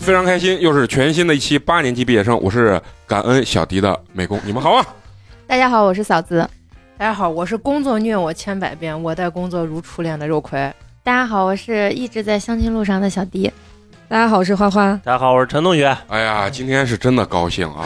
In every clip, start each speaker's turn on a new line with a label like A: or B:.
A: 非常开心，又是全新的一期八年级毕业生，我是感恩小迪的美工，你们好啊！
B: 大家好，我是嫂子。
C: 大家好，我是工作虐我千百遍，我待工作如初恋的肉葵。
B: 大家好，我是一直在相亲路上的小迪。
D: 大家好，我是花花。
E: 大家好，我是陈同学。
A: 哎呀，今天是真的高兴 啊！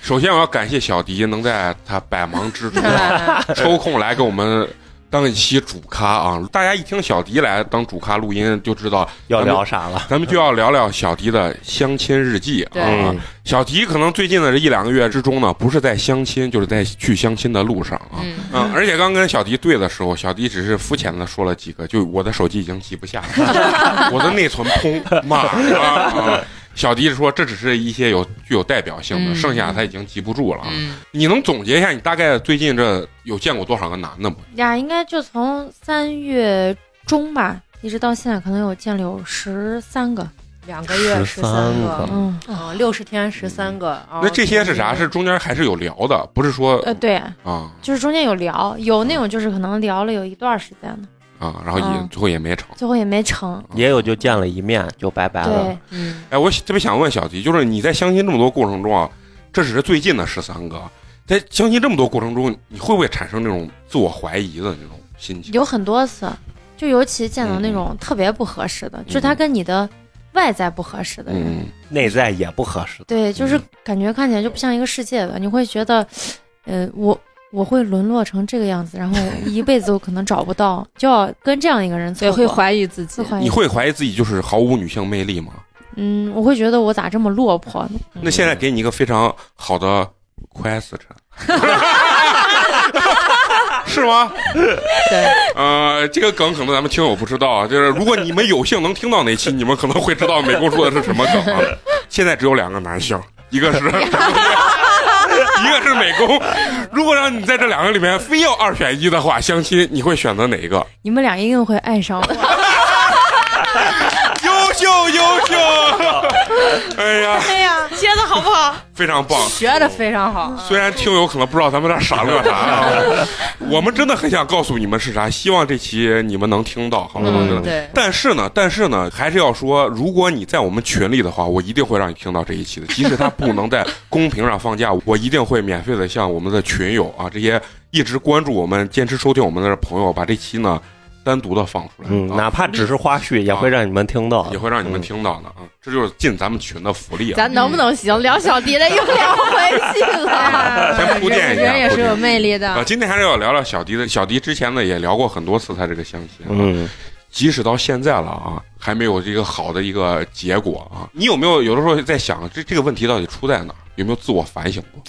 A: 首先我要感谢小迪能在他百忙之中
B: 呃
A: 啊抽空来给我们当一期主咖啊！大家一听小迪来当主咖录音，就知道
E: 要聊啥了？
A: 咱们就要聊聊小迪的相亲日记
C: 对
A: 啊！小迪可能最近的这一两个月之中呢，不是在相亲，就是在去相亲的路上啊。
C: 嗯，
A: 嗯，而且刚跟小迪对的时候，小迪只是肤浅的说了几个，就我的手机已经记不下 了，我的内存空，妈呀！啊小迪说这只是一些有具有代表性的，
C: 嗯
A: 剩下他已经记不住了啊。
C: 嗯
A: 你能总结一下你大概最近这有见过多少个男的吗？
B: 呀，应该就从三月中吧，一直到现在，可能有见了有十三个。
C: 两个月十
E: 13
C: 三
E: 个
C: 个，
B: 嗯，
C: 嗯，六十天十三个。啊
A: 那这些是啥？是中间还是有聊的，不是说
B: 呃，对，
A: 啊
B: 就是中间有聊，有那种就是可能聊了有一段时间的，
A: 啊，然后也
C: 哦
B: 嗯
A: 最后也没成。
B: 最后也没成。
E: 也有就见了一面就拜拜了
B: 对。，
C: 嗯，
A: 哎，我特别想问小迪，就是你在相亲这么多过程中啊，这只是最近的十三个，啊在相亲这么多过程中，你会不会产生那种自我怀疑的那种心情？
B: 有很多次，就尤其见到那种特别不合适
D: 嗯
B: 的，就是他跟你的外在不合适的人，
A: 嗯，
E: 内在也不合适。
B: 对，就是感觉看起来就不像一个世界的，你会觉得，呃，我我会沦落成这个样子，然后一辈子我可能找不到，就要跟这样一个人
D: 对，
B: 凑合，
D: 会怀疑自己
B: 会。怀疑
A: 你，会怀疑自己就是毫无女性魅力吗？
B: 嗯，我会觉得我咋这么落魄呢？
A: 那现在给你一个非常好的 question，是吗？
C: 对，
A: 呃，这个梗可能咱们听友不知道啊，就是如果你们有幸能听到哪期，你们可能会知道美工说的是什么梗啊。现在只有两个男性，一个是陈同学， 一个是美工。如果让你在这两个里面非要二选一的话，相亲你会选择哪一个？
B: 你们俩一定会爱上我。
A: 优秀，优秀！哎呀，
C: 哎呀，接的好不好？
A: 非常棒。
C: 学的非常好。
A: 虽然听友可能不知道咱们这傻乐啥 啊，我们真的很想告诉你们是啥，希望这期你们能听到，好吗？
C: 嗯，对，
A: 但是呢，但是呢，还是要说，如果你在我们群里的话，我一定会让你听到这一 期的。即使它不能在公屏上放假，我一定会免费的向我们的群友啊，这些一直关注我们、坚持收听我们的朋友，把这期呢单独的放出来，
E: 嗯，啊
A: 啊
E: 哪怕只是花絮，也会让你们听到。
A: 也会让你们听到的啊。这就是进咱们群的福利啊。
D: 咱能不能行？聊小迪了，又聊回去
C: 哎
D: 了。
A: 先铺垫一下
D: 人也是有魅力
A: 啊，
D: 的。
A: 今天还是要聊聊小迪的。小迪之前呢也聊过很多次他这个相亲，
E: 嗯，
A: 即使到现在了啊，还没有这个好的一个结果啊。你有没有有的时候在想，这这个问题到底出在哪儿？有没有自我反省过？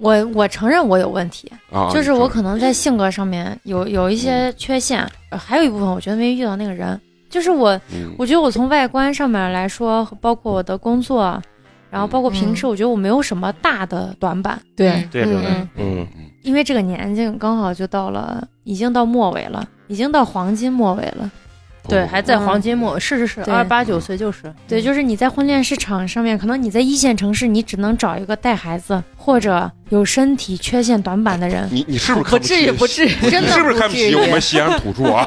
B: 我我承认我有问题，
A: 啊，
B: 就是我
A: 你说嗯
B: 可能在性格上面有有一些缺陷，呃还有一部分我觉得没遇到那个人，就是我
A: 嗯
B: 我觉得我从外观上面来说，包括我的工作，啊然后包括平时，
A: 嗯
B: 我觉得我没有什么大的短板，
D: 对
E: 对对
D: 嗯
E: 对
D: 嗯，
E: 嗯
A: 嗯
B: 因为这个年纪刚好就到了，已经到末尾了，已经到黄金末尾了。
C: 对，
A: 哦
C: 还在黄金末，是是是，
B: 对
C: 二八九岁就是，
B: 对，就是你在婚恋市场上面，可能你在一线城市，你只能找一个带孩子或者有身体缺陷短板的人。
A: 你你是不是看
D: 不
A: 起
D: 至于，不至于，真
A: 你
D: 的
A: 是不是看不
D: 至于
A: 起我们西安土著啊？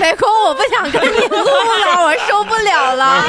D: 美工，我不想跟你录了，我受不了了。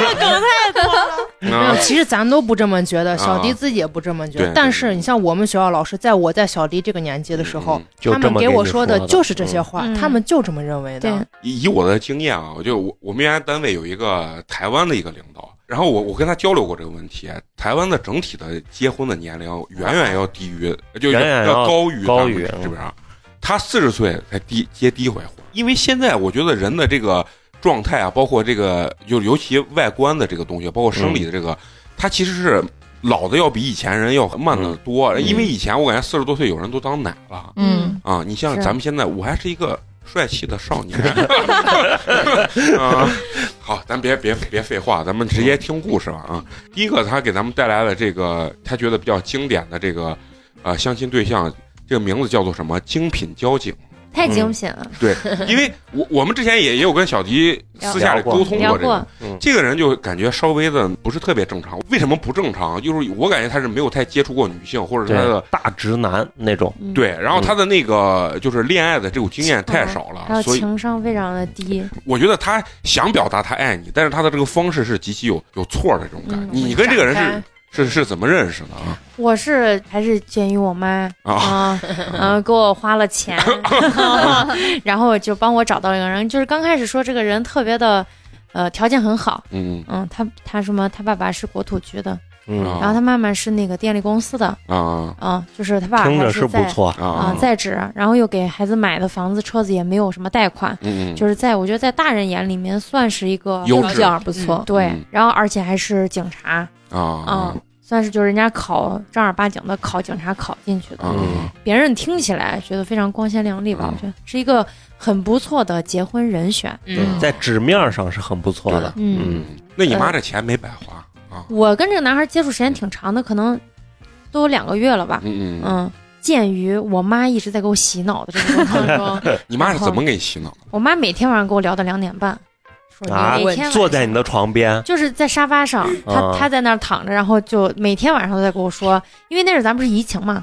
C: 没有，
A: 啊，
C: 嗯其实咱都不这么觉得，小
A: 啊
C: 迪自己也不这么觉
A: 对
C: 得。但是你像我们学校老师，在我在小迪这个年纪的时候
A: 嗯，
E: 就
C: 他
E: 这
C: 们
E: 么
C: 给我
E: 你
C: 说
E: 的
C: 的就是这些。话
B: 嗯，
C: 他们就这么认为
B: 对嗯
C: 的。
A: 以以我的经验啊，我就我我们原来单位有一个台湾的一个领导，然后我我跟他交流过这个问题，台湾的整体的结婚的年龄远远要低于，就
E: 远远
A: 要
E: 要
A: 高于
E: 高
A: 咱们
E: 于嗯
A: 这边啊。他四十岁才第结第一回婚，因为现在我觉得人的这个状态啊，包括这个就尤其外观的这个东西，包括生理的这个，
E: 嗯
A: 他其实是老的要比以前人要慢得多，
E: 嗯
A: 因为以前我感觉四十多岁有人都当奶了。
D: 嗯，
A: 啊，你像
B: 是
A: 咱们现在，我还是一个帅气的少 年。啊，好，咱别别别废话，咱们直接听故事吧啊。第一个，他给咱们带来了这个他觉得 比较经典的这个呃相亲对象，这个名字叫做什么？精品交警
B: 太精品了，
A: 对，因为我我们之前也也有跟小迪私下里
E: 聊过
A: 沟通
B: 聊
A: 这个
B: 过，
A: 这个人就感觉稍微的不是特别正常。为什么不正常？就是我感觉他是没有太接触过女性，或者是他
E: 对
A: 的，
E: 大直男那种，
B: 嗯，
A: 对，然后他的那个就是恋爱的这种经验太少
B: 还有
A: 了，所以
B: 情商非常的低，
A: 我觉得他想表达他爱你，但是他的这个方式是极其有有错的这种感觉
B: 嗯。
A: 你跟这个人是是是怎么认识的啊？
B: 我是还是鉴于我妈
A: 啊，
B: 啊，嗯，给我花了钱， 然后就帮我找到一个人，就是刚开始说这个人特别的，呃，条件很好，
A: 嗯
B: 嗯，他他什么，他爸爸是国土局的，
A: 啊
E: 嗯，
B: 然后他妈妈是那个电力公司的，
A: 啊
B: 嗯，就是他爸
E: 听
B: 爸
E: 着
B: 还
E: 是
B: 在
E: 不错，
B: 啊、
A: 啊，
B: 在职，然后又给孩子买的房子、车子也没有什么贷款，
A: 嗯嗯，
B: 就是在我觉得在大人眼里面算是一个
A: 优
D: 条
A: 质
D: 件不错，
B: 对
A: 嗯，
B: 然后而且还是警察，
A: 啊
B: 嗯，算是就是人家考正儿八经的考警察考进去的，
A: 啊
B: 别人听起来觉得非常光鲜亮丽吧，
A: 嗯
B: 我觉得是一个很不错的结婚人选。
C: 嗯
E: 对在纸面上是很不错的，
B: 嗯，
A: 嗯，那你妈这钱没白花啊？
B: 我跟这个男孩接触时间挺长的，可能都有两个月了吧。
A: 嗯嗯，
B: 嗯，鉴于我妈一直在给我洗脑的这个过程中，
A: 你妈是怎么给你洗脑的？
B: 我妈每天晚上给我聊到两点半，
C: 说你
E: 啊
B: 每
C: 我
B: 天晚上
E: 坐在你的床边，
B: 就是在沙发上，她
E: 啊
B: 她在那儿躺着，然后就每天晚上都在跟我说，因为那阵儿咱不是疫情嘛，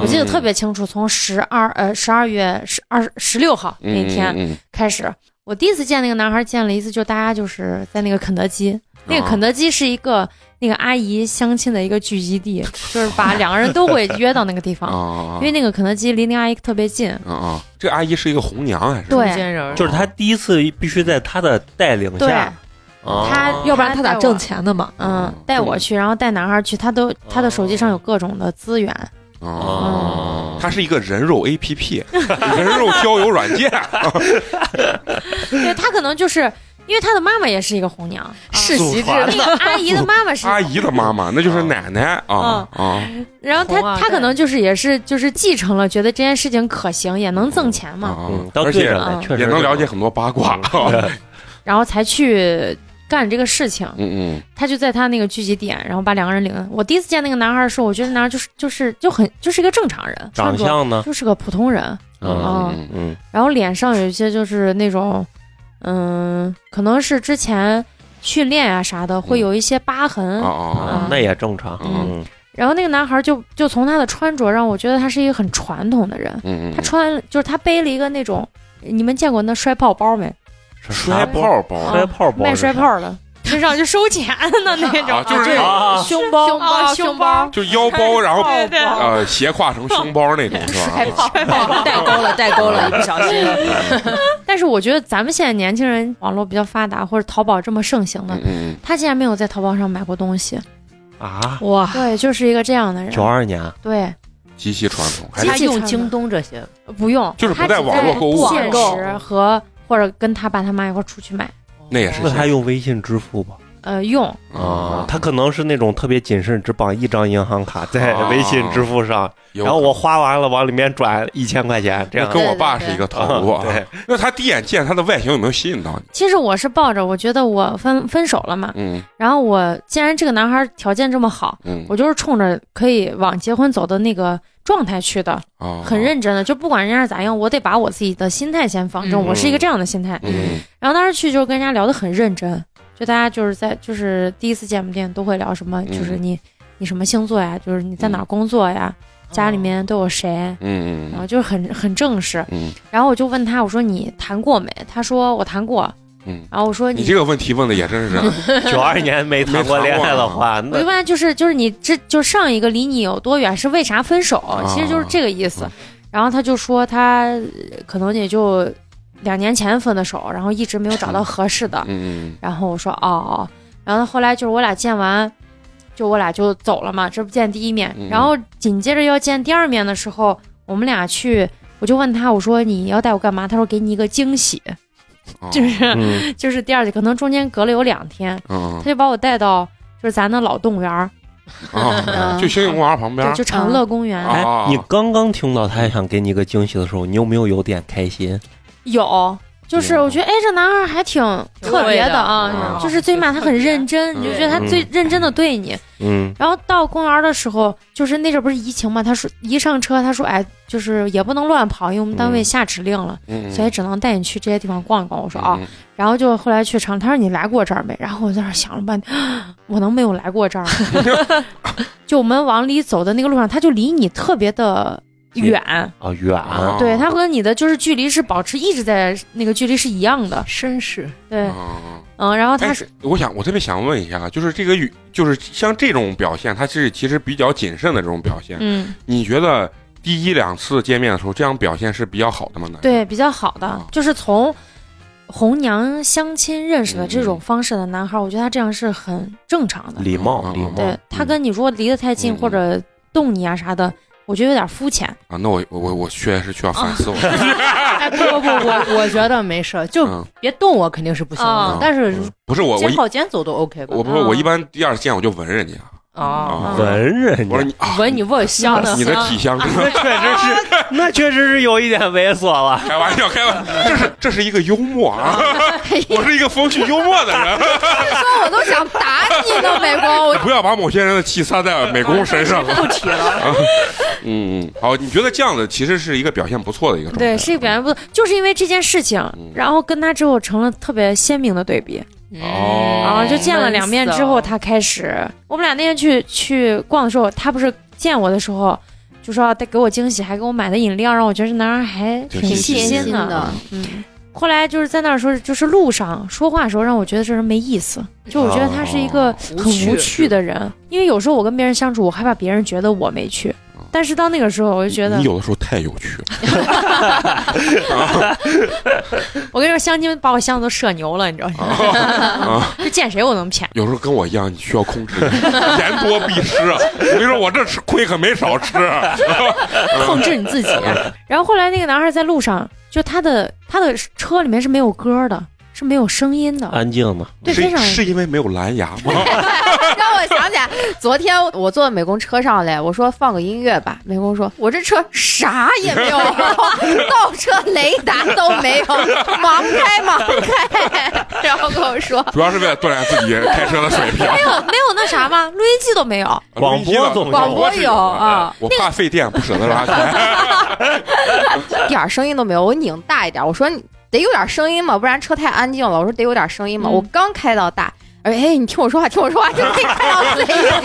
A: 嗯
B: 我记得特别清楚，从十二呃十二月十二十六号那天
A: 嗯，
B: 开始，我第一次见那个男孩，见了一次，就大家就是在那个肯德
A: 啊
B: 基，那个肯
A: 德
B: 德基是一个那个阿姨相亲的一个聚 集地，就是把两个人都会约到那个地
A: 啊
B: 方，
A: 啊，
B: 因为那个肯德基离那个阿姨特别近，
A: 啊啊，这阿姨是一个红娘还是？
B: 对
C: 中间人儿
E: 就是他第一次必须在他的带领
B: 对
E: 下，啊
B: 他
D: 要不然他
B: 带
D: 咋
B: 我
D: 挣钱的嘛？
B: 嗯，带我去，然后带男孩去，他都他的手机上有各种的资源，
E: 哦
A: 啊，它是一个人肉 A P P，人肉交友软件。
B: 对他可能就是因为他的妈妈也是一个红娘，
C: 世
E: 组
C: 袭制
E: 团
B: 那个阿姨的妈妈是
A: 阿姨的妈妈那就是奶奶
B: 嗯
A: 啊啊，
B: 然后他、
C: 红啊
B: 他
C: 对
B: 可能就是也是就是继承了，觉得这件事情可行，也能挣钱嘛，
A: 啊
E: 嗯，到
A: 而
E: 对
A: 且
E: 上来
B: 嗯
E: 确实
A: 也能
E: 是
A: 了解很多八卦。
B: 然后才去干这个事情。
A: 嗯嗯
B: 他就在他那个聚集点，然后把两个人领了。我第一次见那个男孩的时候，我觉得那男孩就是就是就很就是一个正常人，
E: 长
B: 穿着
E: 相呢，
B: 就是个普通人，
A: 嗯
E: 嗯，
B: 然后脸上有一些就是那种，嗯，可能是之前训练啊啥的，
A: 嗯
B: 会有一些疤痕。
A: 啊啊
E: 啊，那也正常，
A: 嗯
E: 嗯，
B: 然后那个男孩就就从他的穿着让我觉得他是一个很传统的人，
A: 嗯
B: 他穿就是他背了一个那种，你们见过那摔炮包没？
E: 是
A: 摔
E: 啥
A: 泡包
E: 摔炮包
B: 卖
E: 是
B: 摔
E: 啥
B: 炮的，身上就收钱的那种。
A: 啊，就是那种
E: 啊，
D: 胸
B: 胸包胸包，
A: 就腰包，然后
B: 对对
A: 呃斜挎成胸包那种是吧？
D: 代沟了，代沟了，一不小心。
C: 嗯
B: 但是我觉得咱们现在年轻人网络比较发达，或者淘宝这么盛行的，
A: 嗯
B: 他竟然没有在淘宝上买过东西。
E: 啊，
D: 哇，
B: 对，就是一个这样的人
E: 九。二年
B: 对，
A: 嗯，极其传统，还
B: 极
C: 他
B: 其
C: 用
B: 传
C: 京
B: 统
C: 东这些，
B: 不用，
A: 就是不
B: 他
A: 在
B: 只
A: 网络购物
B: 现
D: 网
B: 实和或者跟他爸他妈一块儿出去买。
A: 那也
C: 哦
A: 是
E: 那他用微信支付吧？
B: 呃，用
E: 啊，他可能是那种特别谨慎，只绑一张银行卡在
A: 啊
E: 微信支付上，
A: 有
E: 然后我花完了往里面转一千块钱，这
A: 那
E: 样
A: 跟我爸是一个套路啊。
E: 对，
A: 那他第一眼见他的外形有没有吸引到你？
B: 其实我是抱着我觉得我分分手了嘛，
A: 嗯
B: 然后我既然这个男孩条件这么好，
A: 嗯
B: 我就是冲着可以往结婚走的那个状态去的，
A: 啊，
B: 很认真的，就不管人家是咋样，我得把我自己的心态先放正，
C: 嗯
B: 我是一个这样的心态。
A: 嗯
B: 然后当时去就跟人家聊得很认真，就大家就是在就是第一次见面都会聊什么，
A: 嗯
B: 就是你你什么星座呀，就是你在哪儿工作呀，家里面都有谁。
A: 嗯
B: 然后
A: 嗯
B: 就是很很正式，
A: 嗯
B: 然后我就问他，我说你谈过没？他说我谈过，
A: 嗯。
B: 然后我说
A: 你这个问题问的也真是，
E: 九二年没谈过恋爱的话，
B: 我就
E: 那
B: 问他，就是就是你这就上一个离你有多远，是为啥分手？其实就是这个意思
A: 哦嗯。
B: 然后他就说他呃可能也就两年前分的手，然后一直没有 找到合适的。
A: 嗯
B: 然后我说哦哦，然后后来就是我俩见完，就我俩就走了嘛，这不见第一面
A: 嗯。
B: 然后紧接着要见第二面的时候，我们俩去。我就问他，我说你要带我干嘛？他说给你一个惊喜，
A: 嗯，
B: 就是
E: 嗯
B: 就是第二天，可能中间隔了有两天，
A: 嗯
B: 他就把我带到就是咱的老动物园儿，
A: 啊，就星星公园旁边
B: 对，就长乐公园、
A: 啊
E: 哎，你刚刚听到他想给你一个惊喜的时候，你有没有有点开心？
B: 有，就是我觉得哎，这男孩还挺特别的啊，
E: 嗯
B: 就是最起码他很认
A: 嗯
B: 真，你就觉得他最认真的对你。
E: 嗯
B: 然后到公园的时候，就是那阵儿不是疫情嘛，他说一上车他说哎，就是也不能乱跑，因为我们单位下指令了，
A: 嗯
B: 所以只能带你去这些地方逛一逛。我说啊，
A: 嗯
B: 然后就后来去长，他说你来过这儿没？然后我在那儿想了半天， 我能没有来过这儿吗？ 就我们往里走的那个路上，他就离你特别的远，
E: 啊远
A: 啊
B: 对，他和你的就是距离是保持一直在那个距离是一样的，
C: 绅士，
B: 对，
A: 啊
B: 嗯，然后他
A: 哎
B: 是，
A: 我想我特别想问一下，啊就是这个语，就是像这种表现，他是其实比较谨慎的这种表现。
B: 嗯，
A: 你觉得第一两次见面的时候，这样表现是比较好的吗？男生
B: 对，，比较好的
A: 啊，
B: 就是从红娘相亲认识的这种
A: 嗯
B: 方式的男孩，我觉得他这样是很正常的，
E: 礼貌
A: 嗯
E: 礼貌，
B: 对
A: 嗯
B: 他跟你如果离得太近
A: 嗯
B: 或者动你啊啥的，我觉得有点肤浅。
A: 啊，那我我我我确实需要反思我。
C: 哎，不不不，我我觉得没事儿，
B: 哦
C: 就
A: 嗯，
C: 别动我肯定是不行
B: 啊
C: 的，但是如
A: 不是我我
C: 肩
A: 一
C: 靠肩走都 OK 吧
A: 我？不嗯是
B: 嗯
A: 我一般第二次见我就闻人家，
C: 啊，
E: 文人
A: 我说
E: 家，
A: 你啊，
C: 闻你味儿香的，
A: 你的体
B: 嗯
A: 香真的
E: 那确实是，那确实是有一点猥琐了。
A: 开玩笑，开玩笑，这是这是一个幽默 啊，我是一个风趣幽默的人，
D: 说我都想打你呢，美工。我
A: 不要把某些人的气撒在美工身 上了。
C: 不提了，
A: 嗯，嗯好，你觉得这样的其实是一个表现不错的一个状态，
B: 对，是一个表现不错，就是因为这件事情
A: 嗯，
B: 然后跟他之后成了特别鲜明的对比。
C: 嗯
A: 哦
B: 然后就见了
C: 闷
B: 两面
C: 死
B: 之后，
C: 了
B: 他开始，我们俩那天去去逛的时候，他不是见我的时候。就说要带给我惊喜，还给我买的饮料，让我觉得这男孩还
A: 挺
B: 挺
A: 细
B: 细
A: 心
B: 心
A: 的
B: 的。后来就是在那儿说，就是路上说话的时候，让我觉得这人没意思。就我觉得他是一个
A: 哦
B: 很无趣的人，因为有时候我跟别人相处，我害怕别人觉得我没趣
A: 嗯。
B: 但是到那个时候，我就觉得
A: 你，有的时候太有趣了。
B: 我跟你说，相亲把我相的都社牛了，你知道吗？
A: 啊，
B: 就见谁我能骗。
A: 有时候跟我一样，你需要控制，言多必失。我跟你说，我这吃亏可没少吃。啊
B: 控制你自己。然后后来那个男孩在路上，就他的他的车里面是没有歌的，是没有声音的，
E: 安静的，
B: 对，非
A: 是
B: 常
A: 是因为没有蓝牙吗？
D: 让 我想起来，昨天我坐美工车上来，我说放个音乐吧，美工说我这车啥也没有， 倒车雷达都没有，盲开盲开，然后跟我说。
A: 主要是为了锻炼自己开车的水平。
B: 没有没有那啥吗？录音机都没有。
A: 啊
E: 广播总有
D: 广播
A: 是哎
D: 有啊，
A: 我怕费电，不舍得拉开。
D: 一点声音都没有，我拧大一点，我说你得有点声音嘛，不然车太安静了。我说得有点声音嘛，
B: 嗯
D: 我刚开到大。哎哎，你听我说话，听我说话，就可以开到最小，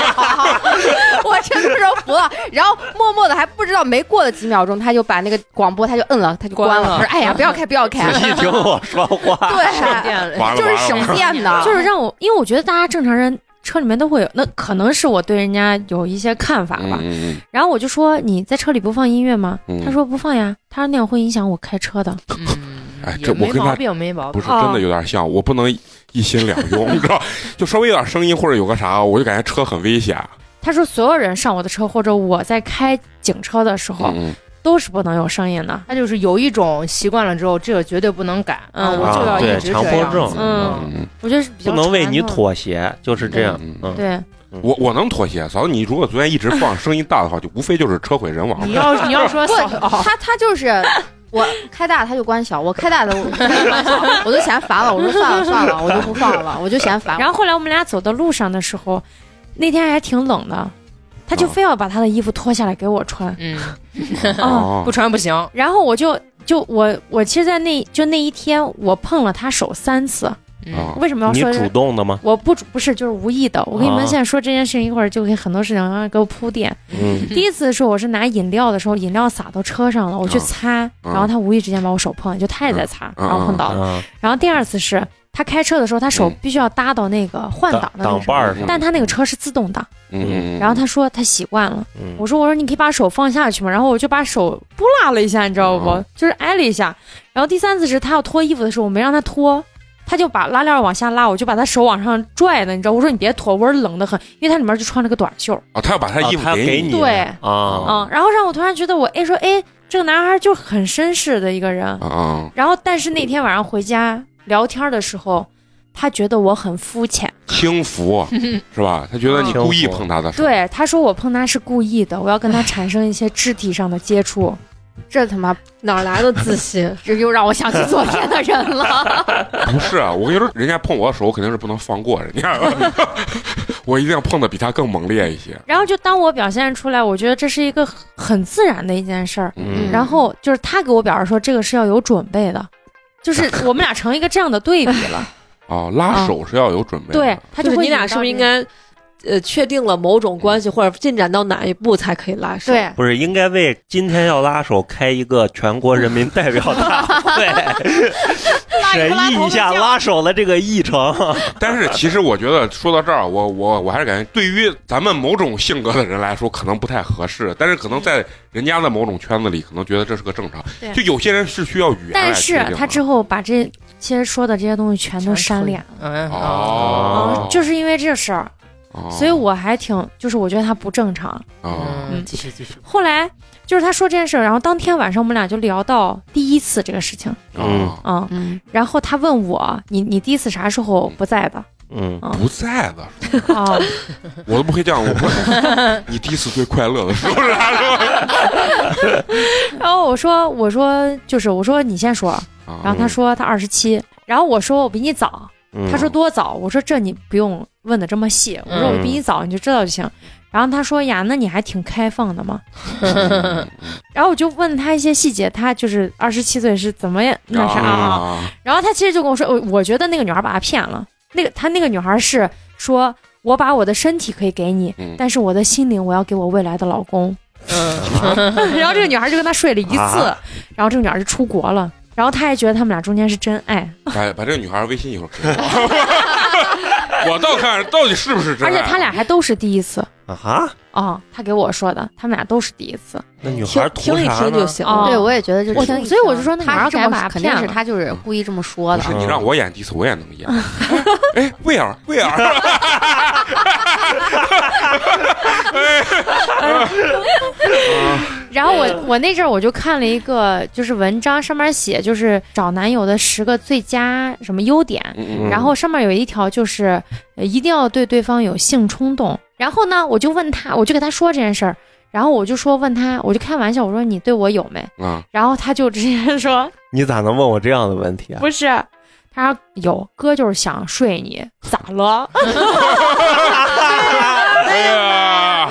D: 我真是服了。然后默默的还不知道，没过了几秒钟，他就把那个广播他就摁了，他就关了。
C: 关了
D: 我说哎呀，不要开，不要 开
E: 仔，细听我说话。
C: 省
D: 对，
C: 电了。
A: 完了
D: 就是
A: 完了，
D: 省电的，
B: 就是让我，因为我觉得大家正常人车里面都会有，那可能是我对人家有一些看法吧。
A: 嗯
B: 然后我就说你在车里不放音乐吗？
A: 嗯
B: 他说不放呀，他说那样会影响我开车的。
C: 嗯
A: 哎这
C: 也
A: 我
C: 没
A: 跟他
C: 毛病，没毛
A: 不
C: 病。
A: 是真的有点像，我不能一心两用，你知道？就稍微有点声音或者有个啥，我就感觉车很危险。啊
B: 他说所有人上我的车或者我在开警车的时候、
A: 嗯
B: 都是不能有声音的。
C: 他就是有一种习惯了之后，这个绝对不能改，
B: 嗯
C: 啊我就要
E: 啊
C: 一
E: 对
C: 直
E: 强
C: 这
E: 迫
C: 样子。
E: 症
B: 嗯，
A: 嗯，
B: 我觉得是 比较
E: 不能为
B: 传
E: 你
B: 统的。
E: 妥协，就是这样
A: 对。
E: 嗯，
B: 对，
A: 我我能妥协，嫂子，你如果昨天一直放声音大的话，就无非就是车毁人亡
C: 你。 要你要说
D: 不
C: 小哦，
D: 他他就是我开大他就关小，我开大的我我就嫌烦了，我说算了算了，我就不放了，我就嫌烦。
B: 然后后来我们俩走到路上的时候，那天还挺冷的，他就
A: 啊
B: 非要把他的衣服脱下来给我穿
C: 嗯，
B: 啊。
A: 哦
C: 不，穿不行。
B: 然后我就就我我其实，在那就那一天，我碰了他手三次。
C: 嗯，
A: 哦
B: 为什么要
E: 你
B: 说这
E: 主动的吗？
B: 我不主不是就是无意的？我跟你们
E: 啊
B: 现在说这件事情，一会儿就给很多事情啊给我铺垫。
E: 嗯，
B: 第一次是我是拿饮料的时候，饮料洒到车上
E: 哦
B: 了，我去
A: 啊
B: 擦，然后他无意之间把我手碰了，就他也在擦，
A: 嗯
B: 然后碰到了。
E: 啊，
B: 然后第二次是他开车的时候，他手
A: 嗯
B: 必须要搭到那个换挡
E: 挡
B: 的那个
E: 挡
B: 什
E: 把
B: 么，
E: 儿上。
B: 但他那个车是自动挡。
A: 嗯嗯，
B: 然后他说他习惯了，
E: 嗯
B: 我说我说你可以把手放下去嘛，然后我就把手拨拉了一下，你知道不？
A: 嗯
B: 就是挨了一下。然后第三次是他要脱衣服的时候，我没让他脱，他就把拉链往下拉，我就把他手往上拽的，你知道？我说你别脱，我说冷得很，因为他里面就穿了个短袖，
A: 哦，他要把他衣
E: 啊
A: 服
E: 他给
A: 你
E: 你
B: 对
E: 啊，
B: 嗯，然后让我突然觉得我哎说哎，这个男孩就很绅士的一个人。
A: 啊啊，
B: 然后但是那天晚上回家聊天的时候，他觉得我很肤浅，
A: 轻浮是吧？他觉得你故意
E: 轻浮
A: 碰他的手，
B: 对，他说我碰他是故意的，我要跟他产生一些肢体上的接触。
D: 这他妈
C: 哪来的自信？
D: 这又让我想起昨天的人了。
A: 不是啊，我跟你说，人家碰我的手，我肯定是不能放过人家的， 我一定要碰的比他更猛烈一些。
B: 然后就当我表现出来，我觉得这是一个很自然的一件事儿。
A: 嗯
D: 嗯
B: 然后就是他给我表示说，这个是要有准备的，就是我们俩成一个这样的对比 了。
A: 啊，拉手是要有准备的。
B: 对，他
F: 就是
B: 会
F: 你俩是不是应该，呃，确定了某种关系或者进展到哪一步才可以 拉手？
D: 对，
E: 不是应该为今天要拉手开一个全国人民代表大 会，审议一下拉手的这个议程。
A: 但是其实我觉得说到这儿，我我我还是感觉，对于咱们某种性格的人来说，可能不太合适。但是可能在人家的某种圈子里，可能觉得这是个正常
B: 对。啊
A: 就有些人是需要语言来
B: 但
A: 决定
B: 是
A: 的。
B: 他之后把这些说的这些东西全都删脸了。
C: 嗯
A: 哦
B: 嗯就是因为这事儿，
A: 哦，
B: 所以我还挺，就是我觉得他不正常。
A: 啊，
C: 嗯，继续继续。
B: 后来就是他说这件事儿，然后当天晚上我们俩就聊到第一次这个事情，
E: 嗯
A: 啊
B: 嗯，
D: 嗯，
B: 然后他问我，你你第一次啥时候不在的？
E: 嗯，
A: 不在的，
B: 哦，
A: 我都不会这样。我不， 你第一次最快乐的时候是啥时候？
B: 然后我说我说就是我说你先说，
A: 啊
B: 然后他说他二十七，然后我说我比你早，
E: 嗯
B: 他说多早？我说这你不用问的这么细，我说我比你早你就知道就行。然后他说呀，那你还挺开放的嘛。然后我就问他一些细节，他就是二十七岁是怎么样那啥啊？
A: 啊
B: 然后他其实就跟我说，我我觉得那个女孩把他骗了，那个他那个女孩是说我把我的身体可以给你
A: 嗯，
B: 但是我的心灵我要给我未来的老公。
C: 嗯，
B: 然后这个女孩就跟他睡了一次，
E: 啊
B: 然后这个女孩就出国了，然后他还觉得他们俩中间是真爱，
A: 把把这个女孩微信一会儿给我，我 倒看到底是不是真
B: 而
A: 爱。啊
B: 且他俩还都是第一次
E: 啊，
B: 啊、他给我说的，他们俩都是第一次。
E: 那女
F: 听
E: 孩图
F: 听一
E: 啥
F: 听就
E: 呢？
F: 行
B: 哦
F: 了。
D: 对，我也觉得就
B: 我
D: 听一听，
B: 所以我就说那哪
D: 他
B: 儿
D: 是这
B: 敢
D: 么
B: 把他
D: 肯定
B: 骗
D: 是
B: 了
D: 他就是故意这么说
A: 不
D: 的
A: 是。
E: 嗯
A: 你让我演第一次，我也能演。 哎，魏儿，魏儿，
B: 然后
A: 嗯
B: 我我那阵儿我就看了一个就是文章，上面写就是找男友的十个最佳什么优点，
A: 嗯嗯
B: 然后上面有一条就是呃一定要对对方有性冲动。然后呢，我就问他，我就给他说这件事儿，然后我就说问他，我就开玩笑，我说你对我有没？
A: 啊，
B: 然后他就直 接说
E: 你咋能问我这样的 问题啊？
B: 不是，他说有哥就是想睡你，咋了？啊
A: 哎呀，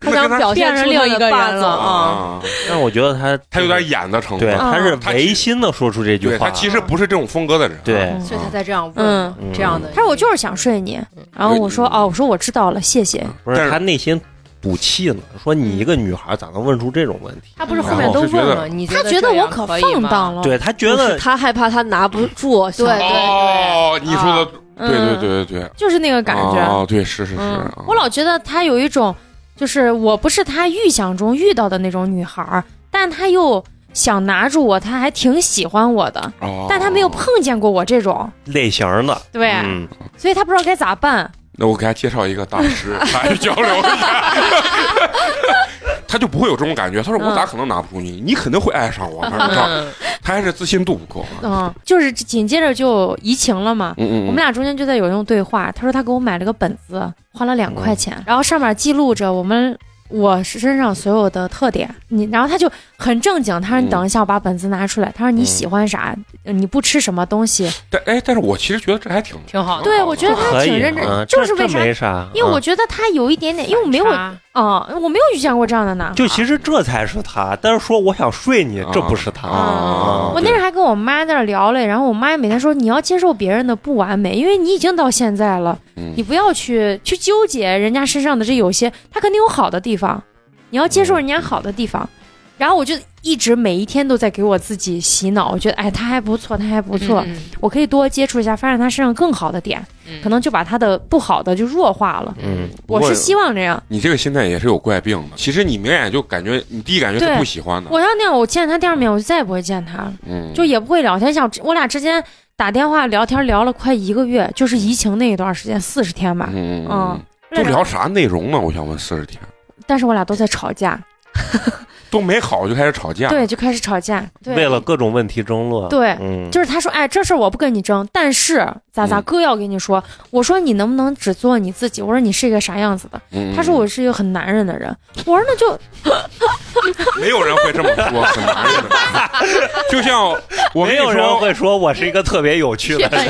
F: 他想表现出另一个人了
B: 嗯
E: 哦
F: 啊。
A: 啊，
E: 但我觉得他
A: 他有点演的成
E: 对，
A: 分，
B: 啊
E: 他是
A: 他其
E: 违心的说出这句
A: 对他
E: 话。
A: 其实不是这种风格的人，啊
E: 对
B: 嗯
C: 所以他才这样问
B: 嗯
E: 嗯，
C: 这样的。
B: 他说我就是想睡你，然后我说
A: 嗯
B: 哦，我说我知道了，谢谢。
E: 嗯不
A: 但
E: 是
A: 是
E: 他内心赌气呢，说你一个女孩咋能问出这种问题？
B: 他不是
C: 嗯
B: 后面都问
A: 然
B: 了，
A: 后
C: 嗯，你
B: 他
C: 觉
B: 觉
C: 得
B: 得
C: 这
B: 我
C: 样
B: 可
C: 以
B: 放
C: 吗
B: 荡了。
E: 对他觉
F: 就是
E: 得
F: 他害怕他拿不住，想
D: 对
A: 哦，你说的
B: 嗯，
A: 对对对对对，
B: 就是那个感觉。
A: 哦，对是是是，
B: 嗯
A: 啊，
B: 我老觉得他有一种，就是我不是他预想中遇到的那种女孩儿，但他又想拿住我，他还挺喜欢我的，
A: 哦
B: 但他没有碰见过我这种，
E: 类型的，
B: 对，
E: 嗯，
B: 所以他不知道该咋办。
A: 那我给他介绍一个大师，来交流一下。 他就不会有这种感觉。他说：“
B: 嗯
A: 我咋可能拿不住你？你肯定会爱上我。”他说
C: 嗯，
A: 他还是自信度不够。啊
B: 嗯，就是紧接着就移情了嘛。
A: 嗯嗯，
B: 我们俩中间就在有那种对话，他说他给我买了个本子，花了两块
E: 嗯
B: 钱，然后上面记录着我们我身上所有的特点。你，然后他就很正经，
E: 嗯
B: 他说你等一下，我把本子拿出来。他说你喜欢啥，你不吃什么东西。
A: 但哎，但是我其实觉得这还挺
C: 挺好的。
B: 对，我觉得他
E: 哦可以
B: 挺认真，
E: 啊这
B: 就是为
E: 这
B: 啥？
E: 没啥，
B: 因为我
E: 啊
B: 觉得他有一点点，因为我没有啊、
C: 啥
B: 我没有遇见过这样的男孩。
E: 就其实这才是他，但是说我想睡你，这不是他。
A: 啊
E: 啊
B: 哦我那阵还跟我妈在那儿聊嘞，然后我妈每天说你要接受别人的不完美，因为你已经到现在了，
A: 嗯
B: 你不要去去纠结人家身上的这有些，他肯定有好的地方，你要接受人家好的地方。然后我就一直每一天都在给我自己洗脑，我觉得哎他还不错，他还不错，
C: 嗯，
B: 我可以多接触一下，发现他身上更好的点，
C: 嗯
B: 可能就把他的不好的就弱化了。
E: 嗯，
B: 我是希望这样。
A: 你这个心态也是有怪病的。其实你明显就感觉你第一感觉是
B: 对
A: 不喜欢
C: 嗯
A: 的。
B: 我要那样，我见他第二面我就再也不会见他了。
A: 嗯，
B: 就也不会聊天，像我俩之间打电话聊天聊了快一个月，就是疫情那一段时间，四十天吧。
A: 嗯嗯
B: 嗯
A: 啊嗯，都聊啥内容呢？我想问四十天。
B: 但是我俩都在吵架，
A: 都没好就开始吵架，嗯
B: 对，就开始吵架，对
E: 为了各种问题争论。
B: 对
E: 嗯，
B: 就是他说，哎，这事儿我不跟你争，但是咋咋
A: 嗯
B: 哥要跟你说，我说你能不能只做你自己？我说你是一个啥样子的？
A: 嗯
B: 他说我是一个很男人的人。我说那就
A: 没有人会这么说，很难的。就像我跟
E: 没
A: 你
E: 有人
A: 说，
E: 会说我是一个特别有趣的人。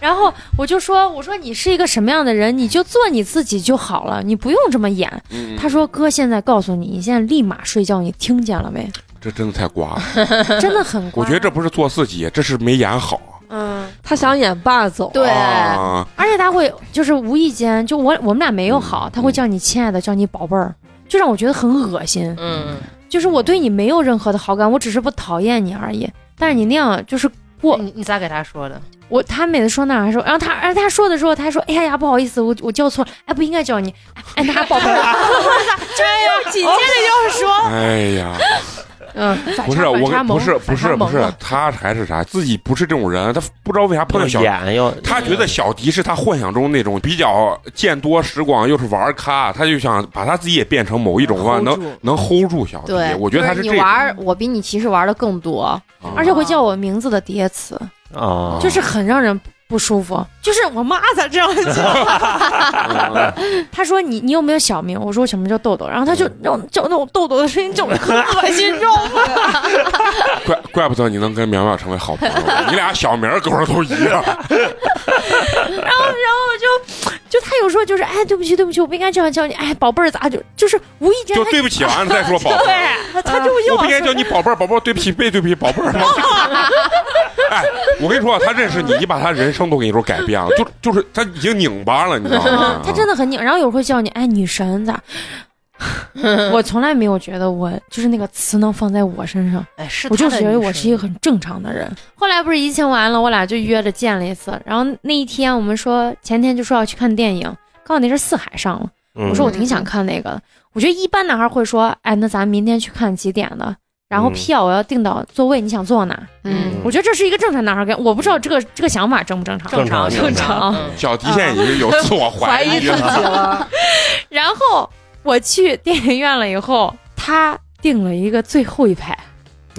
B: 然后我就说，我说你是一个什么样的人，你就做你自己就好了，你不用这么演。
A: 嗯
B: 他说哥，现在告诉你，你现在立马睡觉，你听见了没？
A: 这真的太瓜了。
B: 真的很乖。
A: 我觉得这不是做自己，这是没演好。
B: 嗯，
F: 他想演霸总，
D: 对
A: 啊，
B: 而且他会就是无意间，就我我们俩没有
C: 嗯
B: 好，他会叫你亲爱的，叫你宝贝儿，就让我觉得很恶心。
C: 嗯，
B: 就是我对你没有任何的好感，我只是不讨厌你而已。但是你那样就是不
C: 哎你你咋给他说的？
B: 我，他每次说那还说，然后他，而他说的时候，他说，哎呀呀，不好意思，我我叫错了，哎，不应该叫你，哎哎，那宝贝儿，
C: 紧接
F: 哦
C: 着就是说，
A: 哎呀，
C: 嗯，
A: 不是我跟，不是不是不
B: 啊
A: 是，他还是啥？自己不是这种人，他不知道为啥碰到小。
E: 演要
A: 他觉得小迪是他幻想中那种比较见多识广，又是玩咖，他就想把他自己也变成某一种话，
C: Hold
A: 能
C: 住
A: 能 hold 住小迪。
D: 对，
A: 我觉得他是这啊
D: 就
A: 种
D: 你玩，儿，我比你其实玩的更多。
A: 啊
B: 而且会叫我名字的叠词，
E: 啊，
B: 就是很让人不舒服。就是我妈咋这样 叫？她说你你有没有小名？我说我小名叫豆豆，然后她就让我叫那种豆豆的声音，叫我很恶心，你知道吗？
A: 怪怪不得你能跟苗苗成为好朋友，你俩小名儿跟我都一样。
B: 然后，然后我就就他有时候就是，哎，对不起，对不起，我不应该这样叫你，哎，宝贝儿，咋就就是无意间
A: 就
B: 他
A: 对不起完了再说宝贝儿。
B: 对，他哎就又
A: 我不
B: 往
A: 应该
B: 说
A: 叫你宝贝儿，宝贝儿，对不起，被对不起，宝贝儿。哎，我跟你说，他认识你，你把他人生都给你说改变了，就就是他已经拧巴了，你知道吗？
B: 他哎真的很拧，然后有时候叫你，哎，女神 咋？我从来没有觉得我就是那个词能放在我身上，
C: 哎，是
B: 我就
C: 他的
B: 觉得
C: 女
B: 我
C: 神
B: 是一 个很正常的人。后来不是疫情完了，我俩就约着见了一次，然后那一天我们说前天就说要去看电影，刚好那阵儿四海上了，
E: 嗯
B: 我说我挺想看那个的。我觉得一般男孩会说，哎，那咱明天去看几点的？然后
E: 嗯
B: 票我要定到座位，你想坐哪？
D: 嗯，
B: 我觉得这是一个正常男孩跟我不知道这个这个想法正不正常。
E: 正常
C: 正常，
B: 正
C: 嗯
A: 小迪现在已经有自我怀
F: 疑自己
A: 了。
F: 了，
B: 然后我去电影院了以后，他订了一个最后一排，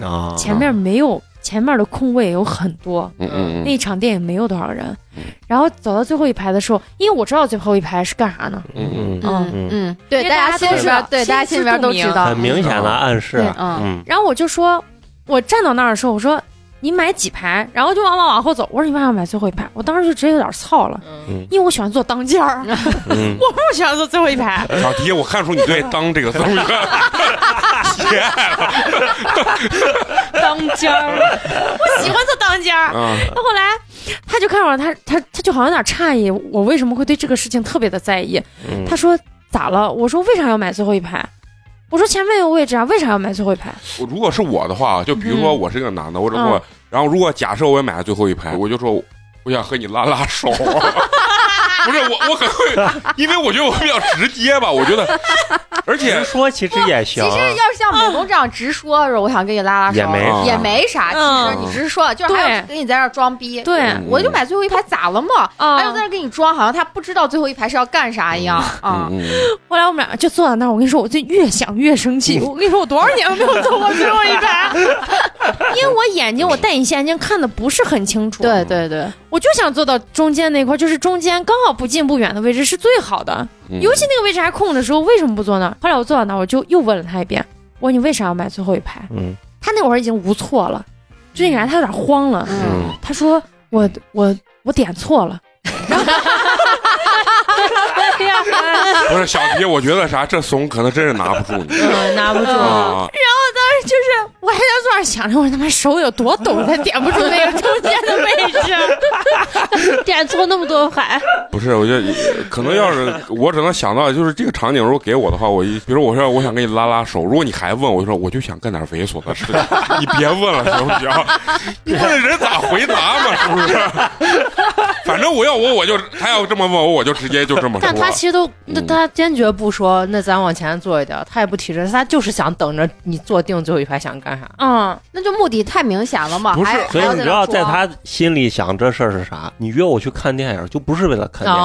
E: 啊，
B: 前面没有，前面的空位有很多，
A: 嗯嗯
B: 那
A: 嗯
B: 一场电影没有多少人
A: 嗯。
B: 然后走到最后一排的时候，因为我知道最后一排是干啥呢？
A: 嗯
E: 嗯
A: 嗯，
E: 嗯嗯
D: 嗯，对，
B: 因为
D: 大
B: 大家
D: 家心
B: 都
D: 里
B: 知
D: 边
B: 道
D: 对大家
B: 心
D: 心里边
B: 知
D: 都
B: 肚
D: 知
B: 明
D: 道，嗯
E: 很明显的暗示
D: 对
E: 啊，
D: 嗯，
E: 嗯
B: 然后我就说，我站到那儿的时候，我说你买几排？然后就往往往后走，我说你为啥买最后一排？我当时就直接有点操了，
C: 嗯
B: 因为我喜欢坐当间儿，
E: 嗯，
B: 我不喜欢坐最后一排。
A: 小迪，我看出你对“当”这个字儿 了，喜爱了
B: 当间儿，我喜欢坐当间儿。
A: 啊！
B: 到后来，他就看我，他他他就好像有点诧异，我为什么会对这个事情特别的在意。
E: 嗯
B: 他说咋了？我说为啥要买最后一排？我说前面有位置啊，为啥要买最后一排？
A: 我如果是我的话，就比如说我是个男的，我只
B: 嗯
A: 我，然后如果假设我也买了最后一排，我就说我想和你拉拉手。 不是我，我很会，因为我觉得我比较直接吧，我觉得，而且
E: 直说其实也
D: 其
E: 行啊，
D: 实要是像美工这样直说，我想跟你拉拉手，
E: 也没啊
D: 也没啥。其实
B: 嗯
D: 你直说，就是还有
B: 对
D: 跟你在这儿装逼。
B: 对
A: 嗯
D: 我就买最后一排，咋了嘛？
B: 啊
D: 还有在这儿跟你装，好像他不知道最后一排是要干啥一样啊。
A: 嗯嗯
B: 后来我们俩就坐在那儿，我跟你说，我就越想越生
D: 嗯
B: 气。我跟你说，我多少年没有坐过最后一排，因为我眼睛我戴隐形眼镜看的不是很清楚。，
D: 对对对，
B: 我就想坐到中间那块儿，就是中间刚好不近不远的位置是最好的。
A: 嗯
B: 尤其那个位置还空的时候，为什么不坐那儿？后来我坐到那儿，我就又问了他一遍，我说你为啥要买最后一排？
E: 嗯
B: 他那会儿已经无措了，最近来他有点慌了，
D: 嗯，
E: 嗯
B: 他说我我我点错了。 然后，哎呀，
A: 不是小迪，我觉得啥，这怂可能真是拿不住你
B: 嗯，拿不住。
A: 啊！
B: 就是我还在坐那儿想着，我他妈手有多抖，才点不住那个中间的位置。
F: 点错那么多排，
A: 不是，我觉得可能要是我只能想到，就是这个场景如果给我的话，我一比如我说我想跟你拉拉手，如果你还问，我就说我就想干点猥琐的事情，你别问了行不行？你问人咋回答嘛，是不是？反正正我要我我就他要这么问我，我就直接就这么说。
C: 但他其实都，那
E: 嗯
C: 他坚决不说，那咱往前坐一点，他也不提这，他就是想等着你坐定最后一排，想干啥？
B: 嗯，
D: 那就目的太明显了嘛。
A: 不是
D: 啊还
E: 所以
D: 还要
E: 你知
D: 那
E: 道，
D: 装
E: 在他心里想这事儿是啥？你约我去看电影，就不是为了看
C: 啊
E: 电影，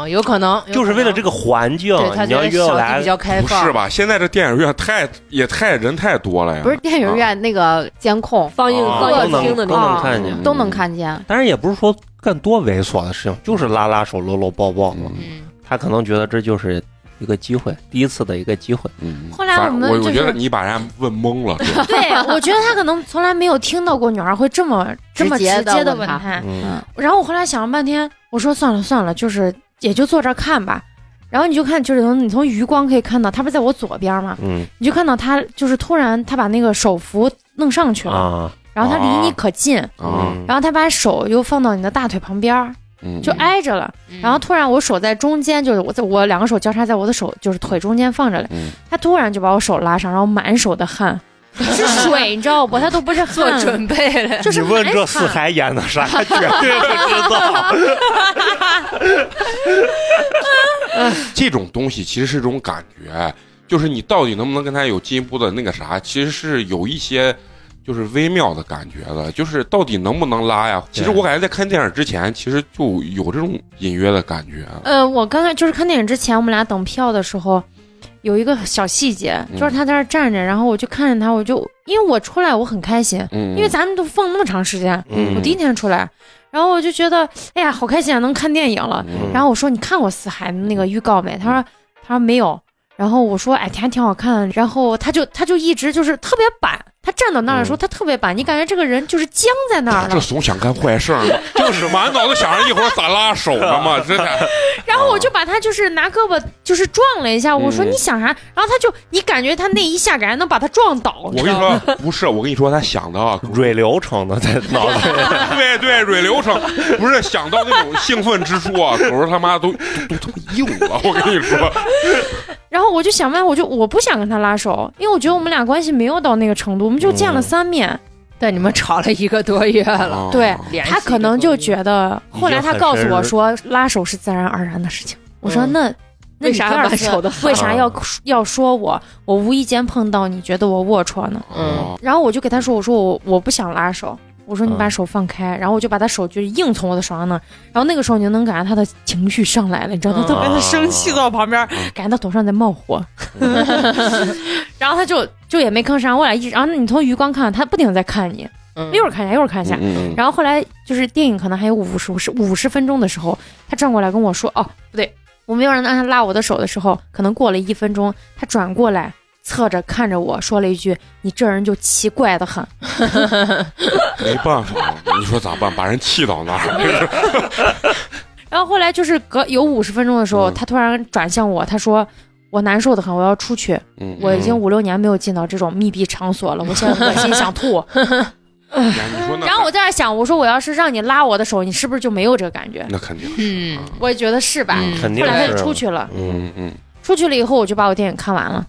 C: 啊，有可能，
E: 就是为了这
C: 个。
E: 个环境
C: 对。他
E: 你
C: 觉
E: 要
C: 得
E: 约我
C: 小弟
E: 来
C: 比，较开
A: 不
C: 放，
A: 是吧？现在这电影院太也太人太多了呀。
D: 不是电影院那个监控
F: 放映
A: 啊
F: 放
E: 都
F: 映
E: 哦能
F: 厅的
E: 都
F: 那
E: 能
F: 种。
E: 看见。
D: 都能看见。
E: 当然也不是说干多猥琐的事情，就是拉拉手、搂搂抱抱嘛。
A: 嗯
C: 嗯，
E: 他可能觉得这就是一个机会，第一次的一个机会。
A: 嗯，
B: 后来
A: 反
B: 我们
A: 我
B: 就
A: 我觉得
B: 是
A: 你把人家问懵了，是吧
B: 对，我觉得他可能从来没有听到过女孩会这么这么直
D: 直接地
B: 接的
D: 问
B: 问
D: 他
B: 他。
E: 嗯，
B: 然后我后来想了半天，我说算了算了，就是也就坐这儿看吧。然后你就看，就是从你从余光可以看到，他不是在我左边吗？
E: 嗯
B: 你就看到他就是突然他把那个手扶弄上去了，
E: 啊，
B: 然后他离你可近，
A: 啊，
E: 嗯
B: 然后他把手又放到你的大腿旁边儿，
A: 嗯
B: 就挨着了。然后突然我手在中间，就是我在我两个手交叉在我的手就是腿中间放着嘞，
A: 嗯
B: 他突然就把我手拉上，然后满手的汗， 是水你知道不？他都不 是
C: 做
B: 汗，
C: 准备了，
B: 就是
E: 你问
B: 满
E: 这四
B: 汗
E: 海演的啥，绝对不知道。
A: 这种东西其实是一种感觉，就是你到底能不能跟他有进一步的那个啥，其实是有一些就是微妙的感觉的，就是到底能不能拉呀？其实
E: 对
A: 我感觉在看电影之前，其实就有这种隐约的感觉。
B: 呃，我刚才就是看电影之前，我们俩等票的时候，有一个小细节，
A: 嗯
B: 就是他在那儿站着，然后我就看着他，我就因为我出来我很开心，
A: 嗯，
B: 因为咱们都放那么长时间，
E: 嗯
B: 我第一天出来，然后我就觉得，哎呀，好开心啊，能看电影了。
A: 嗯
B: 然后我说你看过《四海》那个预告没？他说他说没有。然后我说哎，还挺好看。然后他就他就一直就是特别板，他站到那儿
A: 嗯
B: 的时候、他特别板，你感觉这个人就是僵在那 儿
A: 这
B: 了。
A: 总想干坏事儿 呢，就是满脑子想着一会儿咋拉手呢嘛，真的。
B: 然后我就把他就是拿胳膊就是撞了一下，我说
A: 嗯
B: 你想啥？然后他就你感觉他那一下感觉能把他撞倒，
A: 我
B: 你
A: 跟
B: 知
A: 你
B: 道吗？
A: 说，不是，我跟你说，他想 的啊，
E: 嗯蕊流程的在脑子里，
A: 对对，蕊流程不是想到那种兴奋之处啊，狗儿他妈都都他妈硬了，我跟你说，
B: 然后我就想问，我就我不想跟他拉手，因为我觉得我们俩关系没有到那个程度，我们就见了
E: 嗯
B: 三面。
C: 但你们吵了一个多月了，
A: 啊
B: 对
C: 联系
B: 他可能就
C: 一个
B: 觉得，后来他告诉我说，拉手是自然而然的事情。我说
C: 嗯
B: 那。那
F: 为
B: 你
F: 啥
B: 第
F: 要
B: 二
F: 把
B: 次
F: 手的
B: 为啥要
E: 啊
B: 要说我？我无意间碰到你，觉得我龌龊呢？
A: 啊
B: 然后我就给他说，我说我我不想拉手，我说你
E: 嗯
B: 把手放开。然后我就把他手就硬从我的手上那儿，然后那个时候你就能感觉他的情绪上来了，你知道他
C: 嗯
B: 特别的生气，
E: 啊嗯
B: 在我旁边
A: 嗯，
B: 感觉他头上在冒火。然后他就就也没吭声，我俩一直，然后你从余光看，他不停地在看你，
C: 嗯，
B: 一会儿看一下，一会儿看一下，
A: 嗯嗯
B: 然后后来就是电影可能还有五十五十五十分钟的时候，他转过来跟我说：“哦，不对，我没有让他拉我的手的时候，可能过了一分钟，他转过来侧着看着我说了一句：‘你这人就奇怪的很。
A: 没办法，你说咋办？把人气到那儿，’
B: 然后后来就是隔有五十分钟的时候，
A: 嗯
B: 他突然转向我，他说。”我难受的很，我要出去。
A: 嗯
B: 我已经五六年没有进到这种密闭场所 了，我现在恶心想吐。
A: 嗯呀你说 那
B: 然后我在那想，我说我要是让你拉我的手，你是不是就没有这个感觉？
A: 那肯定，啊
C: 嗯
B: 我也觉得是吧。
C: 嗯
E: 肯定
B: 后来他
E: 是
B: 就出去了，
E: 嗯，
A: 嗯嗯，
B: 出去了以后，我就把我电影看完了。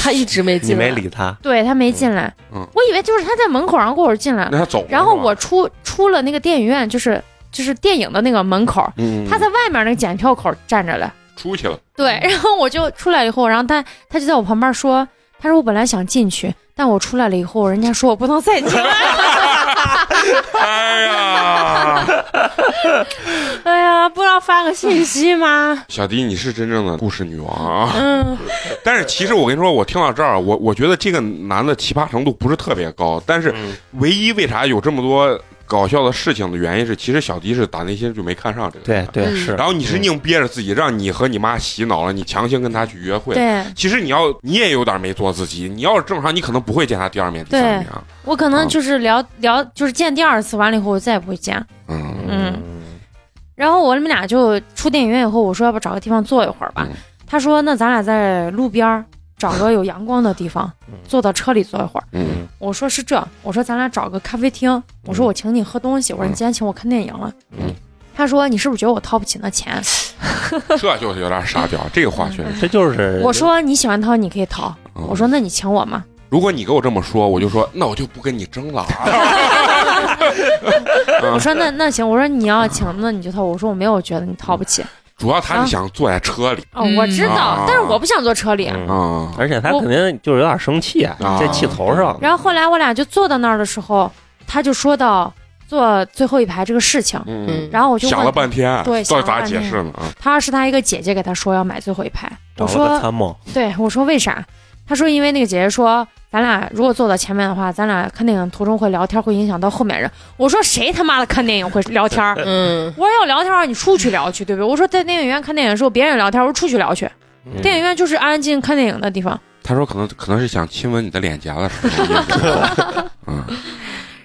F: 他一 直没
E: 你
F: 进来，
E: 没理他，
B: 对他没进来，
A: 嗯嗯
B: 我以为就是他在门口，然后过会儿进来，
A: 那他走了
B: 然后
A: 是吧
B: 我出出了那个电影院，就是就是电影的那个门口，
A: 嗯
B: 他在外面那个检票口站着嘞。
A: 出去了，
B: 对， 然后我就出来以后，然后他他就在我旁边说，他说我本来想进去，但我出来了以后，人家说我不能再进来。
A: 哎呀，
B: 哎呀，不知道发个信息吗？
A: 小迪你是真正的故事女王啊！
B: 嗯，
A: 但是其实我跟你说，我听到这儿，我我觉得这个男的奇葩程度不是特别高，但是
E: 嗯
A: 唯一为啥有这么多搞笑的事情的原因是，其实小迪是打内心就没看上这个，
E: 对。对
F: 嗯
E: 是。
A: 然后你是硬憋着自己，让你和你妈洗脑了，你强行跟他去约会。
B: 对
A: 其实你要你也有点没做自己，你要是正常，你可能不会见他第二面、第三面啊。
B: 我可能就是聊、聊，就是见第二次，完了以后我再也不会见。
A: 嗯
B: 嗯然后我们俩就出电影院以后，我说要不找个地方坐一会儿吧。
A: 嗯
B: 他说那咱俩在路边儿找 个有阳光的地方，坐到车里坐一会儿。
A: 嗯
B: 我说是这，我说咱俩找个咖啡厅，我说我请你喝东西，我说你今天请我看电影了。
A: 嗯
B: 他说你是不是觉得我掏不起那钱？
A: 嗯，这就是有点傻屌，这个话确实。
E: 这就是
B: 我说你喜欢掏你可以掏，
A: 嗯
B: 我说那你请我嘛。
A: 如果你给我这么说，我就说那我就不跟你争了啊。
B: 我说那那行，我说你要请，那你就掏。我说我没有觉得你掏不起。
A: 主要他是想坐在车里
B: 哦，我知道
A: 嗯，
B: 但是我不想坐车里。
E: 嗯，
A: 啊，
E: 而且他
B: 我
E: 肯定就是有点生气啊
A: 啊，
E: 在气头上。
B: 然后后来我俩就坐到那儿的时候，他就说到坐最后一排这个事情，
A: 嗯，
B: 然后我就
A: 想
B: 问
A: 了半天，啊到底
B: 对想了
A: 咋
B: 半
A: 解
B: 天
A: 释呢？啊，
B: 他是他一个姐姐给他说要买最后一排，我
E: 找了个
B: 说
E: 参谋，
B: 对，我说为啥？他说因为那个姐姐说，咱俩如果坐到前面的话，咱俩看电影途中会聊天，会影响到后面人。我说谁他妈的看电影会聊天儿？
C: 嗯，
B: 我说要聊天儿，你出去聊去，对不对？我说在电影院看电影的时候，别人聊天，我说出去聊去。
A: 嗯
B: 电影院就是安安静静看电影的地方。
A: 他说可能可能是想亲吻你的脸颊的时候， 嗯，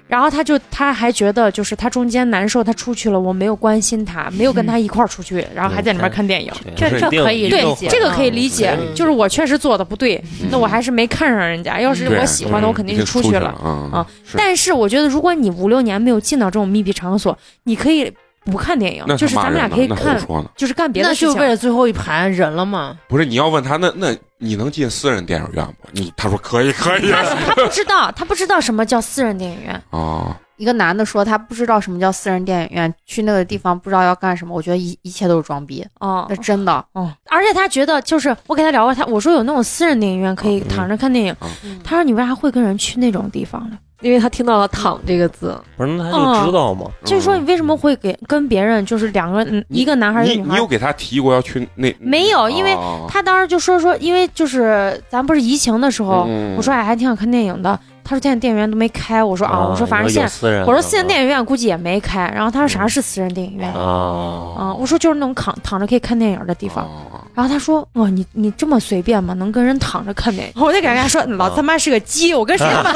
B: 然后他就他还觉得就是他中间难受，他出去了，我没有关心他，没有跟他一块儿出去，然后还在里面看电影。
D: 这这可以
B: 对
D: 理解，
B: 这个可以理解
C: 嗯，
B: 就是我确实做的不对，那我还是没看上人家。要是
A: 对嗯
B: 我喜欢的，我肯定
A: 已经
B: 是
A: 出
B: 出去
A: 了
B: 了。
A: 啊
B: 啊。
A: 是
B: 但是我觉得，如果你五六年没有进到这种密闭场所，你可以不看电影
A: 那，
B: 就是咱们俩可以
A: 那胡
B: 看，
A: 说呢？
B: 就是干别
C: 那
B: 的事
C: 就
B: 情
C: 为。了最后一盘人了嘛。
A: 不是你要问他，那那你能进私人电影院不？你他说可以可以 啊
B: 他不知道，他不知道什么叫私人电影 院。
A: 啊，
D: 一个男的说他不知道什么叫私人电影院，去那个地方不知道要干什么，我觉得一一切都是装逼，
B: 哦
D: 那，真的。
B: 哦，而且他觉得就是我给他聊过，他我说有那种私人电影院可以躺着看电影，
F: 嗯
B: 他说你为啥会跟人去那种地方呢？
F: 因为他听到了“躺”这个字，
E: 不是那他就
B: 嗯
E: 知道嘛。
B: 就是说你为什么会给跟别人就是两个人，
A: 嗯你
B: 一个男孩儿一
A: 你
B: 个女
A: 你
B: 孩儿
A: 有给他提过要去那？
B: 没有因为
A: 哦
B: 他当时就说说，因为就是咱不是疫情的时候，
A: 嗯
B: 我说哎还挺想看电影的，他说现在电影院都没开，我说啊，我说反正现在
E: 在
B: 我说私人电影院估计也没开，然后他说
A: 嗯
B: 啥是私人电影院
A: 哦
B: 啊、
E: 啊，
B: 我说就是那种躺躺着可以看电影的地方。
A: 哦
B: 然后他说：“哇，你你这么随便吗？能跟人躺着看电影？”我 就给人家
A: 哦
B: 说：“老他妈是个鸡，我跟谁他妈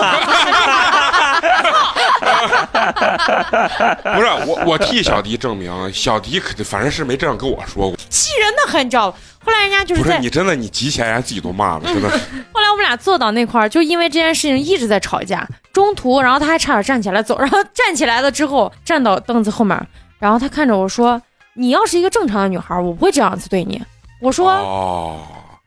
A: 不是我，我替小迪证 明，小迪可反正是没这样跟我说过。
B: 气人的很，你知道吧？”后来人家就
A: 不
B: 是
A: 是
B: 在
A: 你真的，你急起来人家自己都骂了，真的是。
B: 后来我们俩坐到那块儿，就因为这件事情一直在吵架。中途，然后他还差点站起来走，然后站起来了之后站到凳子后面，然后他看着我说：“你要是一个正常的女孩，我不会这样子对你。”我 说。
A: 哦，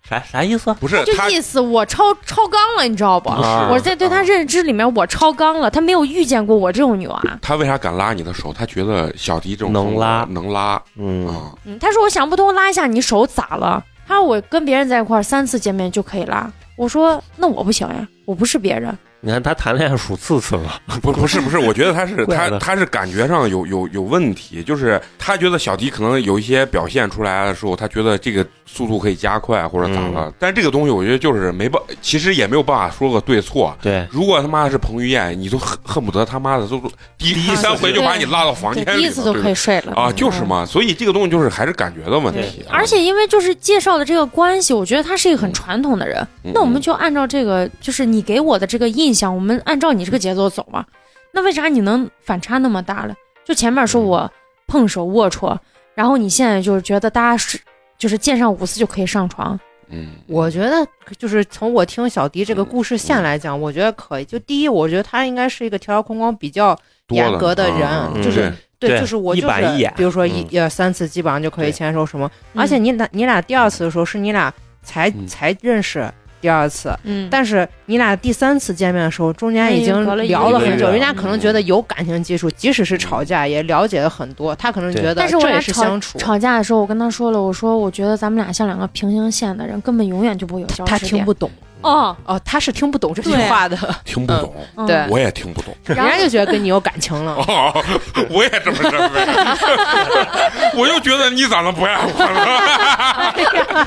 E: 啥啥意思？
A: 不是
B: 就
A: 他
B: 意思我超超纲了，你知道不？
A: 啊
B: 我在对他认知里面，我超纲了，他没有遇见过我这种女娃。
A: 他为啥敢拉你的手？他觉得小迪这种
E: 能拉
A: 能拉
E: 嗯，
A: 啊，
B: 嗯，他说我想不通，拉一下你手咋了？他说我跟别人在一块儿三次见面就可以拉。我说那我不行呀，我不是别人。
E: 你看他谈恋爱数次次了，
A: 啊不不是不是，我觉得他是
E: 怪
A: 他
E: 了
A: 他是感觉上有有有问题，就是他觉得小迪可能有一些表现出来的时候，他觉得这个速度可以加快或者咋了，但这个东西我觉得就是没办，其实也没有办法说个对错。
E: 对，
A: 如果他妈是彭于晏，你都恨恨不得他妈的都都第第
E: 第一次
A: 三回就
B: 对
A: 啊把你拉到房
B: 对
A: 间，
B: 第
A: 里
B: 一
A: 了，
B: 次就
A: 对
B: 可以睡了
A: 啊，就是
B: 嗯
A: 嘛，所以这个东西就是还是感觉的问题啊。
B: 而且因为就是介绍的这个关系，我觉得他是一个很传统的人，
A: 嗯，
B: 那我们就按照这个，就是你给我的这个印象，我们按照你这个节奏走嘛。那为啥你能反差那么大了？就前面说
C: 嗯
B: 我碰手握戳，然后你现在就是觉得大家是就是见上五次就可以上床，
A: 嗯，
C: 我觉得就是从我听小迪这个故事
E: 嗯
C: 线来讲，我觉得可以。就第一，我觉得他应该是一个条条框框比较
A: 多了
C: 严格的人
A: 啊
E: 就是
A: 对
E: 对
C: 就是我
E: 一
C: 就是
E: 板一眼
C: 比如说一呃三次基本上就可以
E: 对
C: 牵手什么。
B: 嗯
C: 而且你俩你俩第二次的时候是你俩才
A: 嗯
C: 才认识第二次，
B: 嗯但
C: 但是你俩第三次见面的时候，中间已经
B: 已经隔了一
C: 聊了
E: 个
C: 很久，
E: 月
C: 人家可能觉得有感情基础，即使是吵架也了解了很多，他可能觉得
B: 但是我
C: 这
B: 俩
C: 也是
B: 吵
C: 相处。
B: 吵架的时候，我跟他说了，我说我觉得咱们俩像两个平行线的人，根本永远就不会有交
C: 他
B: 集
C: 听
B: 点。
C: 不懂
B: 哦，
C: 哦，他是听不懂这句
B: 对
C: 话的，
A: 听不
C: 嗯
A: 懂，
B: 嗯
C: 对
A: 我也听不懂，
C: 人家就觉得跟你有感情了。
A: 哦， 我也这么认为， 我就觉得你咋能不爱我呢？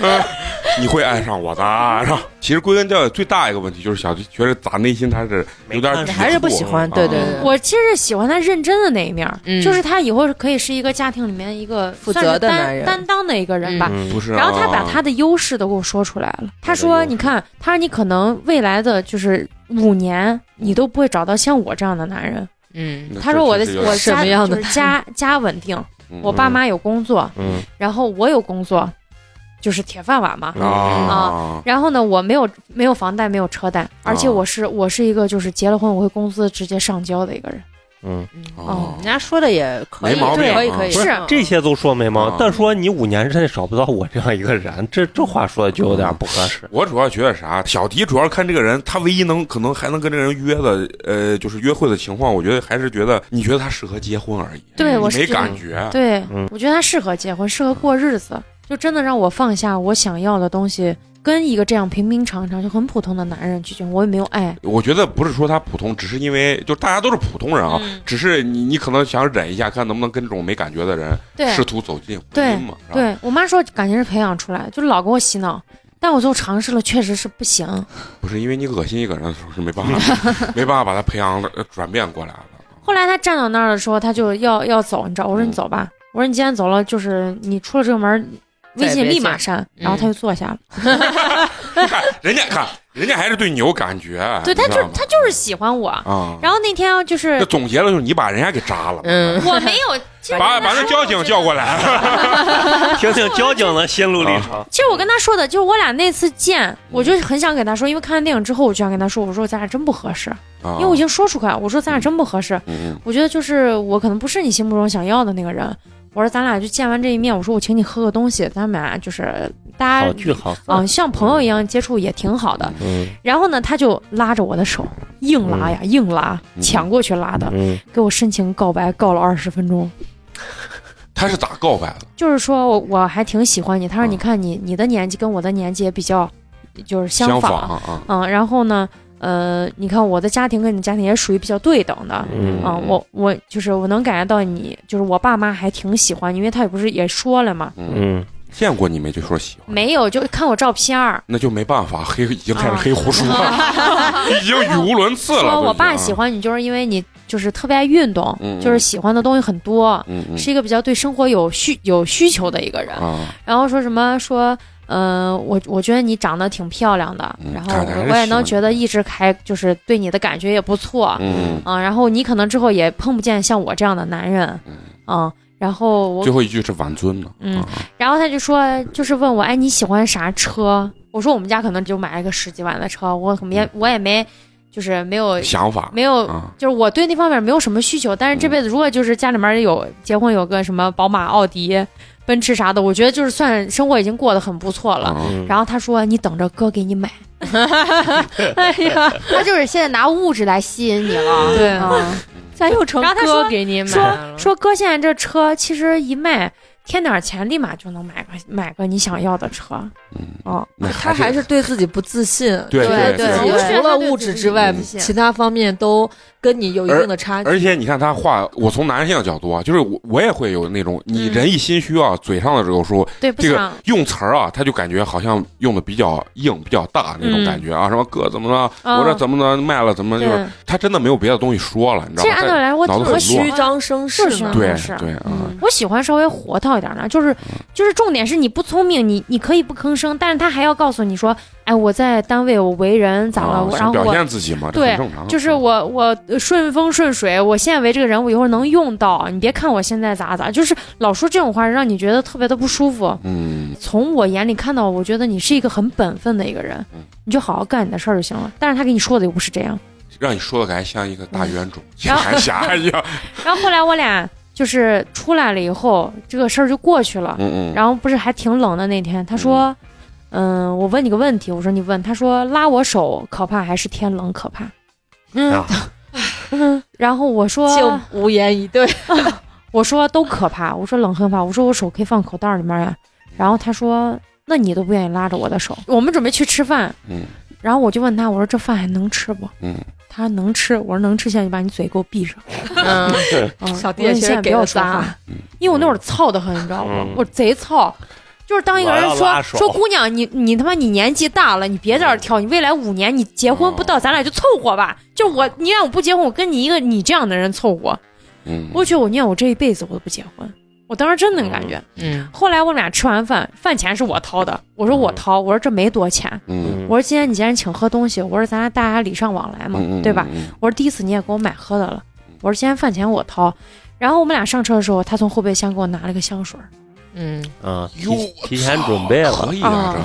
A: 嗯 你会爱上我的啊，是吧？其实归根到底，最大一个问题就是小迪觉得咋内心他是有点
E: 没看
A: 抵
E: 出
A: 触
C: 还是不喜欢
A: 啊
C: 对对对
B: 我其实是喜欢他认真的那一面儿，
C: 嗯
B: 就是他以后是可以是一个家庭里面一个
C: 负责
B: 算是
C: 的
B: 担
C: 男人
B: 担当的一个人吧。
E: 嗯
A: 不是啊。
B: 然后他把他的优势都给我说出来了，他
E: 优
B: 说：“
E: 势
B: 你看，他说你可能未来的就是五年，你都不会找到像我这样的男人。
C: 嗯，”
B: 他说：“我的我
F: 什
B: 家
F: 么样的
B: 就是家家稳定，我爸妈有工作，
E: 嗯，
B: 然后我有工作，就是铁饭碗嘛。
A: 啊啊
B: 然后呢，我没有没
E: 哦
B: 有房贷，没有车贷，而且
A: 啊
B: 我是我是一个就是结了婚我会工资直接上交的一个人。
E: 嗯，
A: 哦
C: 人，家说的也可以，
A: 没毛病
C: 可以
A: 啊
C: 可以，
B: 不是
C: 嗯
E: 这些都说没毛
A: 啊
E: 病，但说你五年之内找不到我这样一个人，这这话说的就有点不合适。
A: 我主要觉得啥？小迪主要是看这个人，他唯一能可能还能跟这个人约的，呃，就是约会的情况，我觉得还是觉得你觉得他适合结婚而已，
B: 对我
A: 你
B: 是
A: 没
B: 这样
A: 感觉。
B: 对，
E: 嗯
B: 我觉得他适合结婚，适合过日子，就真的让我放下我想要的东西，跟一个这样平平常常就很普通的男人去结婚，我也没有爱。
A: 我觉得不是说他普通，只是因为就大家都是普通人啊，
B: 嗯
A: 只是你你可能想忍一下，看能不能跟这种没感觉的人
B: 对
A: 试图走进婚
B: 对
A: 姻嘛，是吧？
B: 对，我妈说感情是培养出来的，就老给我洗脑，但我最后尝试了，确实是不行。
A: 不是因为你恶心一个人的时候是没办 法，没办法把他培养了呃转变过来的。
B: 后来他站到那儿的时候，他就要要走，你知道，我说你走吧，
A: 嗯
B: 我说你既然走了，就是你出了这个门儿，微
C: 再也
B: 信
C: 别
B: 立马
C: 见
B: 删，
A: 嗯
B: 然后他就坐下了。
A: 看人家看，人家还是对你有感觉，
B: 对，他
A: 你
B: 就
A: 知道吗
B: 他就是喜欢我。
A: 啊。
B: 然后那天啊就是
A: 这总结了就是你把人家给扎了，
C: 嗯，
B: 我没有，其实
A: 把
B: 我跟他
A: 把那
B: 说
A: 交
B: 了
A: 警
B: 这
A: 叫
B: 个
A: 过来，
E: 听听交警的心路历程，
B: 其实我跟他说的，就是我俩那次见，我就很想给他说，因为看完电影之后，我就想跟他说，我说咱俩真不合适，
A: 因
B: 嗯因为我已经说出来，我说咱俩真不合适，
A: 啊嗯嗯
B: 我觉得就是我可能不是你心目中想要的那个人。我说咱俩就见完这一面，我说我请你喝个东西，咱们俩就是大
E: 好
B: 家
E: 句好。
B: 啊、像朋友一样接触也挺好的。
E: 嗯
B: 然后呢，他就拉着我的手，硬拉呀，硬拉，
A: 嗯
B: 抢过去拉的，
E: 嗯，
B: 给我深情告白，告了二十分钟。
A: 他是咋告白的？
B: 就是说我我还挺喜欢你。他说：“
A: 嗯
B: 你看你你的年纪跟我的年纪也比较，就是
A: 相
B: 相
A: 仿啊，
B: 嗯，然后呢，呃，你看我的家庭跟你家庭也属于比较对等的。
E: 嗯
B: 嗯，我我就是我能感觉到你，就是我爸妈还挺喜欢你，因为他也不是也说了嘛，
A: 嗯，
E: 嗯，
A: 见过你没就说喜欢，
B: 没有就看我照片儿，
A: 那就没办法，黑已经开始
B: 啊
A: 黑胡说了， 已经语无伦次了。
B: 说
A: 都已经
B: 我爸喜，欢你就是因为你就是特别爱运动，
A: 啊嗯嗯
B: 就是喜欢的东西很多，
A: 嗯嗯
B: 是一个比较对生活有需有需求的一个人。
A: 啊，
B: 然后说什么说，嗯、我我觉得你长得挺漂亮的，
A: 嗯
B: 然后
A: 看来还
B: 我
A: 是
B: 我也
A: 喜欢
B: 能
A: 你
B: 觉得一直开，就是对你的感觉也不错，
A: 嗯，
B: 啊，然后你可能之后也碰不见像我这样的男人
A: 嗯，
B: 啊，然后我
A: 最，后一句是晚尊呢，
B: 嗯
A: 啊，
B: 然后他就说，就是问我，哎，你喜欢啥车？我说我们家可能就买了个十几万的车，我可没我也没，就是没有
A: 想法
B: 没有
A: 啊，
B: 就是我对那方面没有什么需求，但是这辈子如果就是家里面有结婚有个什么宝马、奥迪、奔驰啥的，我觉得就是算生活已经过得很不错
E: 嗯
B: 了。
A: 啊
B: 然后他说：“你等着哥给你买。” 哎呀，
D: 他就是现在拿物质来吸引你了。
F: 对
D: 嗯
F: 咱又成
B: 然后他
F: 哥
B: 说
F: 给你买
B: 说
F: 了，
B: 说哥现在这车其实一卖添点钱，立马就能买个买个你想要的车。
A: 嗯，
B: 哦，
A: 那
F: 他还是对自己不自信，
A: 对对
D: 对对
F: 自己
D: 对
F: 除了物质之外，
A: 对
F: 其他方面都跟你有一定的差距。
A: 而且你看他话，我从男性的角度啊，就是我我也会有那种，你
B: 嗯
A: 人一心虚啊，嘴上的时候说
B: 对，不
A: 这
B: 想
A: 个用词儿啊，他就感觉好像用的比较硬、比较大那种
B: 嗯
A: 感觉啊，什么哥怎么了，
B: 嗯
A: 我这怎么了，卖了怎么了，就是
B: 对。
A: 他真的没有别的东西说了，你知
B: 嗯其
A: 道
B: 实
A: 吗
B: 按道理
A: 在？
B: 来，我
A: 脑子
B: 挺
A: 很
F: 何
A: 多
F: 虚张声势
B: 就是
F: 呢
B: 啊？
A: 对
B: 是
A: 对啊，
B: 我喜欢稍微活套一点的，就是
A: 嗯
B: 就是重点是你不聪明，你你可以不吭声，但是他还要告诉你说，哎，我在单位我为人咋了，
A: 啊
B: 我
A: 想
B: 然后
A: 表
B: 我
A: 现自己嘛，这
B: 对
A: 很正常。啊
B: 就是我我呃顺风顺水，我现在为这个人，我以后能用到。你别看我现在咋咋，就是老说这种话，让你觉得特别的不舒服。
A: 嗯，
B: 从我眼里看到，我觉得你是一个很本分的一个人
A: 嗯，
B: 你就好好干你的事儿就行了。但是他给你说的又不是这样。
A: 让你说的感觉像一个大冤种、
B: 嗯然后
A: 还侠一样。
B: 然后后来我俩就是出来了以后，这个事儿就过去了。
A: 嗯嗯，
B: 然后不是还挺冷的那天，他说，嗯、我问你个问题，我说你问，他说拉我手可怕还是天冷可怕？
E: 啊
B: 嗯，嗯， 然后我说
F: 竟，无言以对。
B: 我说都可怕，我说冷很怕，我说我手可以放口袋里面呀。然后他说，那你都不愿意拉着我的手，我们准备去吃饭，
A: 嗯，
B: 然后我就问他，我说这饭还能吃不？
A: 嗯，
B: 他说能吃，我说能吃，现在你把你嘴给我闭上。
E: 啊
C: 嗯，
B: 嗯
F: 小弟
B: 我说
F: 也
B: 你
F: 确
B: 现
F: 实
B: 在不
F: 给
B: 要
F: 了
B: 说
F: 答
B: 话
F: 案，
B: 因为我那会儿操的很，你知道吗
E: 嗯？
B: 我贼操，就是当一个人
E: 我要拉
B: 说
E: 手嗯
B: 说姑娘，你你他妈你年纪大了，你别在这儿挑，你未来五年你结婚不到，咱俩就凑合吧。就我你让我不结婚，我跟你一个你这样的人凑合，
A: 嗯，
B: 我觉得我念我这一辈子我都不结婚。我当时真的感觉，
C: 嗯，
B: 后来我俩吃完饭，饭钱是我掏的，我说
E: 嗯
B: 我掏，我说这没多钱，
A: 嗯
B: 我说今天你既然请喝东西，我说咱俩大家礼尚往来嘛，
A: 嗯，
B: 对吧？
A: 嗯？嗯
B: 我说第一次你也给我买喝的了，我说今天饭钱我掏。然后我们俩上车的时候，他从后备箱给我拿了个香水儿，
C: 嗯，
E: 啊，
A: 哟
E: 提提前准备
A: 操可
E: 了，
A: 以啊，
B: 啊
A: 这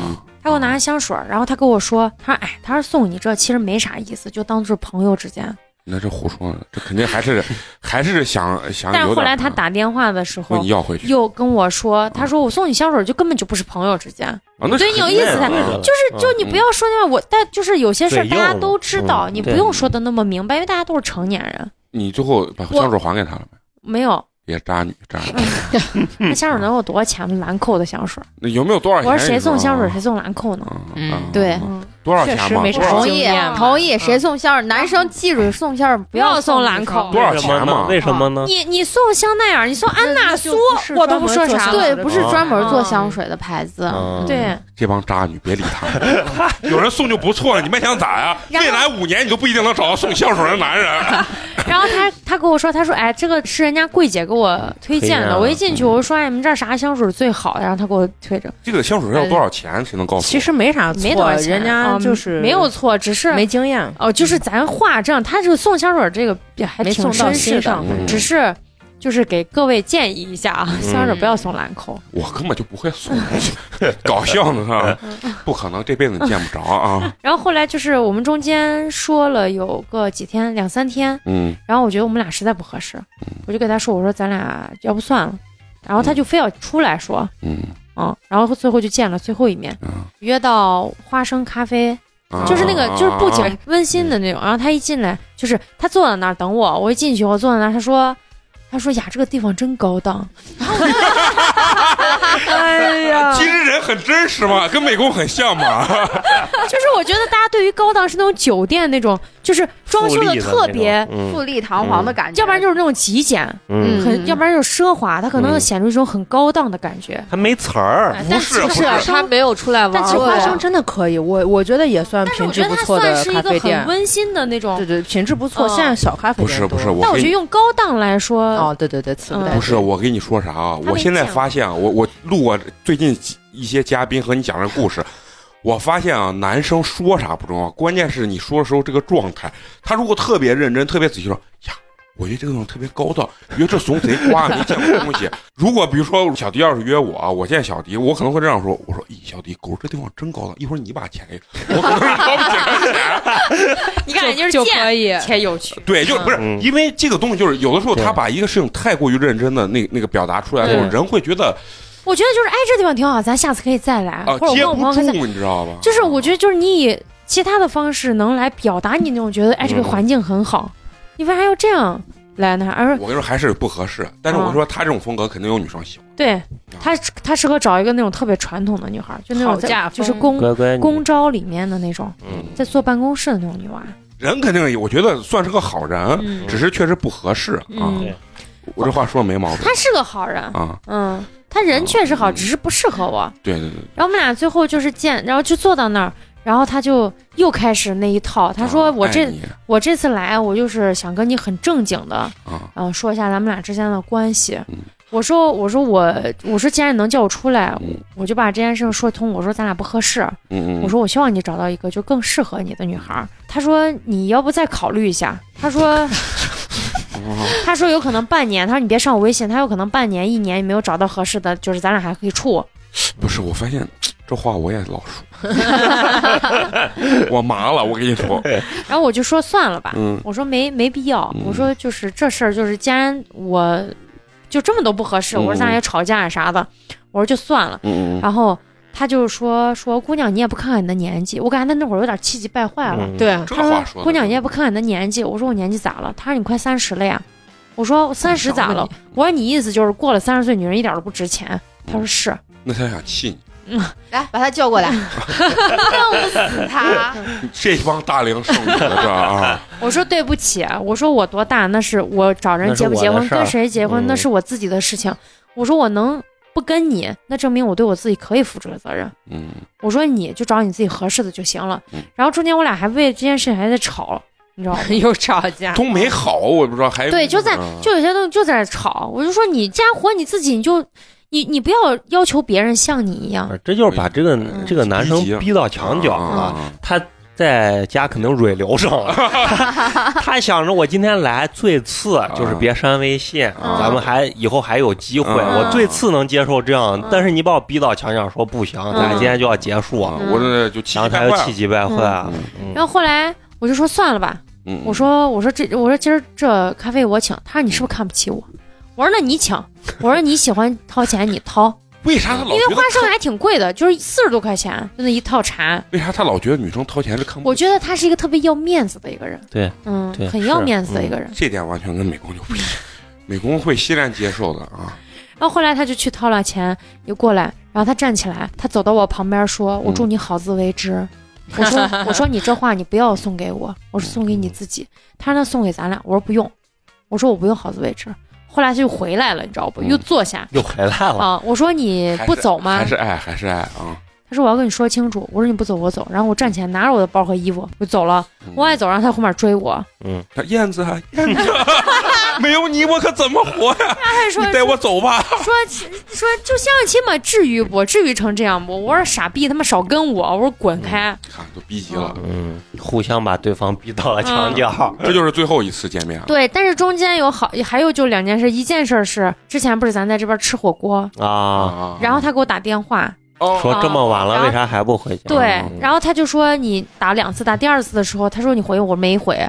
B: 他给我拿了香水儿，然后他跟我说，他说哎，他说送你这其实没啥意思，就当做是朋友之间。
A: 那这胡说的，这肯定还是还是想想
B: 但
A: 有点。
B: 是
A: 啊
B: 后来他打电话的时
A: 问
B: 候
A: 你。要回去
B: 又跟我说，他说我送你香水就根本就不是朋友之间，
A: 啊，那
B: 对
A: 是
B: 有
A: 肯
B: 意
A: 定
B: 思
A: 的
E: 嗯
B: 的
A: 啊
B: 就是就你不要说那样我，但就是有些事儿
E: 嘴
B: 大
E: 硬
B: 家都知道，
E: 嗯
B: 你不
E: 对
B: 用说的那么明白，因为大家都是成年人。
A: 你最后把香水还给他了没？
B: 没有，
A: 别渣女渣女，
B: 嗯那香水能有多少钱吗？兰蔻的香水，
A: 那有没有多少
B: 我
A: 钱？
B: 说谁送香水
A: 你
B: 谁送兰蔻呢
A: 知？道吗？
E: 嗯
A: 啊
D: 对
B: 嗯，
A: 多少
C: 确
A: 钱
C: 实
A: 嘛？
C: 没
A: 多
C: 啥
A: 少
D: 同
A: 钱
B: 经
D: 意
B: 验嘛嗯
D: 同意，谁送香水？男生记住送香水，不
B: 不要
D: 要
B: 送兰
D: 女生
B: 蔻
E: 嗯多少
A: 为什么
E: 钱嘛？
A: 呢
E: 为什么
C: 嗯
E: 呢？
B: 你你送香奈儿，你送安娜苏，我
C: 我
B: 都不嗯说啥了。
D: 对，不是
E: 哦
D: 专门做香水的牌子。
E: 嗯
B: 对，
A: 这帮渣女别理他们， 有人送就不错了，你们想咋呀？
B: 然后
A: 未来五年你都不一定能找到送香水的男人。
B: 然后他他跟我说，他说哎，这个是人家柜姐给我推荐
E: 推荐
B: 的。
E: 啊
B: 我一进去我就说，哎，你们这儿啥香水最好？然后他给我推着，
A: 这个香水要多
B: 嗯
A: 少钱？谁能告诉我？
C: 其实没啥错，
B: 没多少钱，
C: 人家
B: 嗯
C: 就是
B: 没有错，只是
C: 没经验，
B: 哦，就是咱话这样，他这个送香水这个也还
C: 没
B: 挺
C: 送到
B: 绅
C: 心
B: 士的，
C: 上。
A: 嗯
B: 啊只是就是给各位建议一下啊，香水不要送兰蔻。
A: 我根本就不会送， 搞笑呢 哈，不可能这辈子见不着啊。
B: 然后后来就是我们中间说了有个几天两三天，
A: 嗯，
B: 然后我觉得我们俩实在不合适，我就给他说我说咱俩要不算了，然后他就非要出来说
A: 嗯
B: 嗯，然后最后就见了最后一面，
A: 嗯
B: 约到花生咖啡，
A: 啊
B: 就是那个
A: 啊
B: 就是布
A: 啊
B: 景温馨的那种。然后他一进来就是他坐在那儿等我，我一进去我坐在那儿，他说。他说呀，这个地方真高档，
C: 哎呀
B: 啊
A: 其实人很真实嘛，跟美工很像嘛。
B: 就是我觉得大家对于高档是那种酒店那种，就是装修
E: 富
B: 的
E: 丽
B: 特
E: 那
B: 别，
E: 种
D: 富丽堂皇的感
B: 嗯
D: 觉，
B: 要不然就是那种极简，
E: 嗯，嗯
D: 嗯
B: 很，要不然就是奢华，它可能
E: 嗯
B: 显出一种很高档的感觉。
E: 他没词儿，
B: 哎
A: 不
B: 但
A: 是
B: 其
A: 不
B: 实
A: 是
F: 他没有出来玩
B: 但其实
F: 过
C: 花
B: 花
C: 生
B: 生
C: 真的可以，我我觉得也算
B: 但是
C: 品
B: 我
C: 质
B: 觉
C: 不
B: 得它
C: 错
B: 算
C: 的
B: 是一
C: 咖
B: 个
C: 啡
B: 很
C: 店。
B: 温馨的那种
C: 对，对，品质不
B: 嗯
C: 错。现在小咖啡
A: 不
C: 店
A: 是不是，
C: 多
A: 我
B: 但我
A: 跟
B: 觉得
A: 你
B: 用高档来说，
C: 哦，对对对，词不
B: 嗯
C: 达
A: 不是我跟你说啥啊？
B: 他
A: 我
B: 没
A: 现在
B: 见过
A: 发现啊，我我录我最近几一些嘉宾和你讲的故事。 我发现啊，男生说啥不重要，关键是你说的时候这个状态。他如果特别认真、特别仔细说呀，我觉得这个东西特别高档，觉得这怂贼瓜没见过这东西。 如果比如说小迪要是约我啊，我见小迪，我可能会这样说：我说，咦，小迪，狗这地方真高档，一会儿你把钱给我，我可能是掏不起来钱。
B: 你感觉
F: 就
B: 就是
F: 可
B: 贱
F: 以。
B: 且有趣。
A: 对，就不是、
E: 嗯
A: 因为这个东西，就是有的时候
E: 对
A: 他把一个事情太过于认真的那那个表达出来的时候，
F: 对
A: 人会觉得
B: 我觉得就是，哎，这地方挺好，咱下次可以再来，
A: 啊
B: 或者我
A: 接
B: 跟我
A: 不
B: 朋友可以再。
A: 住，你知道吧？
B: 就是我觉得，就是你以其他的方式能来表达你那种觉得，哎，这个
A: 嗯
B: 环境很好，你为啥要这样来呢？而
A: 我跟你说还是不合适，但是我
B: 啊
A: 说他这种风格肯定有女生喜欢。
B: 对
A: 嗯
B: 他，他适合找一个那种特别传统的女孩儿，就那种
C: 讨价
B: 在就是
C: 风
B: 公
E: 乖乖女
B: 公招里面的那种，
E: 嗯
B: 在坐办公室的那种女娃。
A: 人肯定，我觉得算是个好人，
B: 嗯
A: 只是确实不合适啊
B: 嗯。
A: 我这话说的没毛病
B: 他是个好人，
A: 啊。
B: 嗯，他人
A: 哦
B: 确实
A: 嗯
B: 好，只是不适合我。
A: 对对对，
B: 然后我们俩最后就是见，然后就坐到那儿，然后他就又开始那一套。他说
A: 啊
B: 我这、
A: 爱你
B: 我这次来，我就是想跟你很正经的，
A: 啊，
B: 嗯、说一下咱们俩之间的关系
A: 嗯。
B: 我说我说我我说既然你能叫我出来，
A: 嗯
B: 我就把这件事情说通。我说咱俩不合适，
A: 嗯嗯，
B: 我说我希望你找到一个就更适合你的女孩儿。他说你要不再考虑一下？他说他说有可能半年，他说你别上我微信，他有可能半年一年也没有找到合适的，就是咱俩还可以处。
A: 不是，我发现这话我也老 说，我麻了，我跟你说，
B: 然后我就说算了吧，
A: 嗯
B: 我说没没必要，
A: 嗯
B: 我说就是这事儿就是既然我就这么都不合适，
A: 嗯
B: 我说咱俩也吵架啊啥的，我说就算了。
A: 嗯嗯嗯
B: 然后他就说说姑娘你也不看看你的年纪，我感觉他那会儿有点气急败坏了。
E: 嗯
F: 对，
A: 这
B: 他
A: 话
B: 说
A: 说的
B: 姑娘你也不看看你的年纪，我说我年纪咋了？他说你快三十了呀。我
A: 哦
B: 说三十咋了？我说你意思就是过了三十岁，女人一点都不值钱。他
A: 嗯
B: 说是，
A: 那他想气你。
D: 来把他叫 过来，弄死他！
A: 这帮大龄剩女的这啊，
B: 我说对不起，啊我说我多大那是我找人
E: 那是
B: 结不结
E: 我
B: 婚
E: 的事儿
B: 跟谁结婚
E: 嗯
B: 那是我自己的事情，我说我能不跟你，那证明我对我自己可以负这个责任。
A: 嗯，
B: 我说你就找你自己合适的就行了
A: 嗯。
B: 然后中间我俩还为这件事情还在吵，你 知道吗？
F: 又吵架，
A: 都没好，我不知道还
B: 对，就在
A: 嗯
B: 就有些东西就在那吵，我就说你家活你自己，你就你你不要要求别人像你一样。
E: 啊这就是把这个
A: 嗯
E: 这个男生
B: 啊
E: 逼到墙角了。
A: 啊
E: 他在家肯定蕊 流上了，他想着我今天来最次就是别删微信，
A: 啊
E: 咱们还以后还有机会。
A: 嗯
B: 啊
E: 我最次能接受这样，
B: 嗯
E: 但是你把我逼到墙角，说不行，
B: 啊
E: 咱俩今天就要结束，
B: 嗯
A: 啊我这就气
E: 然后
A: 急
E: 他
A: 败
E: 就
A: 坏
E: 气急败坏。
A: 嗯
E: 嗯
B: 然后后来我就说算了吧，
A: 嗯，
B: 我说我说这我说今儿这咖啡我请，他说你是不是看不起我？我说那你请，我说你喜欢掏钱你掏，
A: 为啥他老
B: 因为
A: 觉
B: 花
A: 得
B: 生还挺贵的，就是四十多块钱就那一套茶。
A: 为啥他老觉得女生掏钱是看不
B: 我觉得他是一个特别要面子的一个人，
E: 对，
B: 嗯
E: 对，
B: 很要面子的一个人。
A: 这点完全跟美工就不一样，美工会欣然接受的啊。
B: 然后后来他就去掏了钱，一过来，然后他站起来，他走到我旁边说：“
A: 嗯
B: 我祝你好自为之。我 说：“我说你这话你不要送给我，我是送给
A: 嗯
B: 你自己。”他说：“那送给咱俩。”我说：“不用。”我说：“我不用好自为之。”后来他就回来了，你知道不？
A: 嗯哦
B: 又坐下
E: 又回来了，
B: 啊。我说：“你不走吗
A: 还是爱，还是爱啊！？”
B: 他说：“我要跟你说清楚。”我说：“你不走，我走。”然后我站起来，拿着我的包和衣服我就走了。
A: 嗯
B: 我爱走，然后他后面追我。
E: 嗯，
A: 他燕子啊，燕 子，没有你我可怎么活呀？
B: 他还说
A: 你带我走 吧。
B: 说说就相亲嘛，至于不？至于成这样不？我说傻逼，他妈少跟我！我说滚开！
A: 看都逼急了，
E: 嗯，互相把对方逼到了墙
B: 嗯
E: 角，
A: 这就是最后一次见面了。
B: 对，但是中间有好，还有就两件事，一件事是之前不是咱在这边吃火锅，
E: 啊，
A: 啊
B: 然后他给我打电话，
A: 哦
E: 说这么晚
B: 哦然
E: 了，
B: 后
E: 为啥还不回家？
B: 对
E: 嗯，
B: 然后他就说你打两次，打第二次的时候，他说你回我没回，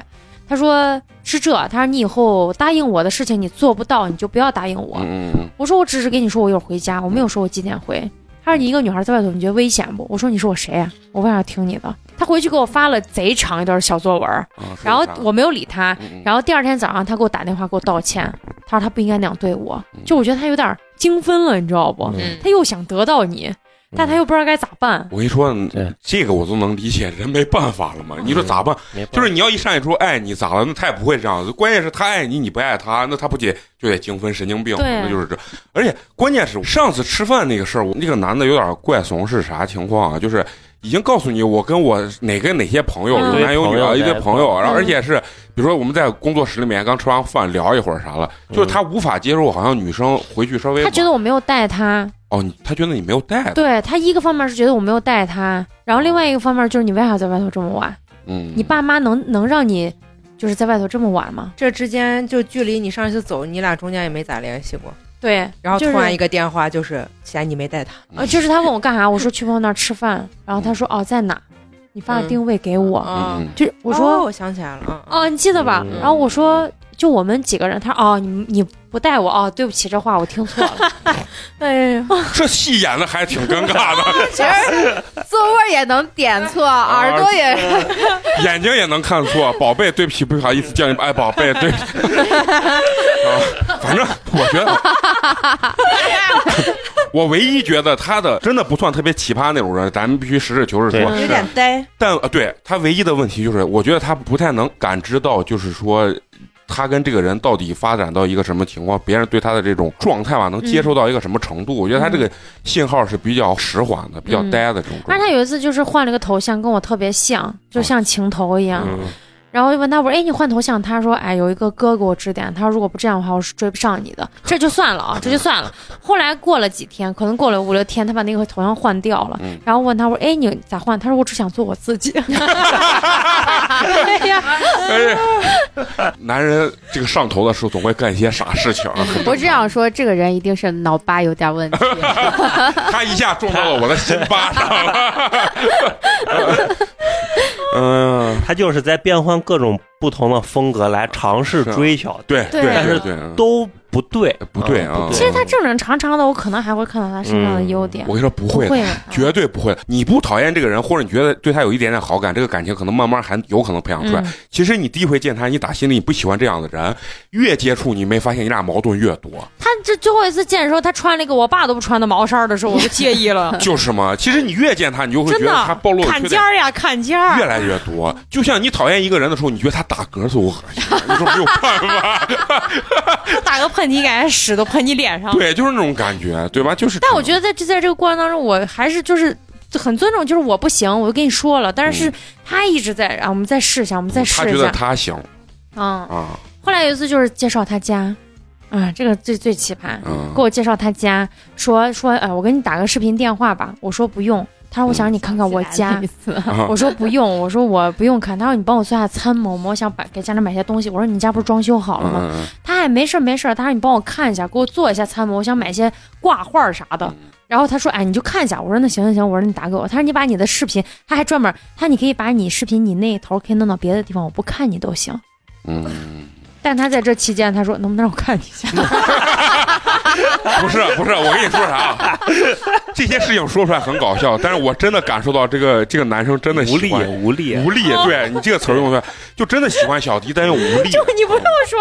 B: 他说是这，他说你以后答应我的事情你做不到，你就不要答应
E: 啊
B: 我。
A: 嗯嗯
B: 我说我只是跟你说我一会儿回家，我没有说我几点回。他说你一个女孩在外头，你觉得危险不？我说你是我谁呀、我为啥要听你的？他回去给我发了贼长一段小作文儿，
A: 嗯，啊
B: 然后
A: 说啥
B: 我没有理他。
A: 嗯嗯
B: 然后第二天早上他给我打电话给我道歉，他说他不应该那样对我，
A: 嗯
B: 就我觉得他有点精分了，你知道不？
E: 嗯
B: 他又想得到你，
A: 嗯
B: 但他又不知道该咋办。
A: 我跟你说
E: 对，嗯
A: 这个我都能理解，人没办法了嘛。你说咋办？
E: 没办法
A: 就是你要一上来说爱你咋了？那他也不会这样子。关键是他爱你，你不爱他，那他不得就得精分神经病吗？
B: 对
A: 那就是这。而且关键是上次吃饭那个事儿，我那个男的有点怪怂，是啥情况啊？就是已经告诉你，我跟我哪个哪些朋友有
B: 嗯
A: 男有女啊，
E: 一
A: 一
E: 堆
A: 堆
E: 朋
A: 朋
E: 友
A: 友，然后而且是比如说我们在工作室里面刚吃完饭聊一会儿啥了，就是他无法接受，好像女生回去稍微
B: 他觉得我没有带他，
A: 哦，你他觉得你没有带他，
B: 对他一个方面是觉得我没有带他，然后另外一个方面就是你为啥在外头这么晚？
A: 嗯，
B: 你爸妈能能让你就是在外头这么晚吗？
C: 这之间就距离你上一次走，你俩中间也没咋联系过，
B: 对，
C: 然后突
B: 就是
C: 然一个电话就是嫌你没带他，
B: 呃，就是他问我干啥，我说去朋友那儿吃饭，然后他说哦在哪，你发个定位给我，
A: 嗯
C: 啊，
A: 嗯
B: 就是我
C: 哦
B: 说
C: 我想起来了，嗯嗯
B: 哦你记得吧？
E: 嗯
B: 然后我说就我们几个人，他说哦你你不带我哦对不起这话我听错了，
F: 哎呀，
A: 这戏演的还挺尴尬的。
D: 其实座位也能点 错，
E: 啊
D: 耳朵也
A: 眼睛也能看错，宝贝，对不起，不好意思叫你，哎，宝贝， 对不起。啊，反正我觉 得，我唯一觉得他的真的不算特别奇葩那种人，咱们必须实事求是说。
E: 对
C: 有点呆，
A: 但呃对他唯一的问题就是，我觉得他不太能感知到，就是说。他跟这个人到底发展到一个什么情况？别人对他的这种状态吧，能接受到一个什么程度？我觉得他这个信号是比较迟缓的，比较呆的这种状态。
B: 嗯而且他有一次就是换了个头像跟我特别像，就像情头一样，
E: 嗯
B: 然后就问他我说哎你换头像，他说哎有一个哥给我指点，他说如果不这样的话我是追不上你的，这就算了
A: 嗯
B: 啊这就算了。后来过了几天，可能过了五六天，他把那个头像换掉了，
A: 嗯
B: 然后问他我说哎你咋换？他说我只想做我自己。哎呀，
A: 哎， 男人这个上头的时候总会干一些傻事情啊，
D: 我只想说，这个人一定是脑巴有点 问题。
A: 他一下撞到了我的心巴上 了。嗯，
E: 他就是在变换各种不同的风格来尝试
A: 啊
E: 追求，
A: 对
B: 对
A: 对
E: 但是
A: 对对，嗯
E: 都不对，
A: 不对啊
E: 嗯。
B: 其实他正正常常的，我可能还会看到他身上的优点。
A: 嗯我跟你说不
B: 不
A: 会的，
B: 会啊吧
A: 绝对不会的。你不讨厌这个人，或者你觉得对他有一点点好感，这个感情可能慢慢还有可能培养出来。
B: 嗯
A: 其实你第一回见他，你打心里你不喜欢这样的人，越接触你没发现你俩矛盾越多，，
B: 他这最后一次见的时候，他穿了一个我爸都不穿的毛衫儿的时候，我就介意了
A: 就是嘛。其实你越见他，你就会觉
B: 真
A: 得
B: 的
A: 他暴露的
B: 砍
A: 缺点
B: 尖儿呀，砍尖
A: 越
B: 儿。
A: 来越多。就像你讨厌一个人的时候，你觉得他打嗝都恶 心，你说没有办法，
B: 他打个喷嚏，感觉屎都喷你脸上了。
A: 对，就是那种感觉，对吧？就是。
B: 但我觉得在这在这个过程当中，我还是就是。很尊重，就是我不行，我就跟你说了。但是他一直在啊，我们再试一下，我们再
A: 嗯他
B: 试
A: 觉
B: 一
A: 得
B: 下。
A: 他行
B: 嗯，
A: 啊，
B: 后来有一次就是介绍他家，啊，这个最最奇葩，
A: 嗯
B: 给，我介绍他家，说说，呃，我跟你打个视频电话吧。我说不用，
A: 嗯
B: 他说我想让你看看我家。
A: 啊
B: 我说 不用，我说我不用看。他说你帮我做下参谋吗？我想把给家里买些东西。我说你家不是装修好了吗？
A: 嗯
B: 他还没事儿没事儿，他说你帮我看一下，给我做一下参谋，我想买些挂画儿啥的。然后他说：“哎，你就看一下。”我说：“那行行行。”我说：“你打给我。”他说：“你把你的视频，他还专门，他说你可以把你视频你那一头可以弄到别的地方，我不看你都行。
A: 嗯，”
B: 但他在这期间，他说：“能不能让我看你一下
A: 嗯不是不是，我跟你说啥 啊？这些事情说出来很搞笑，但是我真的感受到这个这个男生真的喜
E: 无力
A: 欢
E: 无力，
B: 啊
A: 无力，啊对你这个词儿用的，就真的喜欢小迪，但又无力。
B: 哦 就你不用说，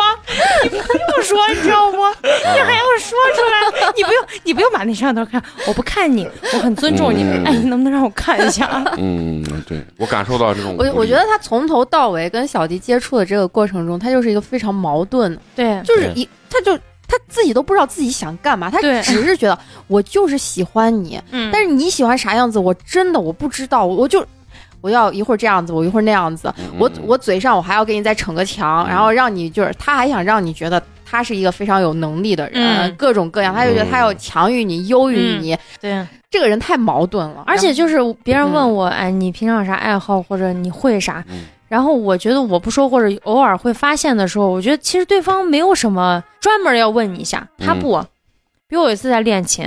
B: 你不用说，你知道不？你还要说出来，你不用，你不用把那摄像头看，我不看你，我很尊重你。
A: 嗯
B: 哎，你能不能让我看 一下？
A: 嗯，对我感受到这种无力，
D: 我我觉得他从头到尾跟小迪接触的这个过程中，他就是一个非常矛盾的，
B: 对，
D: 就是一他就他自己都不知道自己想干嘛，他
B: 对
D: 只 是觉得我就是喜欢你，
B: 嗯
D: 但是你喜欢啥样子，我真的我不知道，我就我要一会儿这样子，我一会儿那样子，我我嘴上我还要给你再逞个强，
A: 嗯
D: 然后让你就是他还想让你觉得。他是一个非常有能力的人，
B: 嗯
D: 各种各样，他就觉得
A: 嗯
D: 他要强于你、优于你，
B: 对。
D: 这个人太矛盾了。
B: 而且就是别人问我，哎，你平常有啥爱好或者你会啥？
A: 嗯
B: 然后我觉得我不说，或者偶尔会发现的时候，我觉得其实对方没有什么专门要问你一下，他
A: 嗯
B: 不。比如我有一次在练琴，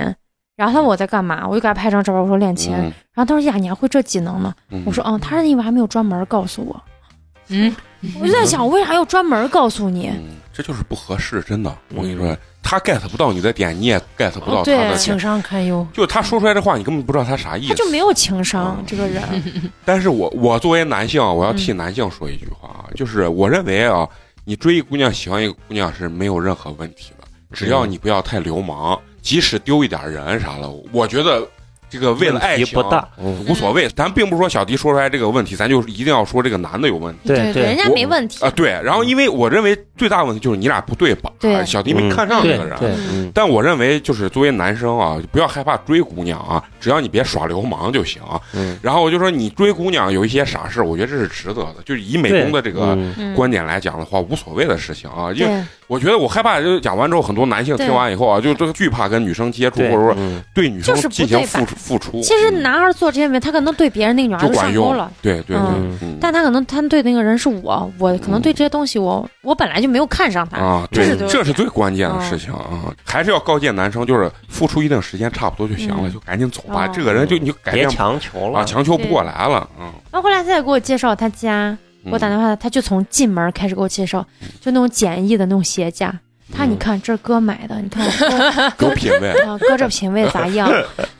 B: 然后他问我在干嘛，我就给他拍张照片，我说练琴，
A: 嗯
B: 然后他说呀，你还会这技能呢？
A: 嗯
B: 我说嗯，他是因为还没有专门告诉我。
C: 嗯，
B: 我就在想，为啥要专门告诉你？
A: 嗯这就是不合适，真的。我跟你说，他 get 不到你的点，你也 get 不到他的
B: 嗯哦对啊
A: 点。
C: 商堪忧。
A: 就他说出来这话，你根本不知道他啥意
B: 他
A: 思。
B: 就没有情商
A: 嗯，
B: 这个人。
A: 但是我我作为男性啊，我要替男性说一句话 啊，就是我认为啊，你追一姑娘、喜欢一个姑娘是没有任何问题的，只要你不要太流氓，即使丢一点人啥的，我觉得这个为了爱
E: 问
A: 情啊
E: 题不大，嗯
A: 无所谓。咱并不是说小迪说出来这个问题，咱就一定要说这个男的有问题。
E: 对
B: 人家
A: 我
B: 没问题
A: 啊，。对，然后因为我认为最大问题就是你俩不对把，
B: 嗯对
A: 小迪没看上这个人，
E: 对，
B: 嗯
A: 但我认为，就是作为男生啊，不要害怕追姑娘啊，只要你别耍流氓就行。
E: 嗯，
A: 然后我就说，你追姑娘有一些傻事，我觉得这是值得的。就是以美工的这个
E: 嗯
B: 嗯
A: 观点来讲的话，无所谓的事情啊。因为
B: 对
A: 我觉得我害怕，就是讲完之后，很多男性
B: 对
A: 听完以后啊，就都惧怕跟女生接触，或
E: 对，
A: 者说
E: 嗯
A: 对女生
B: 就是不
A: 进行
B: 对吧
A: 付出付出。
B: 其实
A: 嗯
B: 男孩做这些没，他可能对别人那个女孩
A: 就
B: 就
A: 管
B: 上
A: 用
B: 钩了，，
A: 对对对
E: 嗯，
A: 嗯
B: 但他可能他对那个人是我，我可能对这些东西我我本来就没有看上他。
A: 嗯啊，
B: 这
A: 对
B: 是，嗯对
A: 这是最关键的事情啊！还是要告诫男生，就是付出一定时间差不多就行了，
B: 嗯
A: 就赶紧走吧。
B: 哦
A: 这个人就你就改
E: 别
A: 变不
E: 强求
A: 啊，
E: 了，
A: 强求不过来了。嗯，
B: 然后后来他再给我介绍他家，
A: 嗯
B: 我打电话，他就从进门开始给我介绍，就那种简易的那种鞋架。他
A: 嗯
B: 你看这是哥买的，你看我
A: 有品位。
B: 哥啊哥这品味咋 样？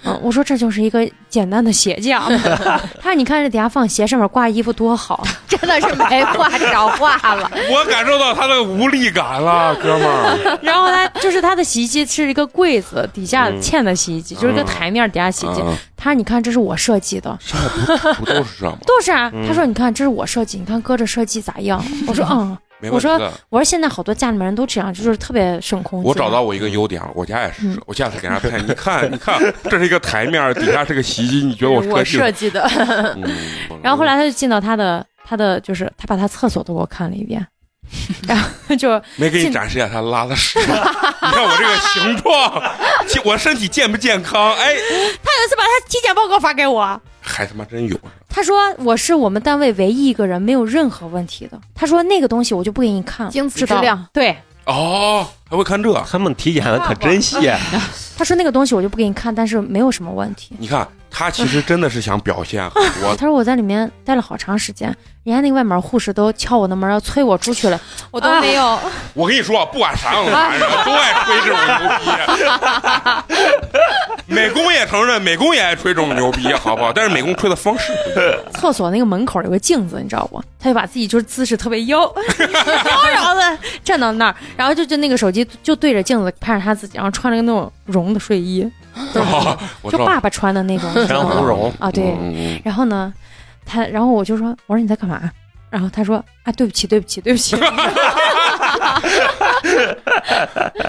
B: 嗯，我说这就是一个简单的鞋架。他说你看这底下放鞋，上面挂衣服多好。
D: 真的是没话找 话了。
A: 我感受到他的无力感了，哥们 儿。
B: 然后他就是他的洗衣机是一个柜子底下
E: 嗯
B: 嵌的洗衣机，就是一个
A: 嗯
B: 台面底下洗衣机。
A: 啊
B: 他说你看这是我设计的，
A: 上不不都是这样吗？
B: 都是啊。
E: 嗯
B: 他说：“你看，这是我设计，你看哥这设计咋 样？”我说：“嗯。
A: 没问题
B: 我
A: 的。”
B: 我说：“现在好多家里面人都这样，就是特别省空间。”
A: 我找到我一个优点了，我家也是
B: 嗯。
A: 我下次给他拍，你看，你看，这是一个台面，底下是个洗衣机，你觉得我设计的？
D: 计的，
A: 嗯
B: 然后后来他就进到他的他的就是他把他厕所都给我看了 一遍，然后就
A: 没给你展示一下他拉的 屎，你看我这个形状，健我身体健不健康？哎，
B: 他有一次把他体检报告发给我，
A: 还他妈真有。
B: 他说我是我们单位唯一一个人没有任何问题的。他说那个东西我就不给你看了，
D: 精子
B: 知
D: 质
B: 道
D: 量。
B: 对，
A: 哦，还会看这？
E: 他们体检的可真细，啊
B: 他说那个东西我就不给你看，但是没有什么问题。
A: 你看他其实真的是想表现很多
B: 他说我在里面待了好长时间，人家那个外面护士都敲我的门要催我出去了，我都没有。
D: 啊
A: 我跟你说，不管啥样的 男人，都爱吹这种牛逼。 美工也承认，美工也爱吹这种牛逼，好不好？但是美工吹的方式不一样。
B: 厕所那个门口有个镜子，你知道不？他就把自己就是姿势特别妖，妖娆的站到那儿，然后就就那个手机就对着镜子拍着他自己，然后穿了个那种绒的睡衣，
A: 哦我
B: 就
A: 知道，
B: 爸爸穿的那种，你知道
E: 珊瑚
B: 吗？
E: 绒
B: 啊对
A: 嗯
B: 然后呢，他然后我就说，我说你在干嘛？然后他说啊，对不起，对不起，对不起。
A: 嗯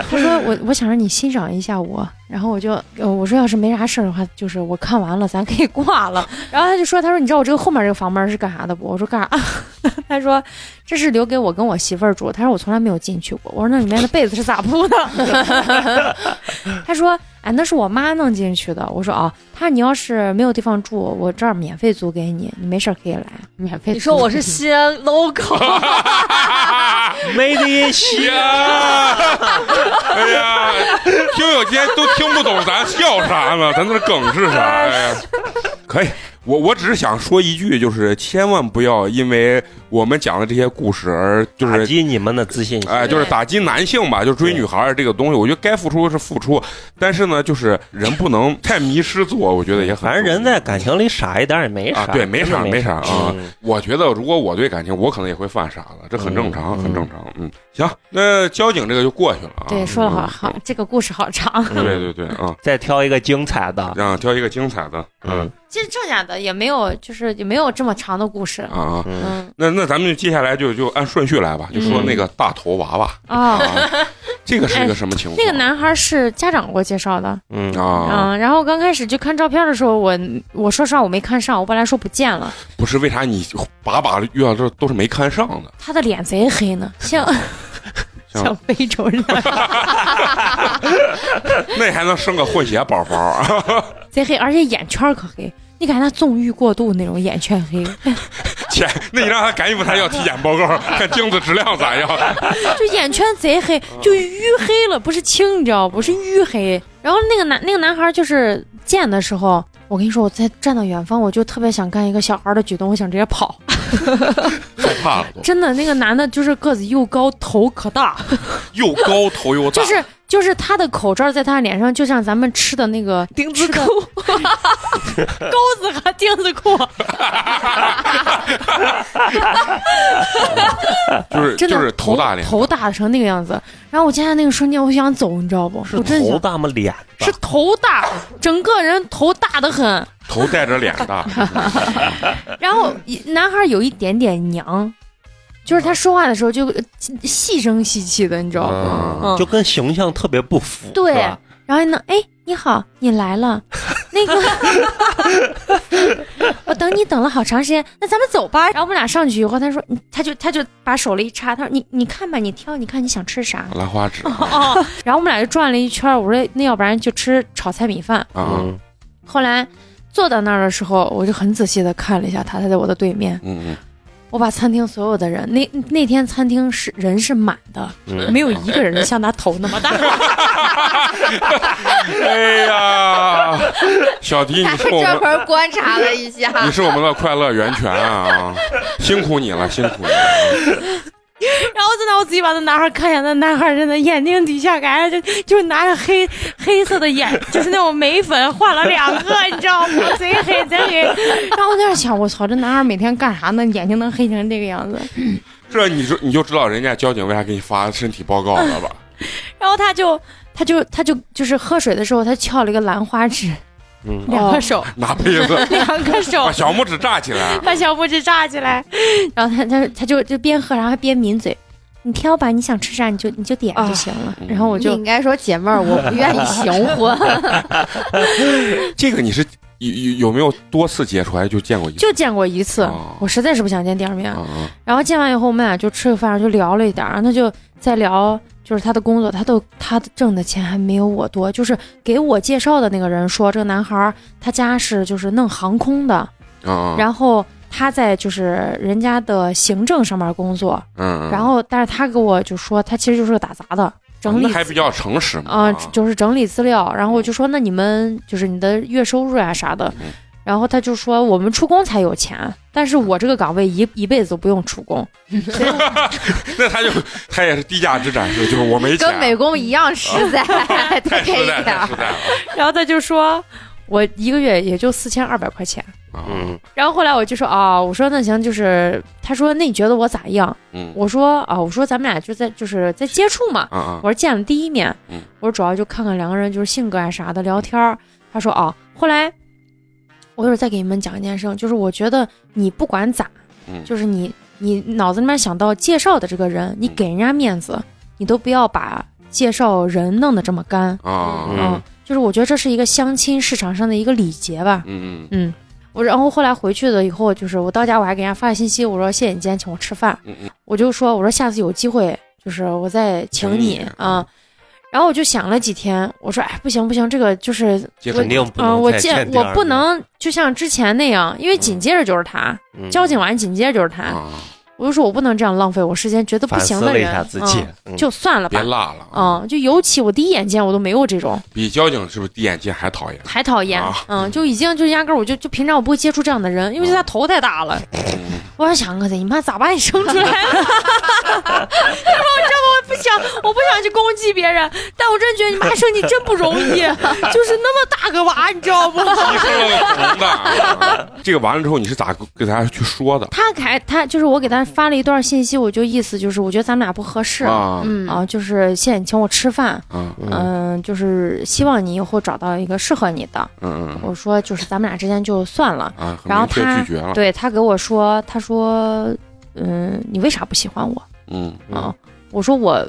B: 他说我我想让你欣赏一下我，然后我就呃我说要是没啥事儿的话，就是我看完了咱可以挂了。然后他就说他说你知道我这个后面这个房门是干啥的不？我说干啥？ 他说这是留给我跟我媳妇儿住。他说我从来没有进去过。我说那里面的被子是咋铺的？ 他说哎那是我妈弄进去的。我说哦，他说你要是没有地方住，我这儿免费租给你，你没事儿可以来。
D: 免 费。
F: 你说我是西安 local，
E: ，Made in 西
A: 呀！哎呀，听友间都听不懂咱笑啥呢，咱这梗是啥？哎呀， 可以，我我只是想说一句，就是千万不要因为我们讲的这些故事而就
E: 打
A: 是
E: 击你们的自信心。
A: 哎，就是打击男性吧，就追女孩儿这个东西，我觉得该付出是付出，但是呢，就是人不能太迷失自我，我觉得也很。
E: 反正人在感情里傻一点也没啥，
A: 啊对没
E: 真的
A: 啥
E: 没
A: 没啥啊
E: 嗯
A: 我觉得如果我对感情，我可能也会犯傻子，这很正常，
E: 嗯
A: 很正常。嗯，行，那交警这个就过去了啊。
B: 对，说的好
A: 嗯
B: 好，这个故事好长。
A: 嗯对对对啊，
E: 再挑一个精彩
B: 啊
E: 的，
A: 让挑一个精彩的，嗯
E: 嗯
B: 其实正假的也没有，就是也没有这么长的故事。
A: 啊啊。
E: 嗯，
B: 嗯
A: 那那咱们就接下来就就按顺序来吧，就说那个大头娃娃
B: 哦，
A: 啊，这个是一个什么情况？
B: 哎那个男孩是家长给我介绍的，
E: 嗯
A: 啊，
B: 嗯，然后刚开始就看照片的时候，我我说实话我没看上，我本来说不见了，
A: 不是为啥你把把遇到这都是没看上的？
B: 他的脸贼黑呢，像
A: 像
B: 像非洲人，
A: 那还能生个混血宝宝 啊？
B: 贼黑，而且眼圈可黑，你感觉他纵欲过度那种眼圈黑，
A: 切，那你让他赶紧问他要体检报告， 看精子质量咋样。
B: 就眼圈贼黑，就淤黑了，不是青，你知道，不是淤黑。然后那个男那个男孩就是见的时候，我跟你说，我在站到远方，我就特别想干一个小孩的举动，我想直接跑。
A: 害怕了都，
B: 真的，那个男的就是个子又高，头可大，
A: 又高头又大，
B: 就是就是他的口罩在他脸上，就像咱们吃的那个
F: 钉子
B: 吃的
F: 裤，
B: 钩子和钉子裤，
A: 就是
B: 真的
A: 就是头大脸，
B: 头大成那个样子。然后我见他那个瞬间，我想走，你知道不？我真
E: 头
B: 想
E: 大吗？脸大
B: 是头大，整个人头大的很。
A: 头带着脸 大，
B: 然后男孩有一点点娘，就是他说话的时候就呃细声细气的，你知道吗？
A: 嗯
B: 嗯，
E: 就跟形象特别不符，
B: 对
E: 是吧。
B: 然后呢，哎，你好，你来了，那个， 我等你等了好长时间，那咱们走吧。然后我们俩上去以后，他说，你嗯他就他就把手了一插，他说你你看吧，你挑，你看你想吃啥。
A: 兰花指啊
B: 哦，然后我们俩就转了一圈儿，我说哎那要不然就吃炒菜米饭。
A: 啊，
E: 嗯
B: 后来坐到那儿的时候，我就很仔细的看了一下他，他在我的对面。
A: 嗯
B: 我把餐厅所有的人，那那天餐厅是人是满的，
E: 嗯
B: 没有一个人像他头那么大。
A: 嗯，哎呀，小迪，
D: 他
A: 你是我
D: 专
A: 们。
D: 门观察了一下，
A: 你是我们的快乐源泉啊！辛苦你了，辛苦你了。
B: 然后真的我仔细把那男孩看一眼，那男孩真的眼睛底下感觉就就是拿着黑黑色的眼，就是那种眉粉画了两个，你知道吗？贼黑贼黑。然后我在那想，我操，这男孩每天干啥呢？眼睛能黑成这个样子？
A: 这你就你就知道人家交警为啥给你发身体报告了吧？
B: 然后他就他就他就就是喝水的时候，他翘了一个兰花指，
E: 嗯
B: 两个手、
A: 拿杯子
B: 两 个手
A: 把小拇指炸起来，
B: 把小拇指扎起来，然后他他他就就边喝，然后还边抿嘴。你挑吧，你想吃啥你就你就点就行了。然后我
D: 我就
B: 就
D: 应该说姐妹儿，我不 愿意行婚。
A: 这个你是有有有没有多次接触，还是就见过一次？
B: 就见过一次，
A: 哦
B: 我实在是不想见第二面。
A: 啊啊
B: 然后见完以后，我们俩就吃个饭，就聊了一点儿，然后他就在聊，就是他的工作，他都他挣的钱还没有我多，就是给我介绍的那个人说，这个男孩儿他家是就是弄航空的，
A: 啊啊！
B: 然后他在就是人家的行政上面工作，
A: 嗯，嗯
B: 然后但是他给我就说，他其实就是个打杂的，整
A: 哦那
B: 理
A: 还比较哦诚实嘛。
B: 啊、就是整理资料，然后我就说，那你们就是你的月收入啊啥的
A: 嗯，
B: 然后他就说我们出工才有钱，但是我这个岗位一一辈子都不用出工，
A: 那他就他也是低价值展示，就是我没钱，
D: 跟美工一样实在，多
A: 太
D: 给
A: 实
D: 一
A: 在，太
D: 点儿
A: 实。在了
B: 然后他就说我一个月也就四千二百块钱，
A: 啊！
E: 嗯
B: 然后后来我就说啊、我说那行，就是他说那你觉得我咋样？
A: 嗯
B: 我说啊、我说咱们俩就在就是在接触嘛，
A: 啊啊
B: 我说见了第一面，
A: 嗯
B: 我说主要就看看两个人就是性格啊啥的聊天儿。他说哦，后来我一会儿再给你们讲一件事情，就是我觉得你不管咋，
A: 嗯
B: 就是你你脑子里面想到介绍的这个人，你
A: 嗯
B: 给人家面子，你都不要把介绍人弄得这么干，
A: 啊
E: 嗯
B: 嗯，就是我觉得这是一个相亲市场上的一个礼节吧。
A: 嗯嗯
B: 嗯，我然后后来回去了以后，就是我到家我还给人家发信息，我说谢谢你今天请我吃饭，
A: 嗯嗯
B: 我就说我说下次有机会就是我再请
A: 请你
B: 你啊、然后我就想了几天，我说哎不行不行，这个就是
A: 接触
E: 肯定不
B: 嗯、
E: 能、
B: 我见我不，能就像之前那样，因为紧接着就是他，
E: 嗯
B: 交警完紧接着就是他，
A: 啊，
B: 我就说我不能这样浪费我时间，觉得不
E: 反
B: 行
E: 思
B: 的
E: 了一
B: 人，
E: 下自己
B: 嗯，
E: 嗯
B: 就算了
A: 别
B: 吧。
A: 落了啊！
B: 嗯，就尤其我第一眼见我都没有这种，
A: 比交警是不是第一眼见还讨厌？
B: 还讨厌，
A: 啊
B: 嗯，就已经就压根儿我就就平常我不会接触这样的人，因为
E: 嗯
B: 他头太大了。我还想我的，你妈咋把你生出来了？ 他说我这么不想，我不想去攻击别人，但我真觉得你妈生你真不容 易，就是那么大个娃，你知道不？
A: 你生了个红的啊，这个完了之后你是咋跟大家去说的
B: 他还他就是我给他发了一段信息，我就意思就是我觉得咱们俩不合适
A: 啊？
D: 嗯
B: 啊，就是现在你请我吃饭，
A: 嗯嗯
B: 嗯、就是希望你以后找到一个适合你的。
A: 嗯
B: 我说就是咱们俩之间就算了。
A: 嗯啊，
B: 然后
A: 很明
B: 他
A: 确拒绝了，
B: 对他给我说，他说，嗯，你为啥不喜欢我
A: 嗯，
B: 啊？我说我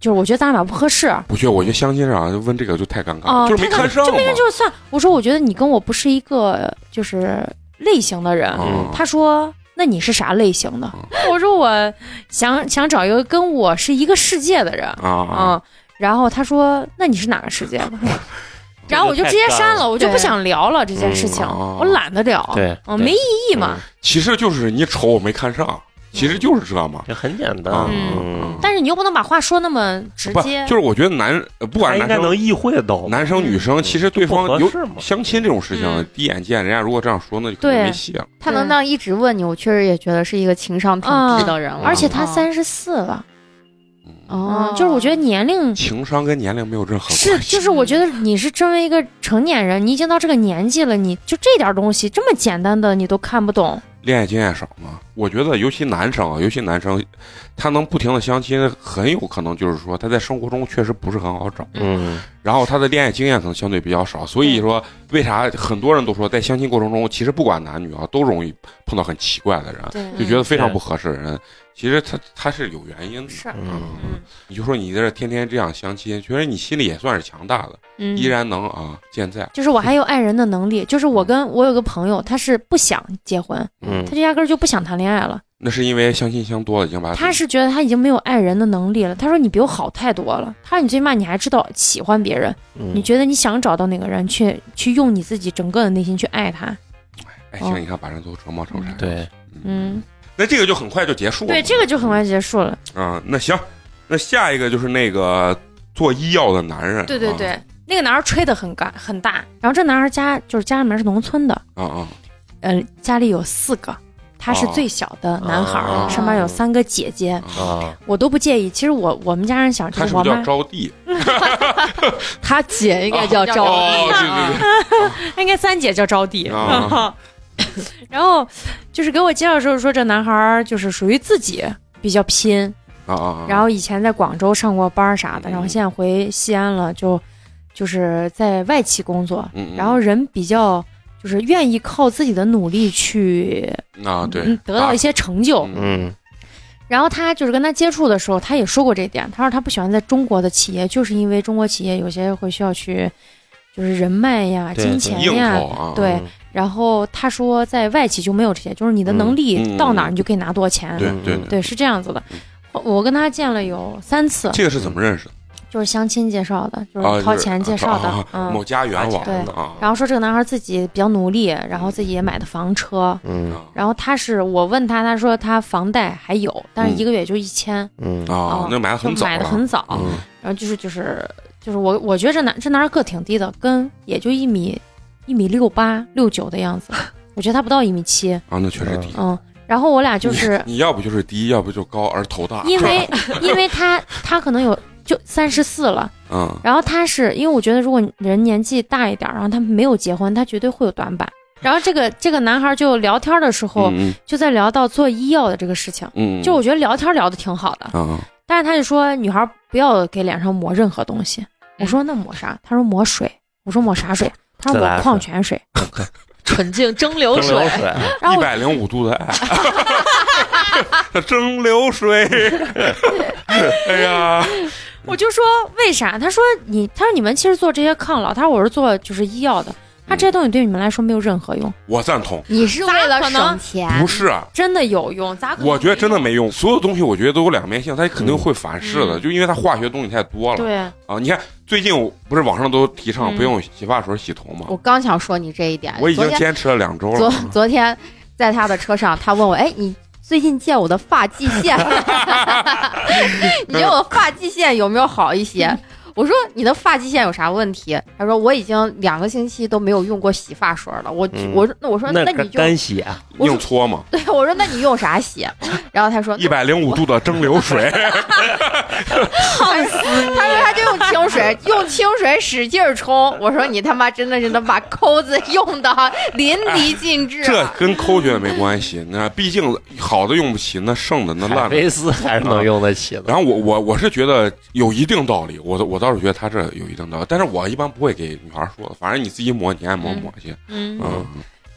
B: 就是我觉得咱俩不合适，
A: 不去，我觉得相亲上问这个就太尴尬了，
B: 哦
A: 就是没看上嘛，
B: 就算我说我觉得你跟我不是一个就是类型的人。
A: 嗯
B: 他说。那你是啥类型的
A: 嗯？
B: 我说我想想找一个跟我是一个世界的人，
A: 啊啊
B: 嗯，然后他说：“那你是哪个世界的？” 然后我就直接删了，我就不想聊了这件事情，
A: 嗯哦
B: 我懒得聊，
E: 对
B: 嗯，
E: 对
B: 没意义嘛。
A: 其实就是你瞅我没看上，其实就是这嘛。
E: 这很简单
A: 啊，
E: 嗯，
B: 但是你又不能把话说那么直
A: 不
B: 接，
A: 就是我觉得男，呃不管
E: 他
A: 是男
E: 应该
A: 生
E: 能意会到
A: 男生女生，其实对
E: 嗯不
A: 方
E: 合
A: 有
E: 适嘛，
A: 相亲这种事情
B: 嗯，
A: 第一眼见人家如果这样说，那就肯定
B: 对嗯
A: 没戏了。
D: 他能那样一直问你，我确实也觉得是一个情商挺低的人了。
B: 而且他
D: 啊，
B: 三十四了，
A: 嗯
D: 哦
B: 嗯，就是我觉得年龄
A: 情商跟年龄没有任何
B: 是，
A: 关系。
B: 就是我觉得你是身为一个成年人，你已经到这个年纪了，你就这点东西这么简单的你都看不懂，
A: 恋爱经验少嘛，我觉得尤其男生啊，尤其男生，他能不停的相亲，很有可能就是说他在生活中确实不是很好找，
E: 嗯，
A: 然后他的恋爱经验可能相对比较少，所以说为啥很多人都说在相亲过程中，其实不管男女啊，都容易碰到很奇怪的人，
B: 对
A: 就觉得非常
E: 嗯
A: 不合适的人。其实他他是有原因的，
B: 是
A: 嗯
E: 嗯，
A: 你就说你在这天天这样相亲，其实你心里也算是强大的，
B: 嗯
A: 依。然嗯能啊健在。
B: 就是我还有爱人的能力，就是我跟我有个朋友，他是不想结婚，
E: 嗯
B: 他就压根儿就不想谈恋爱了。
A: 那是因为相亲相多了，已经把
B: 他是觉得他已经没有爱人的能力了。他说你比我好太多了。他说你最起码你还知道喜欢别人，你
E: 嗯，
B: 觉得你想找到哪个人，去去用你自己整个的内心去爱他。
A: 爱哎情，你看把人都折磨成啥样？
E: 对，
B: 嗯，
A: 那这个就很快就结束了。
B: 对，这个就很快结束了。
A: 啊，那行，那下一个就是那个做医药的男人。
B: 对对
A: 啊
B: 对，那个男孩吹得很干很大，然后这男孩家就是家里面是农村的，
A: 啊啊，
B: 呃，家里有四个，他是
A: 哦
B: 最小的男孩儿，
E: 哦
B: 上面有三个姐姐，
E: 啊，
B: 我都不介意。其实我我们家人想，就
A: 他是
B: 是
A: 不
B: 我
A: 是叫
B: 妈
A: 招娣？
F: 他姐应该叫赵
A: 哦，对对
B: 她应该三姐叫招娣。
A: 对啊，
B: 然后就是给我介绍的时候说，这男孩儿就是属于自己比较拼，
A: 啊啊，嗯
B: 然后以前在广州上过班儿啥的，然后现在回西安了，就就是在外企工作，
A: 嗯嗯
B: 然后人比较就是愿意靠自己的努力去
A: 啊对
B: 嗯，得到一些成就。
A: 嗯
E: 嗯
B: 然后他就是跟他接触的时候，他也说过这一点，他说他不喜欢在中国的企业，就是因为中国企业有些会需要去就是人脉呀、
E: 对
B: 金
A: 打
B: 钱
A: 硬
B: 呀
A: 头。啊，
B: 对，然后他说在外企就没有这些，就是你的能
A: 嗯
B: 力
A: 嗯
B: 到哪儿你就可以拿多少钱。
A: 对对
E: 嗯
B: 啊对，是这样子的。我我跟他见了有三次，
A: 这个是怎么认识的？
B: 就是相亲介绍的，就
A: 啊，
B: 是掏钱介绍的，
A: 啊
B: 嗯。
A: 某家园网
B: 对
A: 的啊。
B: 然后说这个男孩自己比较努力，然后自己也买的房车。
E: 嗯
B: 然后他是我问他，他说他房贷还有，但是
A: 嗯
B: 一个月就一千，
E: 嗯
A: 啊
B: 哦，
A: 那买的很
B: 就
A: 早
B: 买的
A: 了，
B: 很早。
A: 嗯
B: 然后就是就是就是我我觉得这男这男孩个挺低的，跟也就一米一米六八六九的样子，我觉得他不到一米七。
A: 啊，那确实低。
B: 嗯，然后我俩就是
A: 你要不就是低，要不就高而头大。
B: 因为因为他他可能有就三十四了，
A: 嗯
B: 然后他是因为我觉得如果人年纪大一点，然后他没有结婚，他绝对会有短板。然后这个这个男孩就聊天的时候，
A: 嗯
B: 就在聊到做医药的这个事情，
A: 嗯，
B: 就我觉得聊天聊的挺好的，
A: 啊
B: 但是他就说女孩不要给脸上抹任何东西。我说那抹啥？他说抹水。我说抹啥水？他说
E: 自来
B: 抹
E: 水
B: 矿泉水。
F: 纯净蒸馏
E: 蒸
F: 水，
E: 馏水，
B: 然
A: 一
B: 后我
A: 百零五度的爱， 蒸馏水。 哎呀，
B: 我就说为啥？他说你，他说你们其实做这些抗老，他说我是做就是医药的，他
A: 嗯
B: 这些东西对你们来说没有任何用，
A: 我赞同，
D: 你是为
B: 咋
D: 了
B: 可能
D: 省钱？
A: 不是啊，
B: 真的有用，咋可能？
A: 我觉得真的没用。所有东西我觉得都有两面性，它肯定会反噬的，就因为它化学东西太多了
B: 对，
A: 啊。你看最近我不是网上都提倡
B: 嗯
A: 不用洗发水洗头吗
D: 我？刚想说你这一点，
A: 我已
D: 昨
A: 经
D: 天
A: 坚持了两周
D: 昨
A: 了。
D: 昨天在他的车上，他问我，哎，你最近借我的发际线， 你觉得我发际线有没有好一些？我说你的发际线有啥问题？他说我已经两个星期都没有用过洗发水了。我、
E: 嗯
D: 我说那我说 那
E: 那
D: 你就
E: 干洗啊，
D: 我
A: 硬搓嘛，
D: 对我说那你用啥洗？然后他说
A: 一百零五度的蒸馏水，
D: 他说他就用清水， 用清水使劲儿冲。我说你他妈真的是能把抠子用的淋漓尽致、啊
A: 这跟抠觉没关系。那毕竟好的用不起，那剩的那
E: 海
A: 烂的
E: 飞丝还是能用得起的。
A: 然后我我我是觉得有一定道理，我我倒是觉得他这有一定道理，但是我一般不会给女孩说的，反正你自己抹，你爱抹抹去。
B: 嗯，
A: 嗯，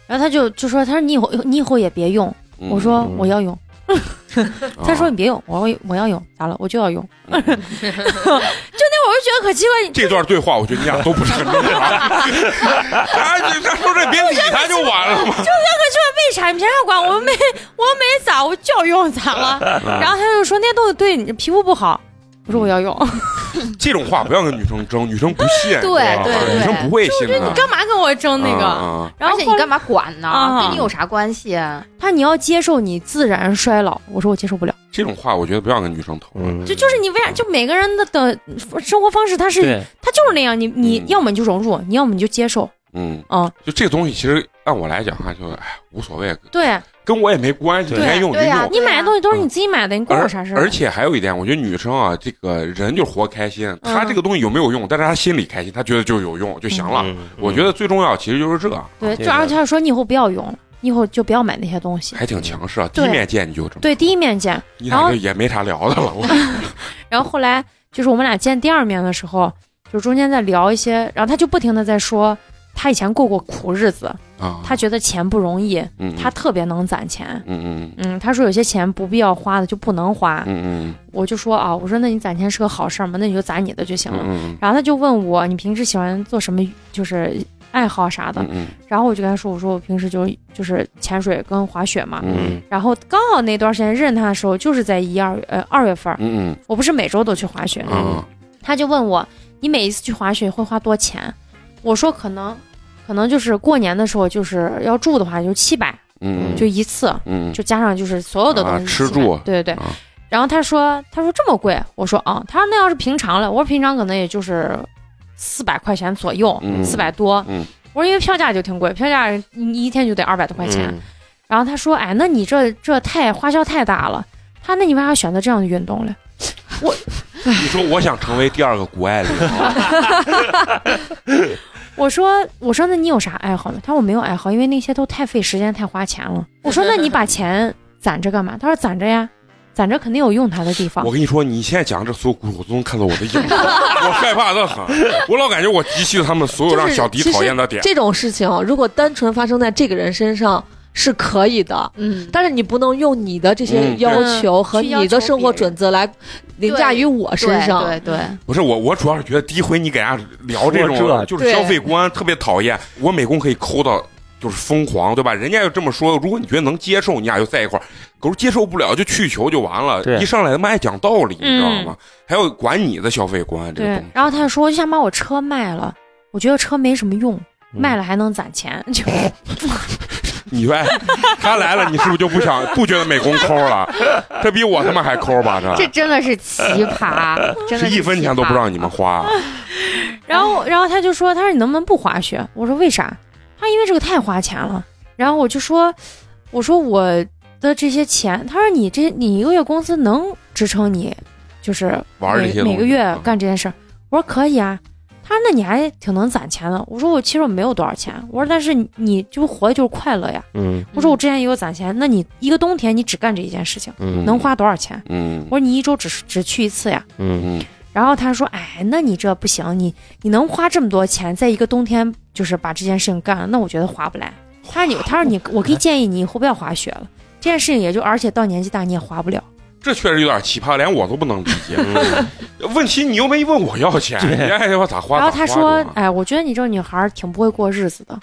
B: 然后他就就说，他说你以后你以后也别用，
A: 嗯
B: 我说
E: 嗯
B: 我要用，
A: 啊嗯
B: 他说你别用，我要我要用，咋了？我就要用， 就那会儿我就觉得可奇怪，
A: 这段对话，我觉得你俩都不是很 正常。他他说这别理他就完了嘛。
B: 为啥你凭啥管我？我没我没咋，我就要用咋了？ 然后他就说那东西对你皮肤不好，我说我要用，
A: 嗯 这种话不要跟女生争，女生不信，你知道吗
D: 对对
A: 女生不会信的。
B: 干嘛跟我争那
A: 啊
B: 个？
A: 啊
B: 然后
D: 而且
B: 后
D: 你
B: 来
D: 干嘛管呢？
B: 啊
D: 跟你有啥关系？啊
B: 他说你要接受你自然衰老，我说我接受不了。
A: 这种话我觉得不要跟女生讨论。
E: 嗯，
B: 就就是你为啥？就每个人的的生活方式，他是
E: 对，
B: 他就是那样。你你
A: 嗯
B: 要么你就融入，你要么你就接受。
A: 嗯，
B: 嗯，
A: 就这东西其实按我来讲哈，就哎无所谓，
B: 对
A: 跟我也没关系，
E: 对
A: 你爱用你就
D: 对呀
A: 用。
B: 你买的东西都是
A: 嗯
B: 你自己买的，你关我啥事儿？
A: 而且还有一点，我觉得女生啊，这个人就活开心。她
B: 嗯
A: 这个东西有没有用，但是她心里开心，她觉得就有用就行了。
E: 嗯
A: 啊我觉得最重要其实就是这，
B: 对，
E: 这
B: 就
E: 个
B: 而且他说你以后不要用，你以后就不要买那些东西。
A: 还挺强势啊。第
B: 对
A: 一面见你就这么，
B: 对，第一面见，
A: 你
B: 然
A: 俩
B: 后
A: 这也没啥聊的 了。我
B: 然后后来就是我们俩见第二面的时候，就中间在聊一些，然后他就不停的在说他以前过过苦日子，
A: 啊，
B: 他觉得钱不容易，
A: 嗯
B: 他特别能攒钱。
A: 嗯嗯
B: 嗯，他说有些钱不必要花的就不能花，
A: 嗯嗯
B: 我就说啊，我说那你攒钱是个好事儿嘛，那你就攒你的就行了。
A: 嗯
B: 然后他就问我你平时喜欢做什么，就是爱好啥的。
A: 嗯嗯
B: 然后我就跟他说，我说我平时就是就是潜水跟滑雪嘛。
A: 嗯
B: 然后刚好那段时间认他的时候，就是在一二呃二月份儿，
A: 嗯
B: 我不是每周都去滑雪
A: 嗯
B: 吗，
A: 啊，
B: 他就问我你每一次去滑雪会花多钱？我说可能可能就是过年的时候就是要住的话就七百，
A: 嗯
B: 就一次，
A: 嗯
B: 就加上就是所有的东西、
A: 啊吃住
B: 对对对。
A: 啊
B: 然后他说他说这么贵，我说啊，他说那要是平常了，我说平常可能也就是四百块钱左右，
A: 嗯
B: 四百多。
A: 嗯
B: 我说因为票价就挺贵，票价你一天就得二百多块钱。
E: 嗯
B: 然后他说哎，那你这这太花销太大了。他说那你为啥选择这样的运动嘞？
A: 你说我想成为第二个谷爱凌，
B: 我说我说那你有啥爱好呢？他说我没有爱好，因为那些都太费时间太花钱了。我说那你把钱攒着干嘛？他说攒着呀，攒着肯定有用它的地方
A: 我。跟你说，你现在讲这所有故事，我都能看到我的影子， 我害怕的很，我老感觉我集齐了他们所有让小迪讨厌的点。
F: 这种事情如果单纯发生在这个人身上是可以的，
D: 嗯，
F: 但是你不能用你的这些
A: 嗯
F: 要求和
B: 去要
F: 你
B: 求
F: 的生活准则来凌驾于我身上。
D: 对对对，
A: 不是我，我主要是觉得第一回你给大家聊这
E: 说
A: 种
E: 这
A: 就是消费观特别讨厌。我美工可以抠到就是疯狂，对吧？人家就这么说，如果你觉得能接受，你俩就在一块儿；狗接受不了就去球就完了。
E: 对
A: 一上来他妈爱讲道理，你
B: 嗯
A: 知道吗？还有管你的消费观这个
B: 对
A: 东西，。
B: 然后他就说我就想把我车卖了，我觉得车没什么用，
E: 嗯
B: 卖了还能攒钱。 就
A: 你说哎 他来了，你是不是就不想 不觉得美工抠了？这比我他妈还抠吧？
D: 这
A: 这
D: 真的是奇葩， 真的
A: 是一分钱都不让你们
B: 啊
A: 花。
B: 然后然后他就说他说你能不能不滑雪？我说为啥？他说因为这个太花钱了。然后我就说我说我的这些钱，他说你这你一个月工资能支撑你就是
A: 玩儿这
B: 每
A: 些东西
B: 每个月干这件事儿？我说可以啊。他说那你还挺能攒钱的。我说我其实我没有多少钱。我说但是你你就活就是快乐呀。
E: 嗯
B: 我说我之前也有攒钱，那你一个冬天你只干这一件事情，
E: 嗯
B: 能花多少钱？
A: 嗯
B: 我说你一周只只去一次呀。
E: 嗯
A: 嗯
B: 然后他说：“哎，那你这不行，你你能花这么多钱，在一个冬天就是把这件事情干了，那我觉得划不来。”他说你，他说你，我可以建议你以后不要滑雪了，这件事情也就而且到年纪大你也滑不了。
A: 这确实有点奇葩，连我都不能理解。
E: 嗯，
A: 问题你又没问我要钱，
E: 对
A: 你爱要咋花咋花。啊
B: 然后他说
A: 对吧：“
B: 哎，我觉得你这个女孩儿挺不会过日子的。”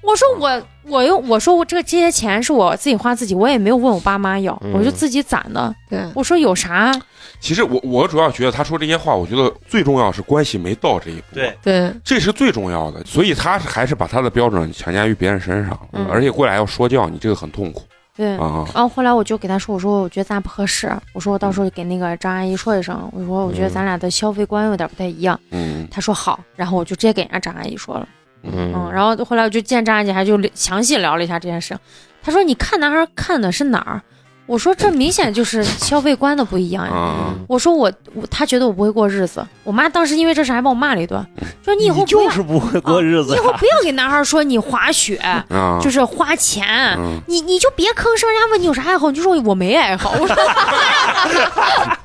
B: 我说我我又我说我这这些钱是我自己花自己，我也没有问我爸妈要，
E: 嗯
B: 我就自己攒的。
F: 对
B: 我说有啥？
A: 其实我我主要觉得他说这些话，我觉得最重要是关系没到这一步，
E: 对，
F: 对
A: 这是最重要的。所以他是还是把他的标准强加于别人身上了，
B: 嗯
A: 而且过来要说教你，这个很痛苦。
B: 对。
A: 啊，
B: 然后后来我就给他说，我说我觉得咱俩不合适，我说我到时候给那个张阿姨说一声，我说我觉得咱俩的消费观有点不太一样。
A: 嗯
B: 他说好，然后我就直接给人家张阿姨说了。嗯，
A: 嗯，
B: 然后后来我就见张姐，还就详细聊了一下这件事。她说：“你看男孩看的是哪儿？”我说：“这明显就是消费观的不一样呀。
A: 啊，
B: 我说我我他觉得我不会过日子，我妈当时因为这事还把我骂了一顿，说你
E: 你
B: 以后不要、啊
E: 就是不会过日子
B: 以
E: 呀
B: 后不要给男孩说你滑雪，
A: 啊，
B: 就是花钱，
A: 嗯
B: 你你就别吭声，人家问你有啥爱好，你就说我没爱好。 我说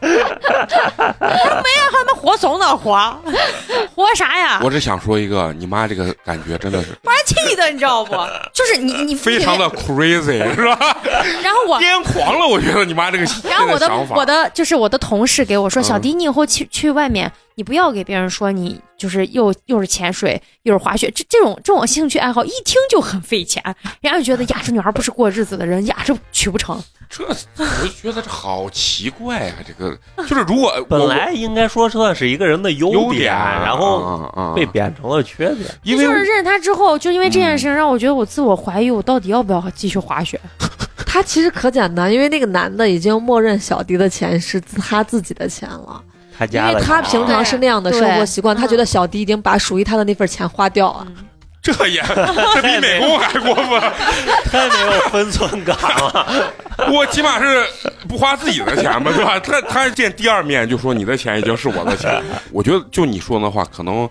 B: 没爱好，那活怂呢活，活啥呀？
A: 我只想说一个，你妈这个感觉真的是
B: 把人气啊 的，你知道不？就是你你
A: 非常的 crazy，是吧？
B: 你然后我。
A: 癫狂了，我觉得你妈这个现
B: 然后
A: 在
B: 我的
A: 想法，
B: 我的就是我的同事给我说，
A: 嗯
B: 小迪，你以后去去外面，你不要给别人说你就是又又是潜水又是滑雪，这这种这种兴趣爱好一听就很费钱，人家就觉得呀，这女孩不是过日子的人，呀，这娶不成。
A: 这我就觉得这好奇怪啊，这个就是如果
E: 本
A: 我
E: 来应该说这是一个人的优啊
A: 优点，
E: 然后
A: 后
E: 被贬成了缺点。
A: 因
B: 就是
A: 为嗯
B: 认识他之后，就因为这件事情让我觉得我自我怀疑，我到底要不要继续滑雪？
F: 他其实可简单，因为那个男的已经默认小迪的钱是他自己的钱了，
E: 他
F: 因
E: 家
F: 为
E: 的
F: 他
E: 小
F: 平常是那样的
B: 对
F: 生活习惯，
B: 对
F: 他觉得小迪已经把属于他的那份钱花掉了。
A: 这 也这比美工还过分，
E: 太没有分寸 感了。
A: 我起码是不花自己的钱嘛，对吧？他他见第二面就说你的钱已经是我的钱，我觉得就你说那话，可能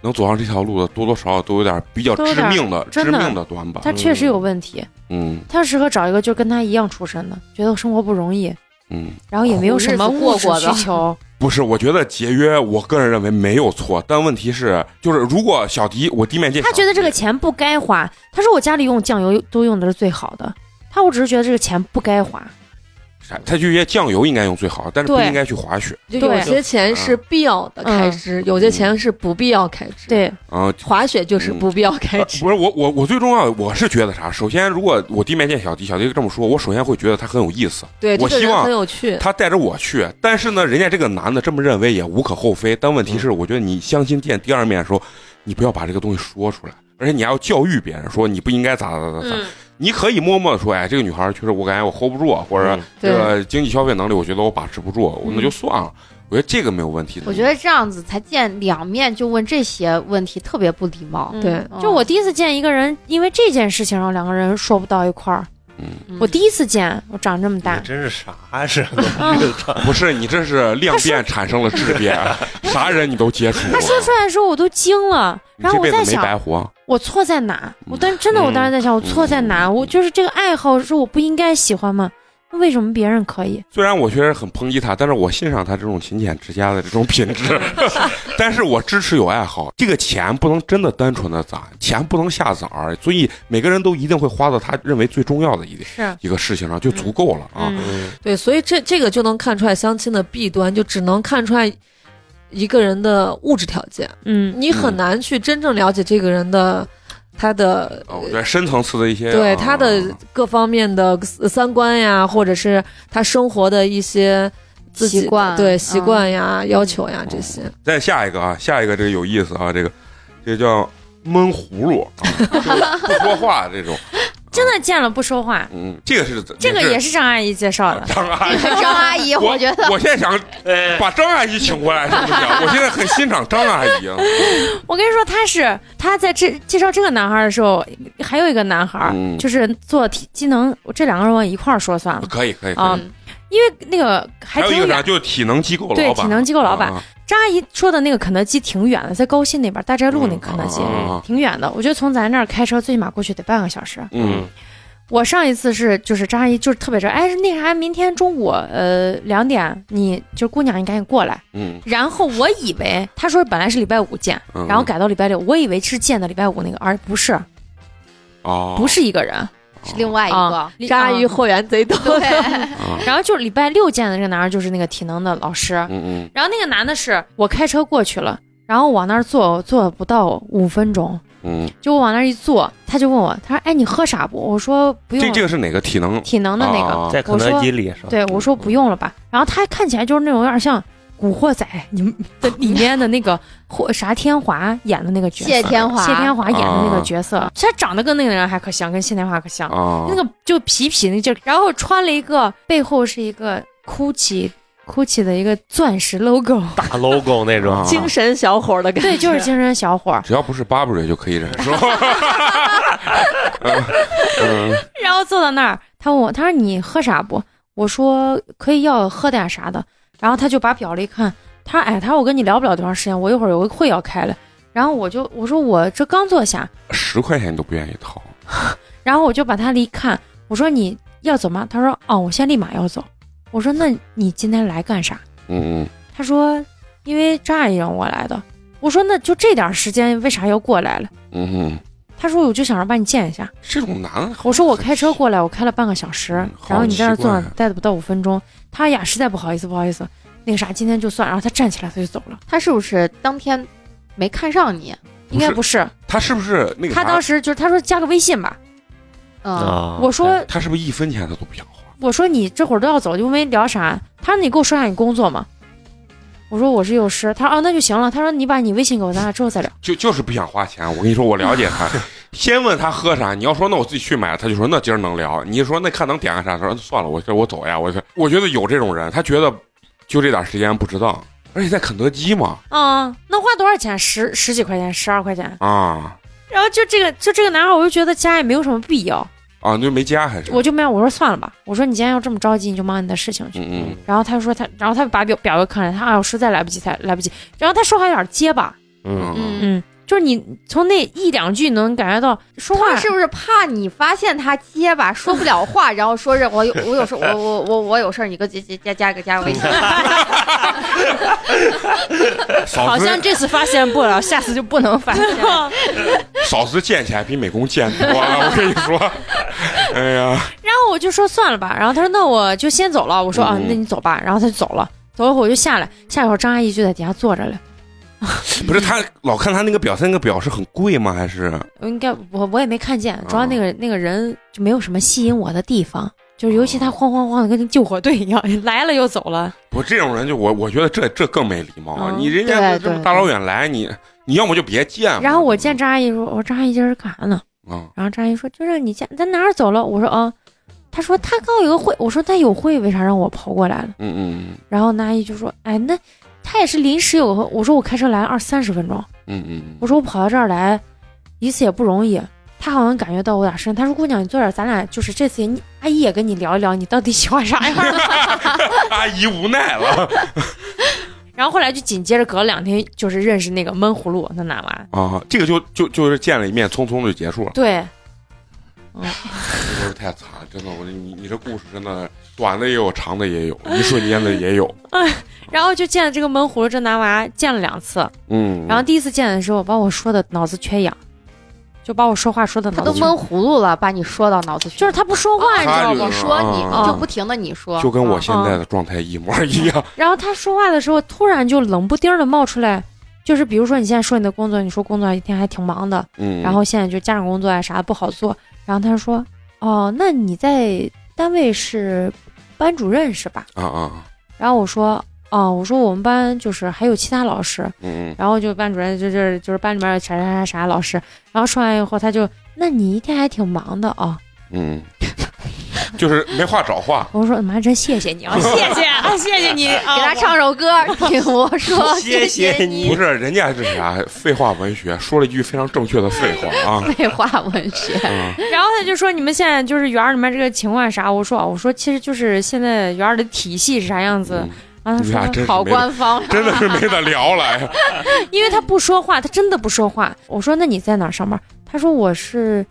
A: 能走上这条路的多多少少都有点比较
B: 都有
A: 致
B: 点
A: 命的致
B: 真的
A: 命的短板，
B: 他确实有问题，
A: 嗯
B: 他适合找一个就跟他一样出身的，觉得生活不容易，
A: 嗯。
B: 然后也没有什么
D: 苦日子过
B: 物质
D: 过
B: 需
D: 的
B: 求。
A: 不是，我觉得节约，我个人认为没有错，但问题是，就是如果小迪，我第一面见
B: 他觉得这个钱不该花，他说我家里用酱油都用的是最好的，他我只是觉得这个钱不该花。
A: 啥，他就觉得酱油应该用最好，但是不
B: 对
A: 应该去滑雪
F: 就
B: 对嗯
F: 有些钱是必要的开支，有些钱是不必要开支。，
B: 对，
A: 啊、
F: 滑雪就是不必要开 支。
A: 不是我我我最重要，我是觉得啥？首先，如果我第一面见小迪，小迪这么说，我首先会觉得他很有意思，
F: 对，
A: 我
F: 这
A: 希
F: 个人
A: 望
F: 很有趣。
A: 他带着我去。但是呢，人家这个男的这么认为也无可厚非。但问题是，我觉得你相亲见第二面的时候，你不要把这个东西说出来，而且你还要教育别人说你不应该咋咋咋咋。
B: 嗯
A: 你可以默默的说，哎，这个女孩儿确实我感觉我 hold 不住，啊或者
E: 嗯
A: 这个经济消费能力，我觉得我把持不住，我那就算了。我觉得这个没有问题的。
D: 我觉得这样子才见两面就问这些问题，特别不礼貌。
F: 对
B: 就
D: 嗯
B: 我第一次见一个人，因为这件事情让两个人说不到一块儿。
A: 嗯
B: 我第一次见，我长这么大
E: 你，真是啥是个
B: 嗯
E: 日常
A: 不是你这是量变产生了质变，啊啥人你都接触过。
B: 他说出来的时候我都惊了，
A: 你
B: 然后
A: 这
B: 我
A: 辈
B: 在
A: 子没白
B: 想
A: 活。
B: 我错在哪？我
A: 嗯
B: 当真的我当时在想我错在哪？
A: 嗯
B: 我就是这个爱好是我不应该喜欢吗？那为什么别人可以？
A: 虽然我确实很抨击他，但是我欣赏他这种勤俭持家的这种品 质。但是我支持有爱好，这个钱不能真的单纯的攒，钱不能下崽儿，所以每个人都一定会花到他认为最重要的一点
B: 是
A: 一个事情上就足够了啊。
B: 嗯，
F: 对，所以这这个就能看出来相亲的弊端，就只能看出来一个人的物质条件，
B: 嗯，
F: 你很难去真正了解这个人的他的
A: 啊，我觉得深层次的一些
F: 对
A: 啊
F: 他的各方面的呃三观呀，或者是他生活的一些自己的
D: 习惯
F: 对
D: 嗯
F: 习惯呀、要求呀这些。
A: 再下一个啊，下一个这个有意思啊，这个这个叫闷葫芦 啊，就不说话这种。啊
B: 真的见了不说话，
A: 嗯，这个是
B: 这个也是张阿姨介绍的。
A: 张阿姨。
D: 张阿姨，
A: 我
D: 我觉得
A: 我现在想
E: 哎
A: 把张阿姨请过来，行不行？我现在很欣赏张阿姨啊。
B: 我跟你说，他是他在这介绍这个男孩的时候，还有一个男孩、
A: 嗯
B: 就是做题机能，这两个人我一块儿说算了
A: 可以可以可以。
B: 啊、因为那个还
A: 还有一
B: 挺
A: 个啥，
B: 远。
A: 就是体能机构老板，
B: 对体能机构老板
A: 啊，
B: 张阿姨说的那个肯德基挺远的，在高新那边大寨路那个肯德基、
A: 嗯啊啊啊
B: 挺远的，我觉得从咱这儿开车最起码过去得半个小时。
A: 嗯，
B: 我上一次是就是张阿姨就是特别着，哎那啥，明天中午呃两点你就姑娘你赶紧过来。
A: 嗯
B: 然后我以为他说本来是礼拜五见，
A: 嗯，
B: 然后改到礼拜六，我以为是见的礼拜五那个，而不是
A: 哦，
B: 不是一个人。
D: 是另外一个嗯
B: 啊，
F: 张阿姨后援贼多，
D: 对，
A: 啊，
B: 然后就是礼拜六见的这个男孩，就是那个体能的老师。
A: 嗯
B: 然后那个男的是我开车过去了，然后往那儿坐，坐不到五分钟，
A: 嗯嗯，
B: 就我往那儿一坐，他就问我，他说：“哎，你喝啥不？”我说：“不用。
A: 这”这个是哪个体能？
B: 体能的那个，
A: 啊
E: 在肯德基里是吧？
B: 对我说：“不用了吧。”然后他看起来就是那种有点像。古惑仔》你们的里面的那个霍啥天华演的那个角色，
D: 谢天华，
B: 谢天华演的那个角色，他长得跟那个人还可像，跟谢天华可像，
A: 啊
B: 那个就痞痞那劲儿，然后穿了一个背后是一个 GUCCI GUCCI 的一个钻石 logo，
E: 大 logo 那种
A: 啊，
F: 精神小伙儿的感觉。
B: 对，就是精神小伙儿，
A: 只要不是 Burberry 就可以忍受。嗯嗯
B: 然后坐到那儿，他问我，他说你喝啥不？我说可以要喝点啥的，然后他就把表了一看，他说哎，他说我跟你聊不了多长时间，我一会儿有个会要开了，然后我就我说我这刚坐下，
A: 十块钱你都不愿意掏，
B: 然后我就把他离看，我说你要走吗？他说哦，我现在立马要走。我说那你今天来干啥？
A: 嗯嗯，
B: 他说因为张阿姨让我来的。我说那就这点时间为啥要过来了？
A: 嗯哼，
B: 他说我就想着把你见一下。
A: 这种男的，
B: 我说我开车过来，我开了半个小时
A: 嗯，
B: 然后你在那坐
A: 好
B: 那
A: 奇怪
B: 待不到五分钟。他说呀，实在不好意思，不好意思，那个啥，今天就算。然后他站起来他就走了，
D: 他是不是当天没看上你？
B: 应该不是。
A: 他是不是那个啥？
B: 他当时就是他说加个微信吧，
D: 嗯，
E: 啊。
B: 我说
A: 他是不是一分钱他都不想花？
B: 我说你这会儿都要走，就没聊啥。他说你给我说下你工作嘛。我说我是幼师。他说啊那就行了。他说你把你微信给我，咱俩之后再聊。
A: 就就是不想花钱。我跟你说，我了解他。先问他喝啥，你要说那我自己去买，他就说那今儿能聊。你说那看能点个啥，他说算了，我这我走呀。我这我觉得有这种人，他觉得就这点时间不值当，而且在肯德基嘛
B: 啊，那花多少钱？十十几块钱，十二块钱。
A: 啊
B: 然后就这个就这个男孩，我就觉得加也没有什么必要，
A: 啊，你就没加还是？
B: 我就没有我说算了吧。我说你今天要这么着急，你就忙你的事情去。
A: 嗯嗯
B: 然后他说他，然后他把表表又看了，他哎我实在来不及，才来不及。然后他说话有点结巴，
E: 嗯，
A: 嗯
B: 嗯，就是你从那一两句能感觉到说话
D: 他是不是怕你发现他结巴说不 了话，然后说是我有我有事我我我我有事儿，你给我加加加加个加 个微信。
A: 嗯，嫂
C: 好
A: 子
C: 像这次发现 不了，下次就不能发现。
A: 嫂子见起来比美工见多了，我跟你说，哎呀，
B: 然后我就说算了吧，然后他说那我就先走了。我说啊
A: 嗯，
B: 那你走吧。然后他就走了，走了会儿我就下来，下一会儿张阿姨就在底下坐着了。
A: 不是他老看他那个表，他那个表是很贵吗？还是
B: 我应该我我也没看见，主要那个、那个人就没有什么吸引我的地方，就是尤其他晃晃晃的跟救火队一样，来了又走了。
A: 我这种人就我我觉得这这更没礼貌啊！
B: 嗯
A: 你人家
D: 对
A: 这么
D: 对
A: 大老远来，你你要么就别见嘛。
B: 然后我见张阿姨说，我说张阿姨今儿干啥呢？
A: 啊，
B: 然后张阿姨说就让你见，咱哪儿走了？我说啊，她说她刚有个会，我说她有会，为啥让我跑过来了？
A: 嗯嗯
B: 然后那阿姨就说，哎，那她也是临时有个会，我说我开车来二三十分钟。
A: 嗯嗯
B: 我说我跑到这儿来一次也不容易。他好像感觉到我有点深，他说：“姑娘，你坐这儿，咱俩就是这次你阿姨也跟你聊一聊，你到底喜欢啥样。
A: 嗯，阿姨无奈了”
B: 然后后来就紧接着隔了两天，就是认识那个闷葫芦那男娃。
A: 啊，这个就就就是见了一面，匆匆就结束了，
B: 对，
A: 这都是太惨，了，真的，我你你这故事真的短的也有，长的也有，一瞬间的也 有，
B: 然后就见了这个闷葫芦这男娃，见了两次。
A: 嗯，
B: 然后第一次见的时候，把我说的脑子缺氧，就把我说话说的
D: 他
B: 脑
D: 都
B: 子
D: 闷葫芦了，把你说到脑子去了。
B: 就是他不说话，你知
A: 他
B: 道
A: 就
B: 吗
D: 你？说你
A: 啊
D: 你就不停的你说，
A: 就跟我
D: 嗯
A: 现在的状态一模一样，
B: 然后他说话的时候，突然就冷不丁的冒出来，就是比如说你现在说你的工作，你说工作一天还挺忙的，
A: 嗯，
B: 然后现在就家长工作啊啥的不好做。然后他说：“哦，那你在单位是班主任是吧
A: 啊啊，？”
B: 然后我说：“哦，我说我们班就是还有其他老师。
A: 嗯”
B: 然后就班主任就就是就是班里面啥啥啥啥老师。然后说完以后，他就：“那你一天还挺忙的啊、
A: 嗯嗯，就是没话找 话，
B: 我说：“妈，真谢 谢你啊，谢谢啊，谢谢 你啊！”
D: 嗯给他唱首歌，
F: 嗯
D: 听我 说，谢
E: 谢
A: 不
E: 你
A: 是人家是啥废话文学，说了一句非常正确的废话啊，
D: 废话文学，
A: 嗯。
B: 然后他就说：“你们现在就是园儿里面这个情况啥？”我说：“啊我说其实就是现在园儿的体系是啥样子。
A: 嗯
B: 然后
A: 你俩
B: 他
A: 真
B: 说：“
A: 是
D: 好
A: 没得，
D: 官方。
A: 真的是没得聊了。 哎
B: 因为他不说话，他真的不说话。”我说：“那你在哪儿上班？”他说：“我是，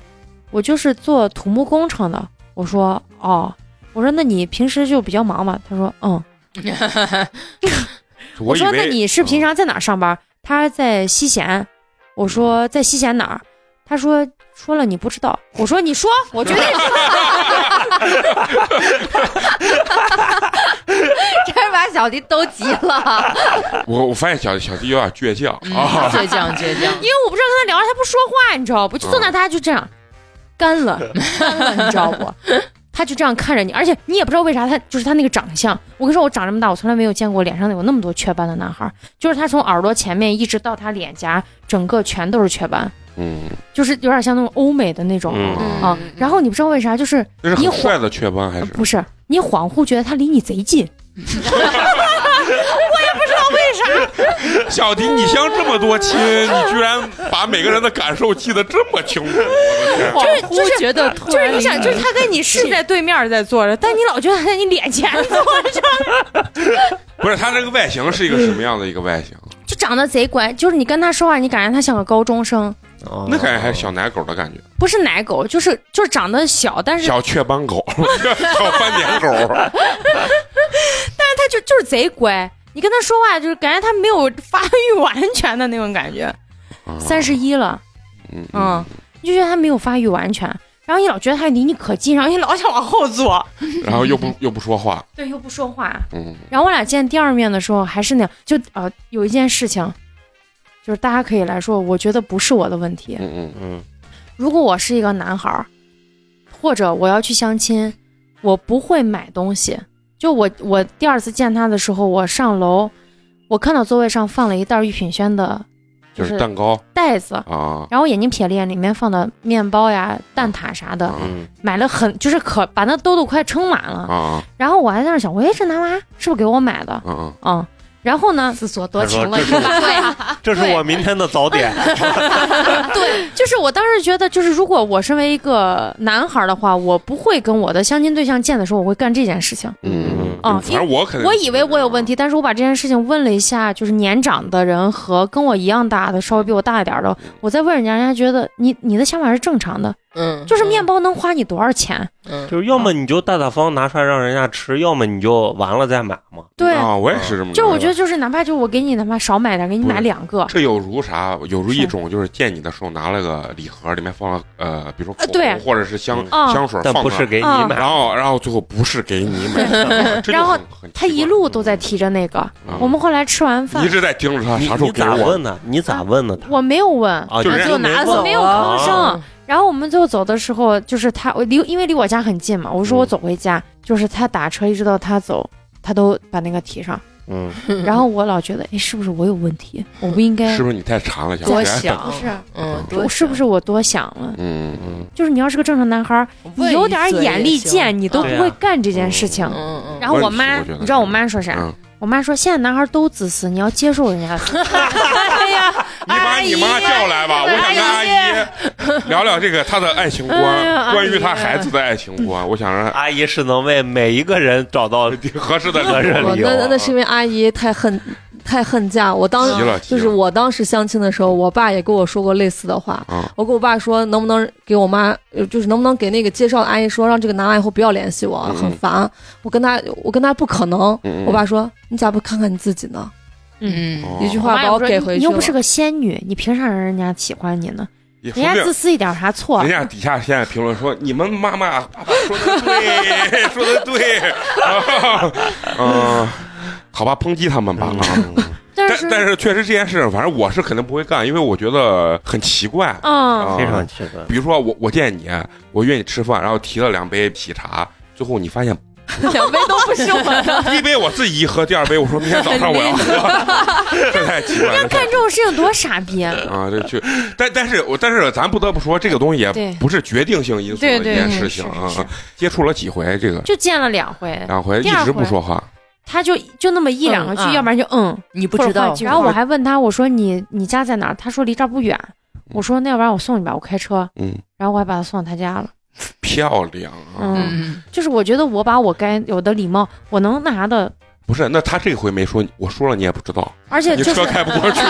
B: 我就是做土木工程的。”我说：“哦。”我说：“那你平时就比较忙嘛？”他说：“嗯。
A: 我以
B: 说：“那
A: 为啊
B: 你是平常在哪儿上班？”他在西咸。我说：“在西咸哪儿？”他说：“说了你不知道。”我说：“你说，我绝对知道
D: 这把小弟都急了，
A: 我我发现小小弟有点倔强啊，
C: 倔强倔强
B: 因，为我不知道跟他聊
G: 嗯
B: 啥，他不说话，你知道不？就坐那，他就这样，干了，干了，你知道不？他就这样看着你，而且你也不知道为啥他就是他那个长相。我跟你说，我长这么大，我从来没有见过脸上有那么多雀斑的男孩儿，就是他从耳朵前面一直到他脸颊，整个全都是雀斑，
A: 嗯，
B: 就是有点像那种欧美的那种、
A: 嗯
B: 啊。然后你不知道为啥，就是
A: 那是
B: 你
A: 很
B: 晃
A: 帅的雀斑还是？
B: 不是你恍惚觉得他离你贼近，
A: 小迪，你相这么多亲，你居然把每个人的感受记得这么清楚， 我的天！
B: 就是就
G: 我
B: 是
G: 觉得突
B: 就是
G: 然
B: 你想，就是他跟你是在对面在坐着，但你老觉得他在你脸前 坐着，
A: 不是他这个外形是一个什么样的一个外形？
B: 就长得贼乖。就是你跟他说话，你感觉他像个高中生，
E: 哦
A: 那感觉还是小奶狗的感觉，
B: 不是奶狗，就是就是长得小，但是
A: 小雀斑 狗，小斑点狗，
B: 他就就是贼乖。你跟他说话，就是感觉他没有发育完全的那种感觉。三十一了，
A: 啊嗯
B: 哦嗯，你就觉得他没有发育完全，然后你老觉得他离你可近，然后你老想往后坐，
A: 嗯然后又不又不说话，
B: 对，又不说话。
A: 嗯，
B: 然后我俩见第二面的时候还是那样，就呃有一件事情，就是大家可以来说，我觉得不是我的问题。
A: 嗯
E: 嗯，
B: 如果我是一个男孩儿，或者我要去相亲，我不会买东西。就我我第二次见他的时候，我上楼，我看到座位上放了一袋玉品轩的，
A: 就
B: 就是是
A: 蛋糕
B: 袋子，
A: 啊，
B: 然后我眼睛瞥了一眼，里面放的面包呀、蛋挞啥的，
A: 嗯
B: 买了很就是可把那兜兜快撑满了。
A: 啊
B: 然后我还在那儿想，喂，这男娃是不是给我买的
A: 啊？啊，
B: 嗯，然后呢，
F: 思索多
E: 他
F: 情
E: 说
F: 了
E: 这，是我啊这是我明天的早点，
B: 对，就是我当时觉得，就是如果我身为一个男孩儿的话，我不会跟我的相亲对象见的时候，我会干这件事情。
A: 嗯
B: 啊
A: 反正我肯定，嗯
B: 我以为我有问，题，但是我把这件事情问了一下，就是年长的人和跟我一样大的，稍微比我大一点的，我再问人家，人家觉得你你的想法是正常的，
G: 嗯，
B: 就是面包能花你多少钱？
G: 嗯，
E: 就是要么你就大大方拿出来让人家吃，要么你就完了再买嘛。
B: 对，
A: 啊，我也是这么，
B: 就是我觉得就是哪怕就我给你哪怕少买点，给你
A: 不是
B: 买两个，
A: 这有如啥？有如一
B: 是
A: 种就是见你的时候拿了个礼盒，里面放了呃，比如说口
B: 呃对
A: 红或者是香
B: 嗯
A: 香水，
E: 但
A: 放
E: 不
A: 那
E: 是
A: 儿
E: 给你
B: 嗯
E: 买，
A: 然后然后最后不是给你买的，啊这就
B: 然后
A: 很很奇怪
B: 他一路都在提着那个。
A: 嗯
B: 我们后来吃完
A: 你一
B: 饭，
A: 直在盯着他
E: 你
A: 啥时候
E: 你
A: 给
E: 咋
A: 我，
E: 问呢？你咋问呢？他
B: 我没有问，
E: 啊，
A: 就是
E: 人
A: 就
E: 家
F: 拿
E: 没
F: 走
E: 问
B: 我没有
F: 啊
B: 吭声。然后我们最后走的时候，就是他我离因为离我家很近嘛，我说我走回家，就是他打车一直到他走，他都把那个提上。
E: 嗯，
B: 然后我老觉得，哎，是不是我有问题？我不应该
A: 是，不是你太馋了？
G: 多
A: 钱
G: 想，
B: 不是，
G: 嗯，多
B: 我是不
G: 想
B: 是我多想了？
A: 嗯嗯，
B: 就是你要是个正常男孩儿，你
G: 问
B: 有
G: 一
B: 点
G: 嘴
B: 眼
G: 也
B: 力
G: 行
B: 见，你都不
E: 对
B: 会
E: 啊
B: 干这件事情。
G: 嗯嗯嗯，
B: 然后
A: 我也
B: 我
A: 是
B: 妈，
A: 我觉得
B: 你知道我妈说啥？
A: 嗯
B: 我妈说现在男孩儿都自私，你要接受人家的自 私。哎呀，
A: 你把你妈叫来吧，我想跟阿姨聊聊这个她的爱情
B: 哎呀
A: 观，
B: 阿姨
A: 关于她孩子的爱情观，我想让
E: 阿姨是能为每一个人找到
A: 合适的
E: 合适的
F: 我
E: 理由
F: 那哦那
E: 啊
F: 那。是因为阿姨太恨太恨嫁，我当
A: 急了急
F: 就
A: 了
F: 是我当时相亲的时候，我爸也跟我说过类似的话。
A: 嗯
F: 我跟我爸说，能不能给我妈，呃就是能不能给那个介绍的阿姨说，让这个男娃以后不要联系我，
A: 嗯嗯
F: 很烦。我跟他，我跟他不可能。
A: 嗯嗯
F: 我爸说，你咋不看看你自己呢？
A: 哦
F: 一句
B: 我
F: 话
B: 妈
F: 把
B: 也
F: 我
B: 说
F: 给
B: 你
F: 回去
B: 你又不
F: 了
B: 是个仙女，你凭啥让人家喜欢你呢？
A: 也说
B: 人家
A: 不
B: 自
A: 定
B: 私一点有啥错
A: 人？家底下现在评论说：“你们妈妈、爸爸说的对，说的对。啊”嗯，好吧，抨击他
E: 嗯
A: 们吧啊！
B: 但
A: 但
B: 嗯是，
A: 但是确实这件事，情，反正我是肯定不会干，因为我觉得很奇怪。
B: 嗯，
A: 啊
E: 非常奇怪，
A: 比如说我我见你，我约你吃饭，然后提了两杯喜茶，最后你发现
F: 两位都 不是我。
A: 第一杯我自己一喝，第二杯我说明天早上我要喝， 这太奇怪了。
B: 干这种事情多傻 逼！
A: 啊，这就，但但是我但是咱不得不说，这个东西也
B: 对
A: 不是决定性因素的
B: 对
A: 一
B: 对
A: 件
B: 对
A: 事情啊嗯
B: 是是。
A: 接触了几回，这个
B: 就见了两回，
A: 两回
B: 第
A: 一
B: 二
A: 直不
B: 回
A: 说话，
B: 他就就那么一两个句，
G: 嗯啊
B: 要不然就嗯，
G: 你不
B: 或者
G: 知道
B: 换，句然后我还问他，我说你你家在哪儿？他说离这儿不远。我说那要不然我送你吧，我开车。
A: 嗯，
B: 然后我还把他送到他家了。
A: 漂亮啊！
B: 嗯，
G: 嗯，
B: 就是我觉得我把我该有的礼貌，我能拿的，
A: 不是，那他这回没说，我说了你也不知道，
B: 而且
A: 你
B: 就是
A: 车开不过去。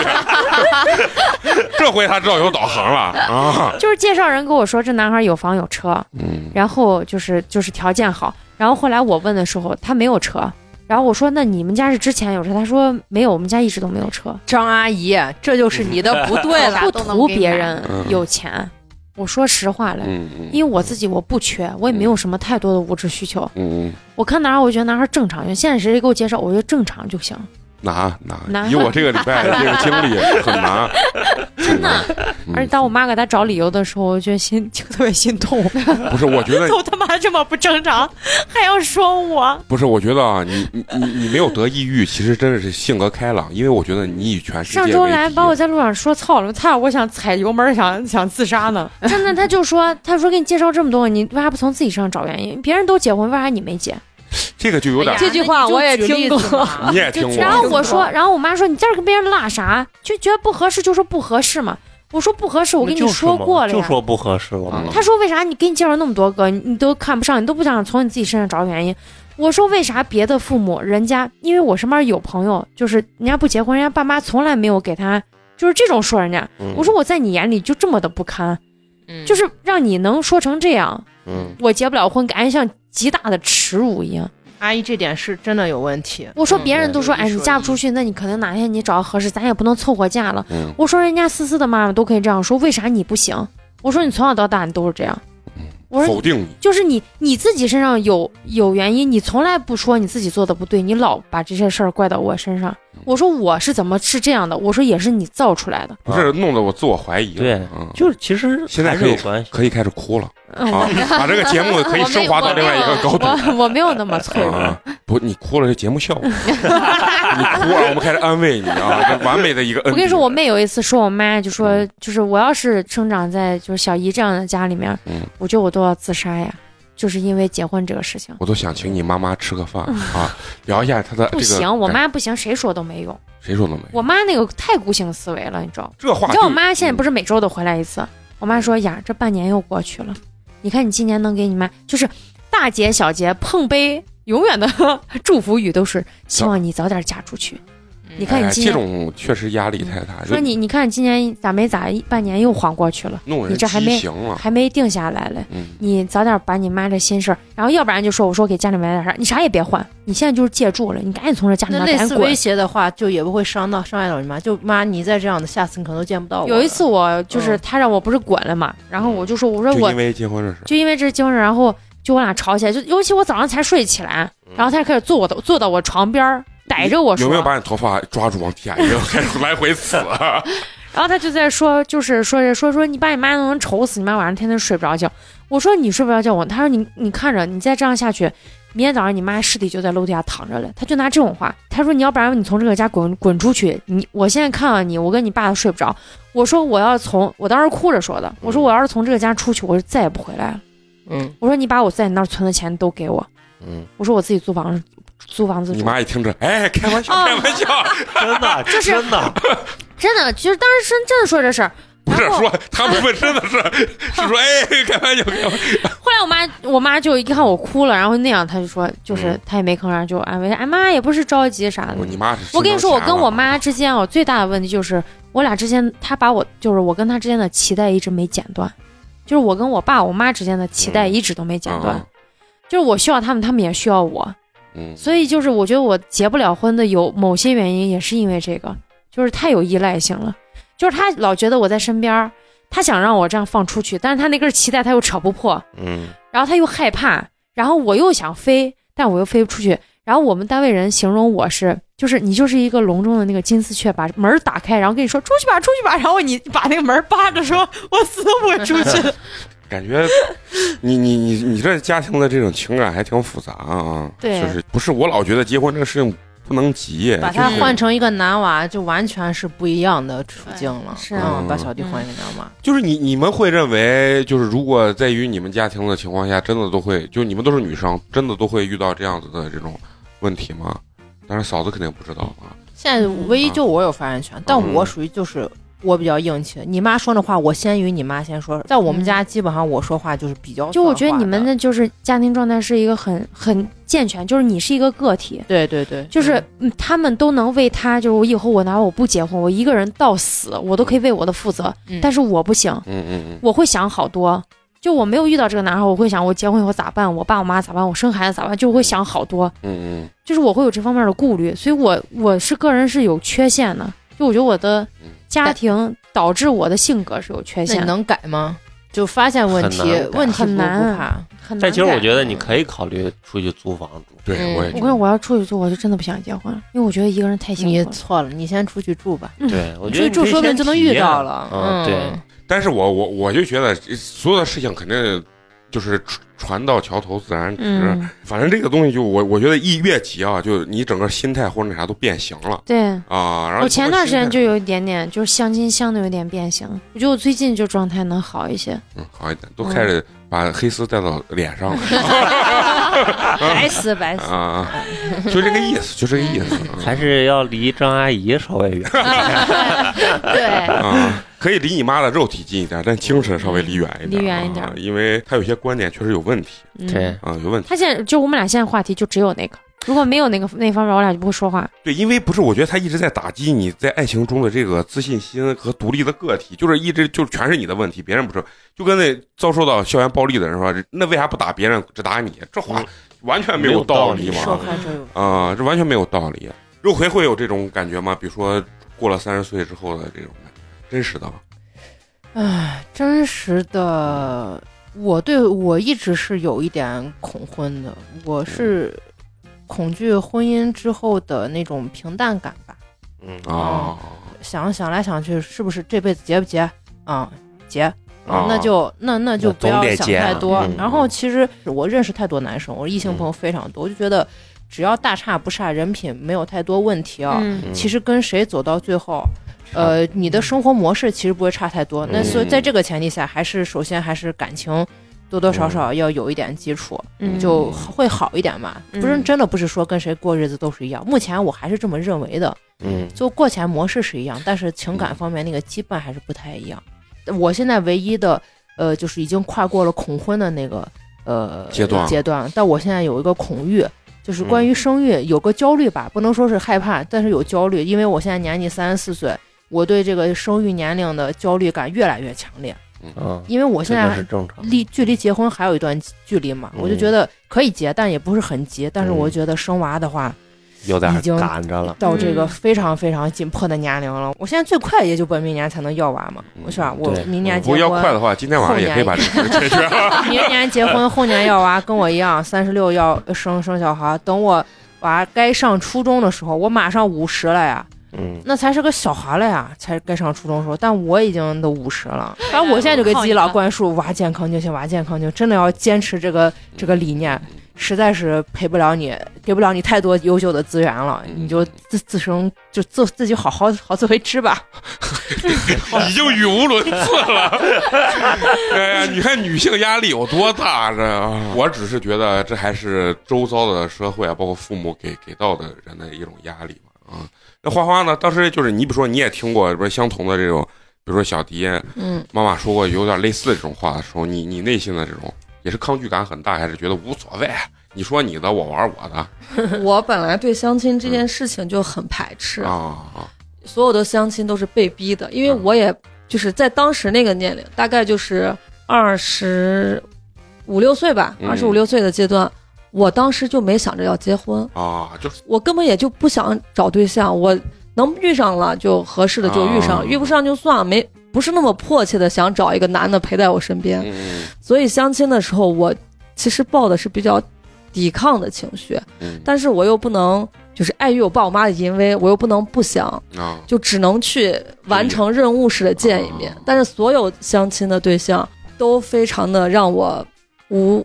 A: 这回他知道有导航了啊！
B: 就是介绍人跟我说这男孩有房有车，
A: 嗯，
B: 然后就是就是条件好。然后后来我问的时候，他没有车。然后我说那你们家是之前有车？他说没有，我们家一直都没有车。
C: 张阿姨，这就是你的不对了。
B: 不
D: 都能
B: 图
D: 给
B: 别
D: 买
B: 人
A: 嗯
B: 有钱，我说实话了，
A: 嗯嗯
B: 因为我自己我不
D: 嗯
B: 缺，我也没有什么太多的物质需求。
A: 嗯嗯，
B: 我看男孩，我觉得男孩正常，就现在谁给我介绍，我觉得正常就行。
A: 难难，
B: 拿
A: 以我这个礼拜的这个经 历，很难，真的。嗯
B: 而且当我妈给他找理由的时候，我觉得心就特别心痛，
A: 不是，我觉得
B: 都他妈他这么不正常，还要说我。
A: 不是，我觉得啊，你你你你没有得抑郁，其实真的是性格开朗，因为我觉得你以全世界
B: 上
A: 为
B: 周来
A: 己
B: 把我在路上说操了，差点我想踩油门儿想想自杀呢。 真的，他就说他说给你介绍这么多，你为啥不从自己身上找原因？别人都结婚，为啥你没结？
A: 这个就有点
F: 这句话我也听过
B: 哎
A: 你也听过
B: 然后我说
F: 哇，
B: 然后我妈说你在这跟别人拉啥？就觉得不合适就说不合适嘛。我说不合适，我跟
E: 就
B: 你
E: 是
B: 说
E: 嘛
B: 过了呀。
E: 就说不合适了嘛。
A: 嗯
B: 他说为啥你给你介绍那么多个，你你都看不上，你都不想从你自己身上找原因？我说为啥别的父母人家，因为我身边有朋友，就是人家不结婚，人家爸妈从来没有给他就是这种说人家。
E: 嗯
B: 我说我在你眼里就这么的不堪，
C: 嗯
B: 就是让你能说成这样，
E: 嗯，
B: 我结不了婚，感觉像极大的耻辱一样。
C: 阿姨这点是真的有问题。
B: 我说
C: 嗯
B: 别人都说，
C: 有一
B: 哎，你
C: 说
B: 嫁不
C: 一
B: 出去，那你可能哪天你找个合适，咱也不能凑合嫁了。
A: 嗯
B: 我说人家思思的妈妈都可以这样说，为啥你不行？我说你从小到大你都是这样。
C: 嗯
B: 我说
A: 否定你。
B: 就是你你自己身上有有原因，你从来不说你自己做的不对，你老把这些事儿怪到我身上。
C: 嗯
B: 我说我是怎么是这样的？我说也是你造出来的。
A: 不是弄得我自我怀疑了。
E: 啊对
A: 嗯，
E: 就是其实
A: 现在
E: 还
A: 可
E: 是
A: 以
E: 有关系。
A: 可以开始哭了
B: 嗯，
A: 啊！把这个节目可以升华到另外一
C: 哦
A: 个高度。
B: 我我没有那么脆 弱。
A: 啊！不，你哭了，这节目效 果。你哭了，我们开始安慰你啊！这完美的嗯一个恩。
B: 我跟你说，我妹有一次说我妈就说，就是我要是生长在就是小姨这样的家里面，
A: 嗯
B: 我觉得我都要自杀呀，就是因为结婚这个事情。
A: 我都想请你妈妈吃个饭啊，聊一下她的这
B: 嗯不
A: 个。
B: 行，我妈不行，谁说都没用。
A: 谁说的没？
B: 我妈那个太固性思维了，你知道吗？
A: 这话嗯就，
B: 你知道我妈现在不是每周都回来一次？我妈说呀，这半年又过去了，你看你今年能给你妈就是大节小节碰杯，永远的 祝福语都是希望你早点嫁出去。你看你
A: 哎
B: 今
A: 这
B: 年、
A: 种确实压力太大。
B: 说你，你看今年咋没咋半年又晃过去了，
A: 弄人
B: 你这还没
A: 畸形了，
B: 还没定下来嘞。
A: 嗯，
B: 你早点把你妈这心事儿，然后要不然就说我说给家里买点啥，你啥也别换，你现在就是借助了，你赶紧从这家里
C: 那
B: 面
C: 类
B: 赶
C: 似
B: 紧滚
C: 威。胁的话，就也不会伤到伤害到你妈。就妈，你再这样的，下次你可能都见不到我了。
B: 有一次我就是
C: 嗯
B: 他让我不是滚了嘛，然后我就说我说
A: 就
B: 我
A: 因为结婚的事。
B: 就因为这精神，然后就我俩吵起来，就尤其我早上才睡起来，然后他就开始坐我的坐到我床边儿逮着我说，
A: 有没有把你头发抓住往地下一扔，开始来回死？啊
B: 然后他就在说，就是说说说说你把你妈弄成愁死，你妈晚上天天睡不着觉。我说你睡不着觉，我他说你你看着，你再这样下去，明天早上你妈尸体就在楼底下躺着了。他就拿这种话，他说你要不然你从这个家滚滚出去，你我现在看到你，我跟你爸都睡不着。我说我要从我当时哭着说的，我说我要是从这个家出去，我就再也不回来了。
C: 嗯，
B: 我说你把我在你那儿存的钱都给我，
A: 嗯，
B: 我说我自己租房子租房子
A: 你
B: 住。
A: 妈一听这，哎，开玩 笑，
B: 哦
A: 开玩笑，
E: 真的，
B: 就是
E: 真的，
B: 真的，其实当时真真的说这事儿，
A: 不是
B: 然后
A: 说他们问真的是是说哎开玩笑开玩笑，
B: 后来我妈，我妈就一看我哭了，然后那样，她就说，就是
A: 嗯
B: 她也没吭声，就安慰，哎妈也不是着急啥的。
A: 我你妈是
B: 啊我跟你说，我跟我妈
A: 心疼
B: 之间哦，最大的问题就是我俩之间，她把我就是我跟她之间的脐带一直没剪断，就是我跟我爸我妈之间的脐带
A: 嗯
B: 一直都没剪
A: 钱了
B: 断，就是我需要他们，他们也需要我，
A: 嗯，
B: 所以就是我觉得我结不了婚的有某些原因也是因为这个，就是太有依赖性了，就是他老觉得我在身边儿，他想让我这样放出去，但是他那根脐带他又扯不破。
A: 嗯
B: 然后他又害怕，然后我又想飞，但我又飞不出去。然后我们单位人形容我是，就是你就是一个笼中的那个金丝雀，把门儿打开，然后跟你说出去吧，出去吧，然后你 把那个门儿扒着说，我死都不会出去。
A: 感觉你你你你这家庭的这种情感还挺复杂啊，
B: 对
A: 就是不是我老觉得结婚这个事情不能急，
C: 把
A: 就
C: 她
A: 是
C: 换成一个男娃，就完全是不一样的处境了。
B: 是
A: 啊
C: 嗯把小弟换一个男娃。
A: 就是你你们会认为就是如果在于你们家庭的情况下，真的都会就你们都是女生，真的都会遇到这样子的这种问题吗？但是嫂子肯定不知道啊，
C: 现在唯一就我有发言权，但
E: 嗯
C: 我属于就是我比较硬气。你妈说的话，我先于你妈先说。在我们家，基本上我说话嗯就是比较
B: 就我觉得你们
C: 算话的
B: 的就是家庭状态是一个很很健全，就是你是一个个体，
C: 对对对，
B: 就是嗯他们都能为他，就是我以后我哪怕我不结婚，我一个人到死我都可以为我的负责，
C: 嗯
B: 但是我不行，
A: 嗯嗯
B: 我会想好多。就我没有遇到这个男孩，我会想我结婚以后咋办？我爸我妈咋办？我生孩子咋办？就我会想好多，
A: 嗯嗯
B: 就是我会有这方面的顾虑，所以我我是个人是有缺陷的。就我觉得我的
A: 嗯
B: 家庭导致我的性格是有缺
C: 那你
B: 陷的，
C: 能改吗？就发现问题
E: 很难，改
C: 问题
B: 很
C: 不
B: 难
C: 不怕。
B: 很难改。
E: 但其实我觉
A: 嗯
E: 得你可以考虑出去租房住。
A: 对
C: 嗯
A: 我也
B: 我
A: 觉
B: 跟你
A: 得
B: 说，我要出去住，我就真的不想结婚，因为我觉得一个人太辛
C: 你
B: 苦了。
C: 错了，你先出去住吧，
E: 对，我觉得
C: 出去住
E: 你可以
C: 说不定
E: 先
C: 就能
E: 体
C: 遇
E: 验
C: 到了。
E: 嗯，对，
A: 呃但是我我我就觉得这所有的事情肯定就是船船到桥头自然直。
B: 嗯，
A: 反正这个东西就我我觉得一越急啊，就你整个心态或者那啥都变形了
B: 对。
A: 啊。然后
B: 我前段时间就
A: 心
B: 有一点点，就是相亲相的有点变形。我觉得我最近就状态能好一些。
A: 态嗯好一点，都开始把黑丝带到脸上了嗯
F: 白死白
B: 嗯
F: 死。
A: 啊啊，就这个意思，就这个意 思。
E: 还是要离张阿姨稍微远。
D: 对，
A: 啊，可以离你妈的肉体近一点，但精神稍微离远一点，
B: 离远一点
A: 啊因为她有些观点确实有问题
B: 嗯、，
A: 啊，有问题。
B: 他现在就我们俩现在话题就只有那个，如果没有那个那方面，我俩就不会说话。
A: 对，因为不是，我觉得她一直在打击你在爱情中的这个自信心和独立的个体，就是一直就是全是你的问题，别人不是，就跟那遭受到校园暴力的人说，那为啥不打别人，只打你？这话
E: 嗯
A: 完全没
E: 没
A: 有
E: 有道
A: 道
E: 理
A: 理嘛
C: 说话这有
A: 啊，这完全没有道理。肉葵会有这种感觉吗？比如说过了三十岁之后的这种真实的吗？
C: 唉，真实的，我对我一直是有一点恐婚的，我是恐惧婚姻之后的那种平淡感吧。
E: 嗯
A: 啊
C: 想想来想去，是不是这辈子结不结啊？结
A: 啊，
C: 那就那那就
E: 那
C: 不
E: 总
C: 要
E: 得
C: 想
E: 结
C: 太
E: 啊嗯
C: 多。
A: 嗯
C: 然后其实我认识太多男生，我异性朋友非常多，我就觉得只要大差不差，人品没有太多问题啊，
B: 嗯，
E: 嗯
C: 其实跟谁走到最后，呃，你的生活模式其实不会差太
B: 嗯
C: 多。那所以在这个前提下，还是首先还是感情多多少少要有一点基础，
B: 嗯
C: 就会好一点嘛。不是
B: 嗯
C: 真的不是说跟谁过日子都是一样，目前我还是这么认为的。
E: 嗯，
C: 就过钱模式是一样，但是情感方面那个羁绊还是不太一样。我现在唯一的呃，就是已经跨过了恐婚的那个呃
A: 阶段
C: 阶段，但我现在有一个恐育，
E: 嗯
C: 就是关于生育、有个焦虑吧，不能说是害怕，但是有焦虑，因为我现在年纪三十四岁，我对这个生育年龄的焦虑感越来越强烈，
E: 嗯，
C: 因为我现
E: 这个
C: 在
E: 是正常。
C: 离距离结婚还有一段距离嘛，我就
E: 嗯
C: 觉得可以结，但也不是很急，但是我
E: 嗯
C: 觉得生娃的话。
E: 有点
C: 已经
E: 赶着了，
C: 到这个
B: 嗯
C: 非常非常紧迫的年龄了。我现在最快也就奔明年才能要娃嘛，
A: 嗯
C: 我是吧？我
E: 对
C: 明年
A: 如
C: 结
A: 果
C: 婚，
A: 嗯要快的话，今天晚上也可以把这个事儿解决了。
C: 明年结 婚，后年要娃，跟我一样，三十六要生生小孩。等我娃该上初中的时候，我马上五十了呀，
E: 嗯，
C: 那才是个小孩了呀，才该上初中的时候。但我已经都五十 了，反正我现在就给自己老灌输娃健康就行，娃健康就行真的要坚持这个这个理念。实在是陪不了你，给不了你太多优秀的资源了，
A: 嗯
C: 你就自自生就做自己好好好自为之吧。
A: 哦已经语无伦次 了。哎呀，你看女性压力有多大这？我只是觉得这还是周遭的社会啊，包括父母给给到的人的一种压力嘛。啊，那花花呢？当时就是你，比如说你也听过，不是相同的这种，比如说小迪
F: 嗯，
A: 妈妈说过有点类似的这种话的时候，你你内心的这种也是抗拒感很大，还是觉得无所谓？啊你说你的，我玩我的
F: 我本来对相亲这件事情就很排斥，
A: 啊啊
F: 所有的相亲都是被逼的，
A: 嗯
F: 因为我也就是在当时那个年龄，大概就是二十五六岁吧，
A: 嗯
F: 二十五六岁的阶段，我当时就没想着要结婚，
A: 啊，就是
F: 我根本也就不想找对象，我能遇上了就合适的就遇
A: 啊
F: 上了，遇不上就算了，没不是那么迫切的想找一个男的陪在我身边，
A: 嗯
F: 所以相亲的时候，我其实抱的是比较抵抗的情绪，
A: 嗯
F: 但是我又不能就是碍于我爸我妈的淫威，我又不能不想。
A: 嗯啊，
F: 就只能去完成任务式的见一面
A: 嗯。
F: 但是所有相亲的对象都非常的让我无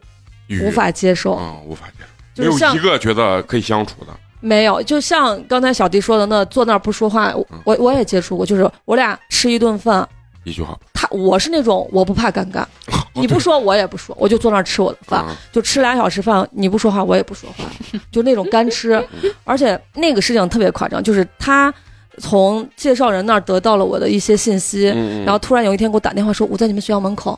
F: 无法接受，
A: 啊，无法接受，
F: 就
A: 没有
F: 是像
A: 一个觉得可以相处的。
F: 没有，就像刚才小迪说的，那坐那儿不说话，我
A: 嗯
F: 我我也接触过，就是我俩吃一顿饭，
A: 一句话，
F: 他我是那种我不怕尴 尬，
A: 哦
F: 你不说我也不说，我就坐那儿吃我的饭，
A: 啊，
F: 就吃俩小时饭，你不说话我也不说 话，就那种干吃。
A: 嗯
F: 而且那个事情特别夸张，就是他从介绍人那儿得到了我的一些信息，
A: 嗯嗯
F: 然后突然有一天给我打电话说我在你们学校门口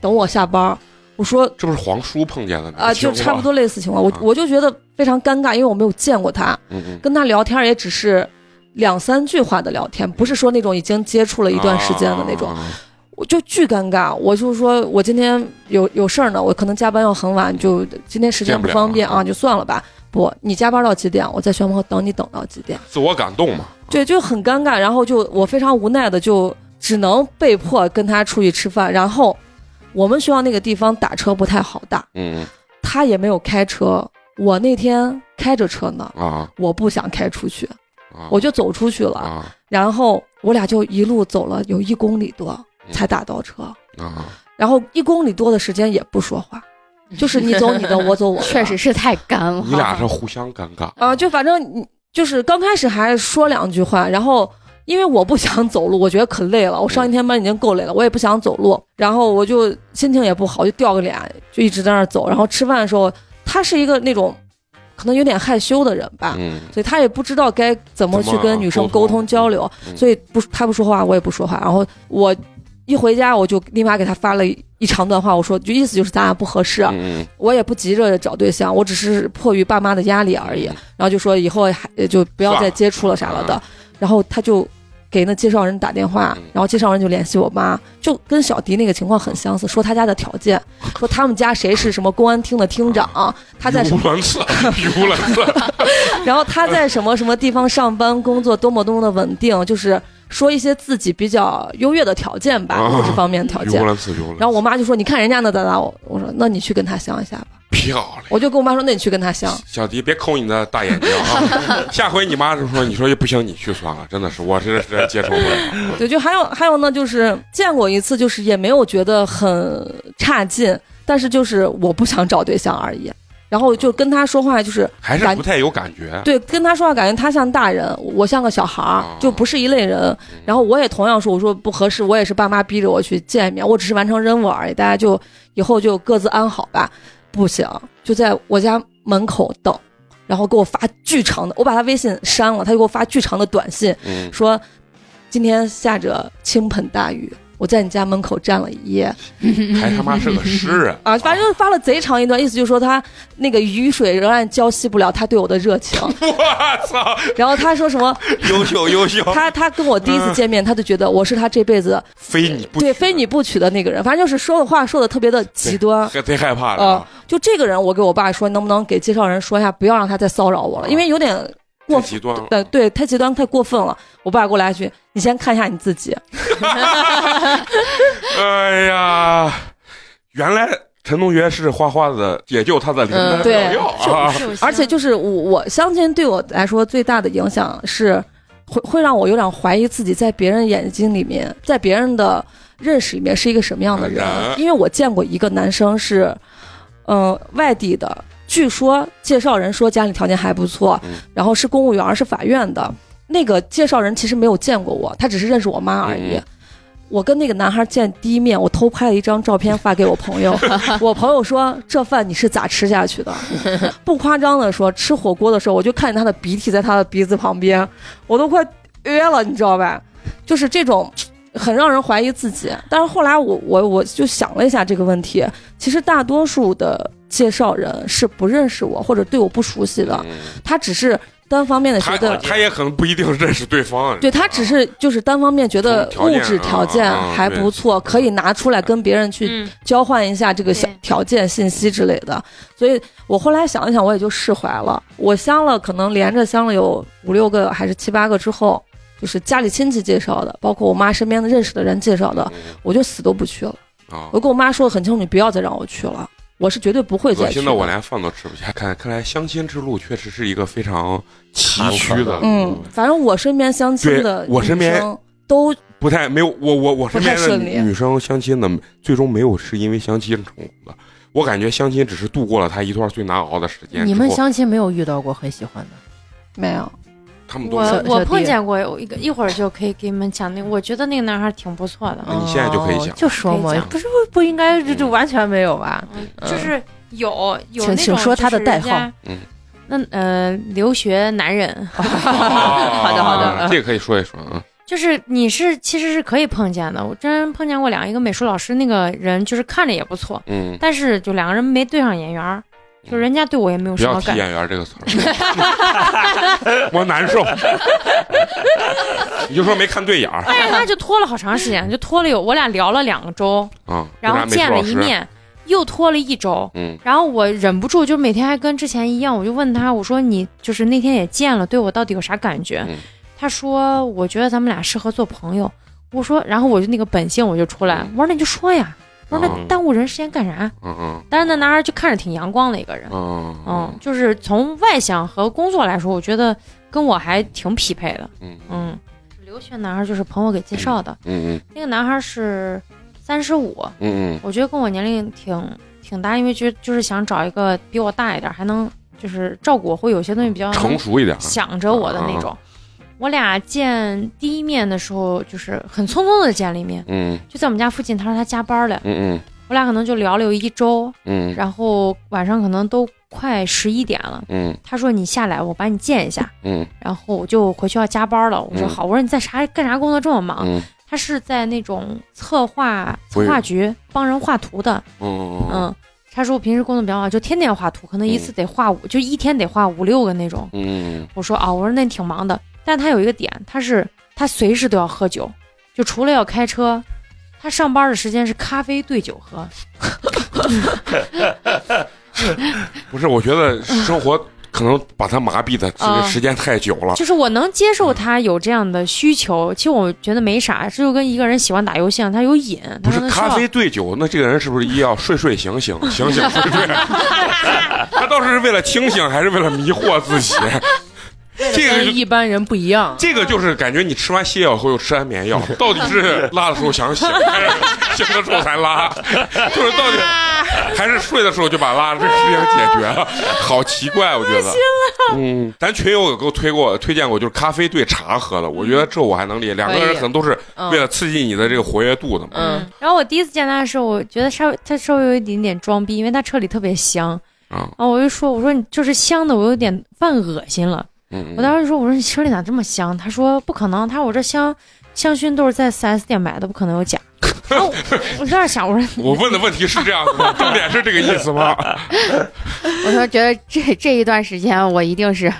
F: 等我下班儿，我说
A: 这不是黄叔碰见的吗
F: 啊、就差不，多类似情况，我
A: 啊
F: 我就觉得非常尴尬，因为我没有见过他，
A: 嗯嗯，
F: 跟他聊天也只是两三句话的聊天，不是说那种已经接触了一段时间的那种，
A: 啊，
F: 我就巨尴尬，我就说我今天有有事儿呢，我可能加班要很晚，就今天时间
A: 见不
F: 不
A: 了
F: 方便
A: 啊
F: 啊，就算了吧。不，你加班到几点？我在学校门口等你，等到几点？
A: 自我感动嘛，
F: 对，就很尴尬。然后就我非常无奈的就只能被迫跟他出去吃饭。然后我们学校那个地方打车不太好打，
A: 嗯
F: 他也没有开车。我那天开着车呢，
A: 嗯啊
F: 我不想开出去，
A: 啊，
F: 我就走出去了。
A: 啊嗯
F: 然后我俩就一路走了有一公里多才打到车。
A: 啊
F: 然后一公里多的时间也不说话，就是你走你 的，我走我的。
D: 确实是太干了。
A: 你俩是互相尴尬。
F: 啊，就反正你就是刚开始还说两句话，然后因为我不想走路，我觉得可累了，我上一天班已经够累了，我也不想走路，然后我就心情也不好，就掉个脸，就一直在那儿走。然后吃饭的时候，他是一个那种可能有点害羞的人吧，
A: 嗯，
F: 所以他也不知道该怎么去跟女
A: 怎
F: 生
A: 么沟
F: 沟
A: 通
F: 通交流，
A: 嗯
F: 所以不他不说话，我也不说话。然后我一回家，我就立马给他发了一一长段话，我说就意思就是咱俩不合适，
A: 嗯
F: 我也不急着找对象，我只是迫于爸妈的压力而已。
A: 嗯
F: 然后就说以后还呃就不要再接触了啥了
A: 算
F: 的
A: 了。
F: 然后他就给那介绍人打电话
A: 嗯，
F: 然后介绍人就联系我妈，就跟小迪那个情况很相似，说他家的条 件，说他们家谁是什么公安厅的厅长，他在什么，
A: 游览 车，游览车，
F: 然后他在什么什么地方上班工作，多么多么的稳定，就是说一些自己比较优越的条件吧，
A: 啊
F: 物质方面的条件
A: 游。览车，游览车。
F: 然后我妈就说：“你看人家那咋咋。”我我说：“那你去跟他相一下吧。
A: 漂亮”。
F: 我就跟我妈说：“那你去跟他相。”
A: 小迪，别抠你的大眼睛啊！ 下回你妈就说，你说不行，你去算了，真的是，我这这接受不了。
F: 对，就还有还有呢，就是见过一次，就是也没有觉得很差劲，但是就是我不想找对象而已。然后就跟他说话，就是
A: 还是
F: 感
A: 不太有感觉。
F: 对跟他说话，感觉他像大人，我像个小孩儿
A: 啊，
F: 就不是一类人。然后我也同样说，我说不合适，我也是爸妈逼着我去见一面，我只是完成任务而已，大家就以后就各自安好吧。不行，就在我家门口等，然后给我发巨长的，我把他微信删了，他就给我发巨长的短信，
A: 嗯，
F: 说今天下着倾盆大雨，我在你家门口站了一夜
A: 嗯还他妈是个诗人
F: 啊，反正就是发了贼长一段，意思就是说他那个雨水仍然浇熄不了他对我的热情。
A: 我操，
F: 然后他说什么，
A: 优秀优秀，
F: 他他跟我第一次见面，他就觉得我是他这辈子
A: 非你不啊
F: 对
A: 娶
F: 非你不娶的那个人，反正就是说的话说的特别的极端。
A: 还贼害怕的
F: 呃
A: 啊，，
F: 就这个人，我给我爸说，能不能给介绍人说一下，不要让他再骚扰我了，因为有点过
A: 太
F: 分。
A: 极 端了。
F: 对对，太极端太过分了。我爸给我来一句：“你先看一下你自己。”
A: 哎呀，原来陈同学是花花的，解救他的灵丹
F: 嗯对
A: 妙药啊！
F: 而且就是我，我相信对我来说最大的影响是会会让我有点怀疑自己在别人眼睛里面，在别人的认识里面是一个什么样的人
A: 人。
F: 因为我见过一个男生是，呃，外地的，据说介绍人说家里条件还不错
A: 嗯，
F: 然后是公务员，是法院的。那个介绍人其实没有见过我，他只是认识我妈而已。
A: 嗯
F: 我跟那个男孩见第一面，我偷拍了一张照片发给我朋 友，我朋友说这饭你是咋吃下去的？不夸张的说，吃火锅的时候，我就看见他的鼻涕在他的鼻子旁边，我都快噎了，你知道吧？就是这种很让人怀疑自己。但是后来我我我就想了一下这个问题，其实大多数的介绍人是不认识我或者对我不熟悉的，
A: 嗯
F: 他只是单方面的
A: 他
F: 觉得。
A: 他也可能不一定认识对方啊，
F: 对他只是就是单方面觉得
A: 条
F: 物
A: 件
F: 质条
A: 啊
F: 件
A: 啊
F: 还
A: 对
F: 不错，可以拿出来跟别人去
D: 嗯，
F: 交换一下这个小
D: 对
F: 条件信息之类的。所以我后来想一想，我也就释怀了。我相了，可能连着相了有五六个还是七八个之后，就是家里亲戚介绍的，包括我妈身边的认识的人介绍的，
A: 嗯
F: 我就死都不去了。
A: 啊
F: 我。跟我妈说的很清楚，你不要再让我去了，我是绝对不会
A: 恶
F: 再去
A: 心的我连饭都吃不下，看看来相亲之路确实是一个非常崎岖的，
F: 嗯，反正我身边相亲的
A: 对我身边
F: 女生都
A: 不太没有我我我身边
F: 不
A: 的
F: 太顺利
A: 女生相亲的，最终没有是因为相亲成功的。我感觉相亲只是度过了她一段最难熬的时间之后。
C: 你们相亲没有遇到过很喜欢的？
F: 没有。
A: 他们都
B: 我
A: 是
C: 嗯小
B: 我
C: 弟
B: 碰见过有一个，一会儿就可以给你们讲那个，我觉得那个男孩挺不错的，啊
A: 你现在就可以讲
C: 哦就说嘛
B: 可以讲，
C: 不是不应该就就完全没有吧？嗯
B: 就是有有
C: 请
B: 那
C: 请
B: 种
C: 说他的
B: 就是人
C: 代
B: 家
C: 号
A: 嗯。
B: 那呃，留学男人
A: 好
C: 的好的
A: 啊这个可以说一说啊。
B: 就是你是其实是可以碰见的，我真碰见过两个，一个美术老师，那个人就是看着也不错，
A: 嗯，
B: 但是就两个人没对上眼缘儿，就
C: 嗯
B: 人家对我也没有
A: 不
B: 什
A: 要
B: 么
A: 提
C: 啊
B: 感觉。
A: 演员这个词儿，我难 受。你就说没看对眼儿
B: 但是他就拖了好长时间，就拖了有我俩聊了两周，
A: 啊，
B: 然后
A: 为啥没
B: 见了
A: 说
B: 一
A: 老师。
B: 面，又拖了一周，
A: 嗯，
B: 然后我忍不住，就每天还跟之前一样，我就问他，我说你就是那天也见了，对我到底有啥感觉？
A: 嗯
B: 他说我觉得咱们俩适合做朋友。我说，然后我就那个本性我就出来了，
A: 嗯
B: 我说那你就说呀，我说
A: 嗯
B: 那耽误人时间干啥？
A: 嗯嗯
B: 但是那男孩就看着挺阳光的一个人，
A: 嗯
B: 嗯，就是从外向和工作来说，我觉得跟我还挺匹配的，
A: 嗯嗯
B: 嗯。留学男孩就是朋友给介绍的，
A: 嗯
B: 那个男孩是三十五，
A: 嗯
B: 我觉得跟我年龄挺挺搭，因为觉就是想找一个比我大一点，还能就是照顾我，会有些东西比较
A: 嗯，成熟一啊点。
B: 想着我的那种。我俩见第一面的时候，就是很匆匆的见了一面，
A: 嗯
B: 就在我们家附近。他说他加班了，
A: 嗯
B: 我俩可能就聊了有一周，
A: 嗯嗯
B: 然后晚上可能都快十一点了。
A: 嗯
B: 他说你下来，我把你见一下。
A: 嗯
B: 然后我就回去要加班了。我说
A: 嗯
B: 好，我说你在啥干啥工作这么忙？
A: 嗯
B: 他是在那种策划
A: 不
B: 策
A: 是
B: 划局帮人画图的，
A: 嗯
B: 嗯。他说我平时工作比较忙，就天天画图，可能一次得画五，就一天得画五六个那种。
A: 嗯
B: 我说啊，我说那挺忙的，但他有一个点，他是他随时都要喝酒，就除了要开车，他上班的时间是咖啡兑酒喝。
A: 不是，我觉得生活可能把他麻痹的这个时间太久了。
B: 就是我能接
A: 嗯
B: 受他有这样的需求，其实我觉得没啥，这就跟一个人喜欢打游戏一样，他有瘾，
A: 不
B: 他
A: 是
B: 可能需
A: 咖
B: 要
A: 啡兑酒，那这个人是不是一要睡睡醒醒，醒醒睡睡？他到底是为了清醒，还是为了迷惑自己？这个
C: 跟
A: 就
C: 一般人不一样。
A: 这个就是感觉你吃完泻药后又吃安眠 药，到底是拉的时候想醒，还 是醒的时候才 拉？就是到底还是睡的时候就把拉这个事情解决 了，好奇怪，我觉得。嗯，咱群友有给我推过推荐过，就是咖啡兑茶喝
B: 嗯
A: 的，我觉得这我还能理解，两个人可能都是
C: 嗯
A: 为了刺激你的这个活跃度的嘛。
C: 嗯，
B: 然后我第一次见他的时候，我觉得稍微他稍微有一点点装逼，因为他车里特别香。
A: 啊，
B: 然后我就说：“我说你就是香的，我有点犯恶心了。
A: 嗯，
B: 我当时就说：“我说你车里咋这么香？”他说：“不可能，他说我这香香薰都是在 4S 店买的，不可能有假。”然后我我在那想，我说
A: 我问的问题是这样的 吗？重点是这个意思吗？
F: 啊
D: 我说觉得这这一段时间我一定是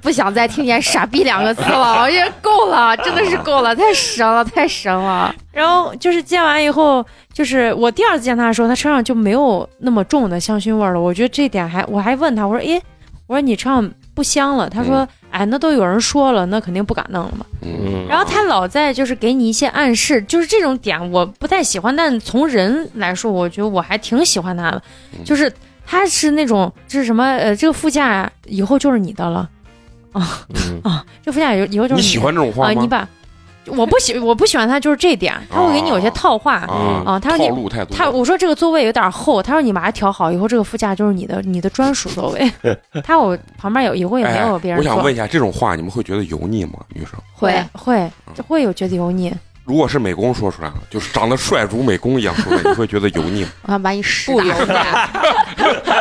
D: 不想再听见“傻逼”两个字了，我觉得够了，真的是够了，太神了，太神了。
B: 然后就是见完以后，就是我第二次见他的时候，他车上就没有那么重的香薰味儿了。我觉得这点还，我还问他，我说：“诶，我说你车上不香了？”他说：“哎，那都有人说了，那肯定不敢弄了嘛。”
A: 嗯，
B: 然后他老在就是给你一些暗示，就是这种点我不太喜欢，但从人来说，我觉得我还挺喜欢他的，
A: 嗯
B: 就是他是那种这是什么呃，这个副驾以后就是你的了，啊、
E: 嗯
B: 啊，这副驾以后以后就是
A: 你
B: 的
A: 喜欢这种
B: 啊、
A: 话吗？
B: 你把我不喜我不喜欢他就是这点，他会给你有些套话。
A: 啊
B: 啊他
A: 套路太多。
B: 他我说这个座位有点厚，他说你把它调好，以后这个副驾就是你的你的专属座 位。他我旁边有以后也没
A: 哎
B: 有别，人
A: 我
B: 坐，
A: 想问一下，这种话你们会觉得油腻吗？女生，
D: 会
B: 会会有觉得油腻，
A: 如果是美工说出来了，就是长得帅如美工一样说的，你会觉得油腻吗？
D: 我想把你屎
C: 不
D: 打
C: 油
D: 出来。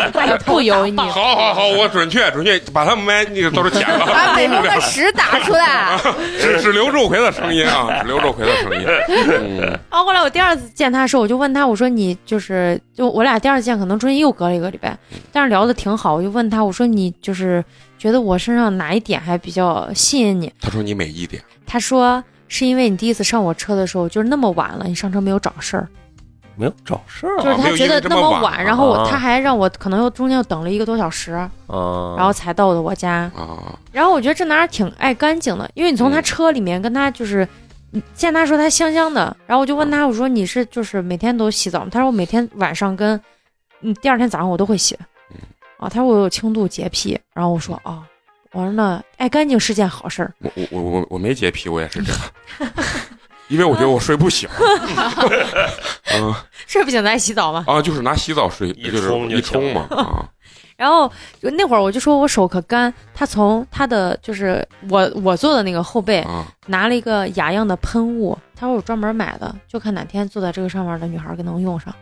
C: 腻，不油腻。
A: 好好好，我准确准确，把他们麦那个到时候剪 了，
D: 把
B: 哎
D: 美工的屎打出来，
A: 只只留肉葵的声音 啊，只留肉葵的声音。嗯
B: 然后后来我第二次见他的时候，我就问他，我说你就是就我俩第二次见，可能中间又隔了一个礼拜，
E: 嗯
B: 但是聊的挺好。我就问他，我说你就是觉得我身上哪一点还比较吸引你？
A: 他说你美一点，
B: 他说是因为你第一次上我车的时候就是那么晚了，你上车没有找事儿，
E: 没有找事儿
B: 就是他觉得
A: 啊没有因为这
B: 那
A: 么晚
B: 晚，然后我
E: 啊
B: 他还让我可能又中间又等了一个多小时，
E: 啊，
B: 然后才到的我家。
A: 啊，
B: 然后我觉得这男人挺爱干净的，因为你从他车里面跟他就是，你见他说他香香的，然后我就问他，我说你是就是每天都洗澡吗？他说我每天晚上跟，嗯，第二天早上我都会洗。啊，他说我有轻度洁癖，然后我说哦，我说那爱干净是件好事儿。
A: 我我我我我没洁癖，我也是这样， 因为我觉得我睡不 醒。嗯
B: 睡不醒咱洗澡嘛。
A: 啊，就是拿洗澡水，
E: 一
A: 就是
E: 冲就
A: 一冲嘛啊，
B: 然后就那会儿我就说我手可干，他从他的就是我我坐的那个后 背
A: 啊，
B: 拿了一个雅漾的喷雾，他说我专门买的，就看哪天坐在这个上面的女孩儿给能用上。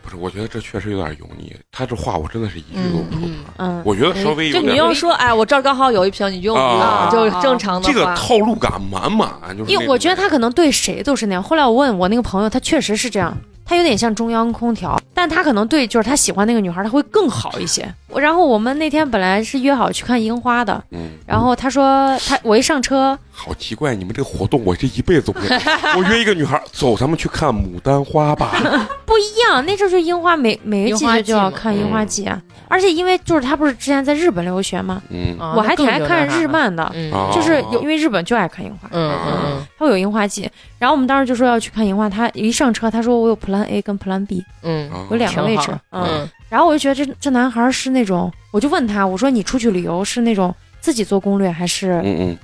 A: 不是，我觉得这确实有点油腻。他这话我真的是一句都不出
C: 嗯
A: 来，
B: 嗯，
A: 我觉得稍微
F: 就
A: 有
F: 你
A: 点
F: 要说，哎，我这儿刚好有一瓶，你用不用？
A: 啊
F: 就是正常的
A: 这
F: 话。
A: 个套路感满满，就是
B: 因为
A: 那种
B: 我觉得他可能对谁都是那样。后来我问我那个朋友，他确实是这样，他有点像中央空调，但他可能对就是他喜欢那个女孩，他会更好一些。我然后我们那天本来是约好去看樱花的，
A: 嗯，
B: 然后他说他我一上车，
A: 好奇怪，你们这个活动我这一辈子不 会。我约一个女孩，走，咱们去看牡丹花吧。
B: 不一样，哎那时候就樱花每每个季
C: 樱花
B: 节
C: 季
B: 就要
C: 嘛
B: 看樱花季啊，而且因为就是他不是之前在日本留学嘛，
A: 嗯
C: 啊
B: 我还挺爱看日。
C: 那更有点啥
B: 漫的，
C: 嗯
A: 啊
B: 就是有因为日本就爱看樱花，
C: 嗯
A: 哦
C: 嗯
B: 它会有樱花季。然后我们当时就说要去看樱花，他一上车他说我有 Plan A 跟 Plan B，
C: 嗯嗯
A: 啊
B: 有两个位置
C: 挺，
B: 嗯。
A: 哦
C: 嗯
B: 然后我就觉得这这男孩儿是那种，我就问他，我说你出去旅游是那种自己做攻略，还是、
A: 嗯嗯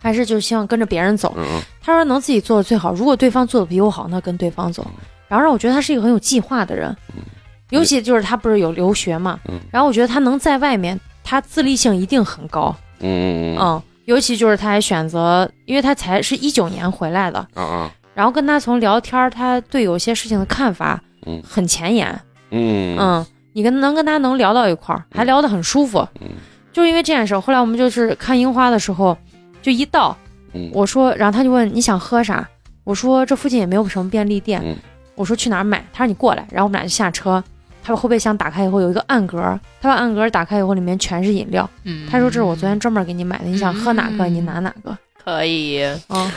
B: 还是就希望跟着别人走？
A: 嗯嗯
B: 他说能自己做的最好，如果对方做的比我好，那跟对方走。然后让我觉得他是一个很有计划的人，尤其就是他不是有留学嘛
A: 嗯，
B: 然后我觉得他能在外面，他自立性一定很高，
A: 嗯嗯嗯
B: 嗯，尤其就是他还选择，因为他才是一九年回来的，
A: 啊啊
B: 然后跟他从聊天儿，他对有些事情的看法
A: 嗯
B: 很前沿，
A: 嗯
B: 嗯，你跟能跟他能聊到一块儿，还聊得很舒服。
A: 嗯
B: 就是因为这件事儿，后来我们就是看樱花的时候，就一到
A: 嗯
B: 我说，然后他就问你想喝啥，我说这附近也没有什么便利店，
A: 嗯
B: 我说去哪儿买，他说你过来，然后我们俩就下车。他把后备箱打开以后有一个暗格儿，他把暗格儿打开以后里面全是饮料。
D: 嗯
B: 他说这是我昨天专门给你买的，你想喝哪个
D: 嗯
B: 你拿哪个。
C: 可以，
B: 嗯，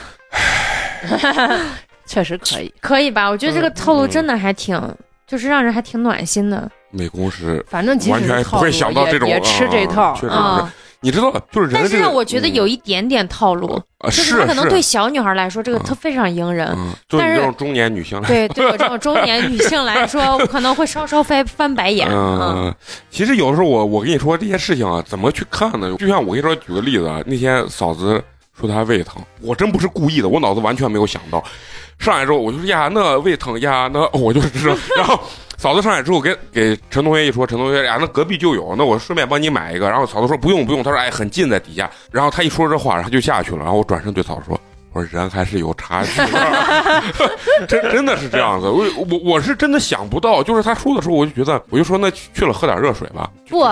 C: 确实可以。
B: 可以吧？我觉得这个
A: 嗯
B: 套路
A: 嗯
B: 真的还挺，就是让人还挺暖心的。
A: 美工是
C: 反正即使
A: 完
C: 是
A: 全
C: 套
A: 不会
C: 路
A: 想到
C: 也
A: 这种
C: 别吃这套
A: 啊。确实
B: 啊、
A: 你知道，就是人
B: 但
A: 的
B: 是
A: 这
B: 让
A: 个，嗯
B: 我觉得有一点点套路。
A: 啊
B: 就是是他可能
A: 是
B: 对小女孩来说，这个
A: 嗯
B: 特非常迎人。
A: 嗯，对你
B: 但是
A: 这种中年女性来，
B: 对，对我这种中年女性来说，我可能会稍稍翻翻白眼。嗯，
A: 嗯，其实有的时候我我跟你说这些事情啊，怎么去看呢？就像我跟你说，举个例子啊，那天嫂子说她胃疼，我真不是故意的，我脑子完全没有想到。上来之后我就说呀，那胃疼呀，那哦我就是这，然后。嫂子上来之后给给陈同学一说，陈同学哎呀，那隔壁就有，那我顺便帮你买一个。然后嫂子说不用不用，他说哎很近在底下。然后他一说这话，然后就下去了。然后我转身对嫂子说，我说人还是有 差距的。 真真的是这样子，我我我是真的想不到，就是他说的时候，我就觉得，我就说那去了喝点热水吧。
D: 不，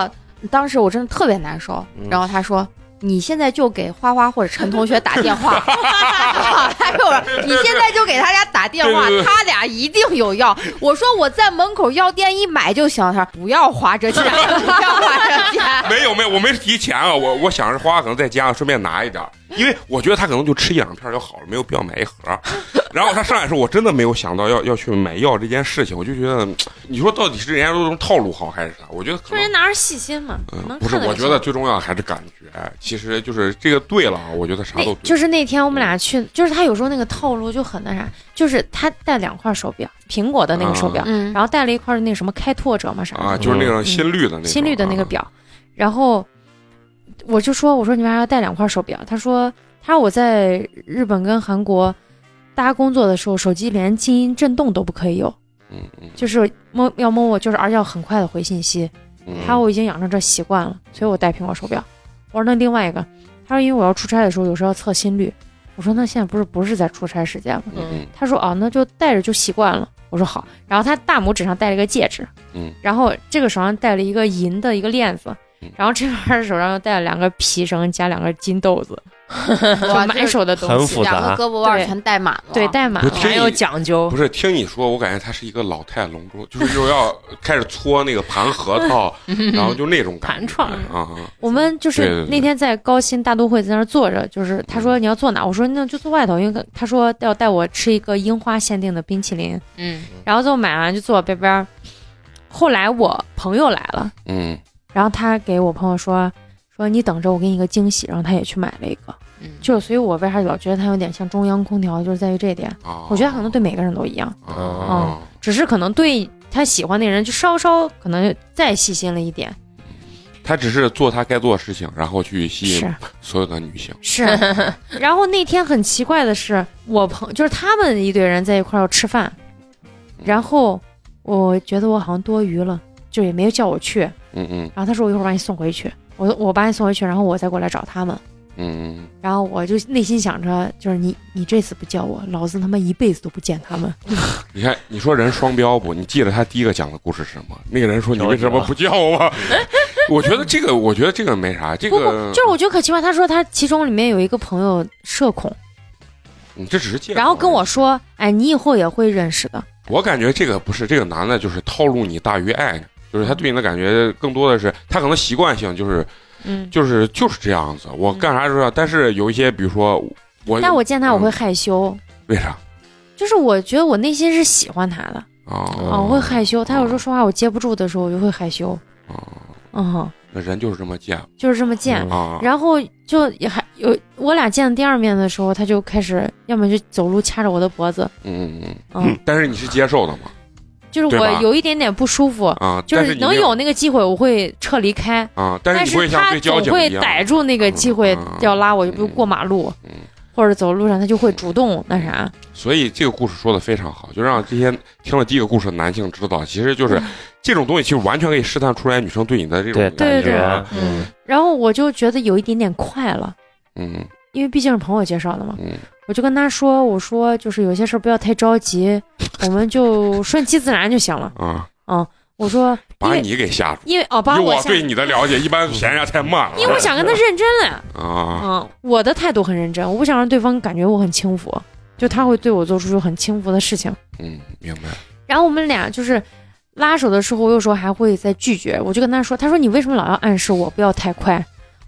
D: 当时我真的特别难受。
A: 嗯
D: 然后他说。你现在就给花花或者陈同学打电 话，他跟我说你现在就给他俩打电话
A: 对对，对
D: 他俩一定有药。我说我在门口药店一买就行，他说不要 花这钱，不要花这钱。
A: 没有没有，我没提钱啊，我我想着花花可能在家顺便拿一点儿，因为我觉得他可能就吃一两片就好了，没有必要买一盒。 然后他上来的时候，我真的没有想到要要去买药这件事情，我就觉得，嗯你说到底是人家这种套路好还是啥？我觉得可
B: 说
A: 能
B: 人。哪是细心嘛，能
A: 嗯，不是，
B: 看到
A: 我
B: 就
A: 觉
B: 行
A: 得最重要的还是感觉，其实就是这个对了啊，我觉得啥
B: 那
A: 都
B: 就
A: 对。嗯
B: 是那天我们俩去，就是他有时候那个套路就很那啥，就是他戴两块手表，苹果的那个手表，
D: 嗯，
B: 然后戴了一块那什么开拓者嘛啥的
A: 啊，就是那种心率的那种，
B: 新绿的那个
A: 啊，
B: 表，然后我就说我说你为啥要带两块手表？他说他说我在日本跟韩国大家工作的时候，手机连静音震动都不可以有，
A: 嗯嗯
B: 就是摸要摸我，就是而且要很快的回信息。
A: 嗯，
B: 他说我已经养成这习惯了，所以我戴苹果手表。我说那另外一个，他说因为我要出差的时候有时候要测心率，我说那现在不是不是在出差时间吗？
A: 嗯
B: 他说啊，那就戴着就习惯了。我说好，然后他大拇指上戴了一个戒指，
A: 嗯，
B: 然后这个手上戴了一个银的一个链子
A: 嗯，
B: 然后这边手上又戴了两个皮绳加两个金豆子，
A: 嗯
B: 就
D: 哇
B: 满手的东
E: 很
B: 西，
E: 复
D: 两
E: 杂
D: 个胳膊腕儿全戴满了。
B: 对，戴满
A: 不
B: 了
A: 是。
C: 很有讲究
A: 不，是听你说，我感觉他是一个老态龙钟，就是又 要开始搓那个盘核桃，
B: 嗯
A: 然后就那种感觉
C: 盘串儿
A: 啊啊，
B: 我们就
A: 对对
B: 是
A: 对嗯
B: 那天在高新大都会在那儿坐着，就是他说你要坐哪，我说那就坐外头，因为他说要带我吃一个樱花限定的冰淇淋，
D: 嗯，
B: 然后就买完就坐边边儿。后来我朋友来了，
A: 嗯
B: 然后他给我朋友说说你等着，我给你一个惊喜。然后他也去买了一个，
D: 嗯
B: 就所以，我为啥老觉得他有点像中央空调，就是在于这一点。
A: 啊，
B: 我觉得嗯可能对每个人都一样，
A: 啊，
B: 只是可能对他喜欢那人就稍稍可能再细心了一点。
A: 他只是做他该做的事情，然后去吸引
B: 是
A: 所有的女性，
B: 是。然后那天很奇怪的是，我朋就是他们一堆人在一块儿要吃饭，然后我觉得我好像多余了，就也没有叫我去。
A: 嗯嗯
B: 然后他说我一会儿把你送回去，我我把你送回去，然后我再过来找他们。
A: 嗯
B: 然后我就内心想着，就是你你这次不叫我，老子他妈一辈子都不见他们。
A: 嗯，你看你说人双标不？你记得他第一个讲的故事是什么？那个人说你为什么不叫我？我觉得这个，我觉得这个没啥，这
B: 不不，
A: 个
B: 就是我觉得可奇怪，他说他其中里面有一个朋友社恐，
A: 你嗯这只是借口
B: 然后跟我说，哎，你以后也会认识的。
A: 我感觉这个不是这个男的，就是套路你大于爱你，就是他对你的感觉更多的是他可能习惯性就是
B: 嗯，
A: 就是就是这样子，我干啥都要。但是有一些，比如说我，
B: 但我见他我
A: 嗯
B: 会害羞，
A: 为啥
B: 就是我觉得我内心是喜欢他的
A: 啊？
B: 啊，我会害羞。他有时候说话我接不住的时候，我就会害羞。
A: 啊，
B: 嗯哼，
A: 那人就是这么贱
B: 就是这么贱。
A: 啊。
B: 然后就也还有我俩见第二面的时候，他就开始要么就走路掐着我的脖子，
A: 嗯嗯
B: 嗯，
A: 嗯，但是你是接受的嘛？
B: 就是
A: 对
B: 我
A: 吧
B: 有一点点不舒服，
A: 啊，
B: 哦就
A: 但
B: 是
A: 你
B: 能
A: 没
B: 有那个机会，我会撤离开。
A: 啊，但
B: 但
A: 是你不会像
B: 他
A: 对交
B: 总
A: 警
B: 会
A: 一样
B: 逮住那个机会
A: 嗯
B: 要拉我，
A: 嗯
B: 就比如过马路
A: 嗯
B: 或者走路上，他就会主动那啥。
A: 所以这个故事说的非常好，就让这些听了第一个故事的男性知道，其实就是
B: 嗯
A: 这种东西，其实完全可以试探出来女生对你的这种
E: 对
A: 感
B: 对
A: 觉啊。
E: 嗯
B: 然后我就觉得有一点点快了，
A: 嗯
B: 因为毕竟是朋友介绍的嘛。
A: 嗯，
B: 我就跟他说，我说就是有些事儿不要太着急，我们就 顺其自然就行了。
A: 啊，
B: 我说，嗯因
A: 把
B: 为
A: 你给吓住。
B: 因为哦，把
A: 以
B: 我
A: 我
B: 吓
A: 对你的了解，一般嫌人家太慢了。
B: 因为我想跟他认真了，
A: 啊，
B: 嗯，我的态度很认真，我不想让对方感觉我很轻浮，就他会对我做出很轻浮的事情。
A: 嗯，明白。
B: 然后我们俩就是拉手的时候，我有时候还会再拒绝。我就跟他说：“他说你为什么老要暗示我不要太快？”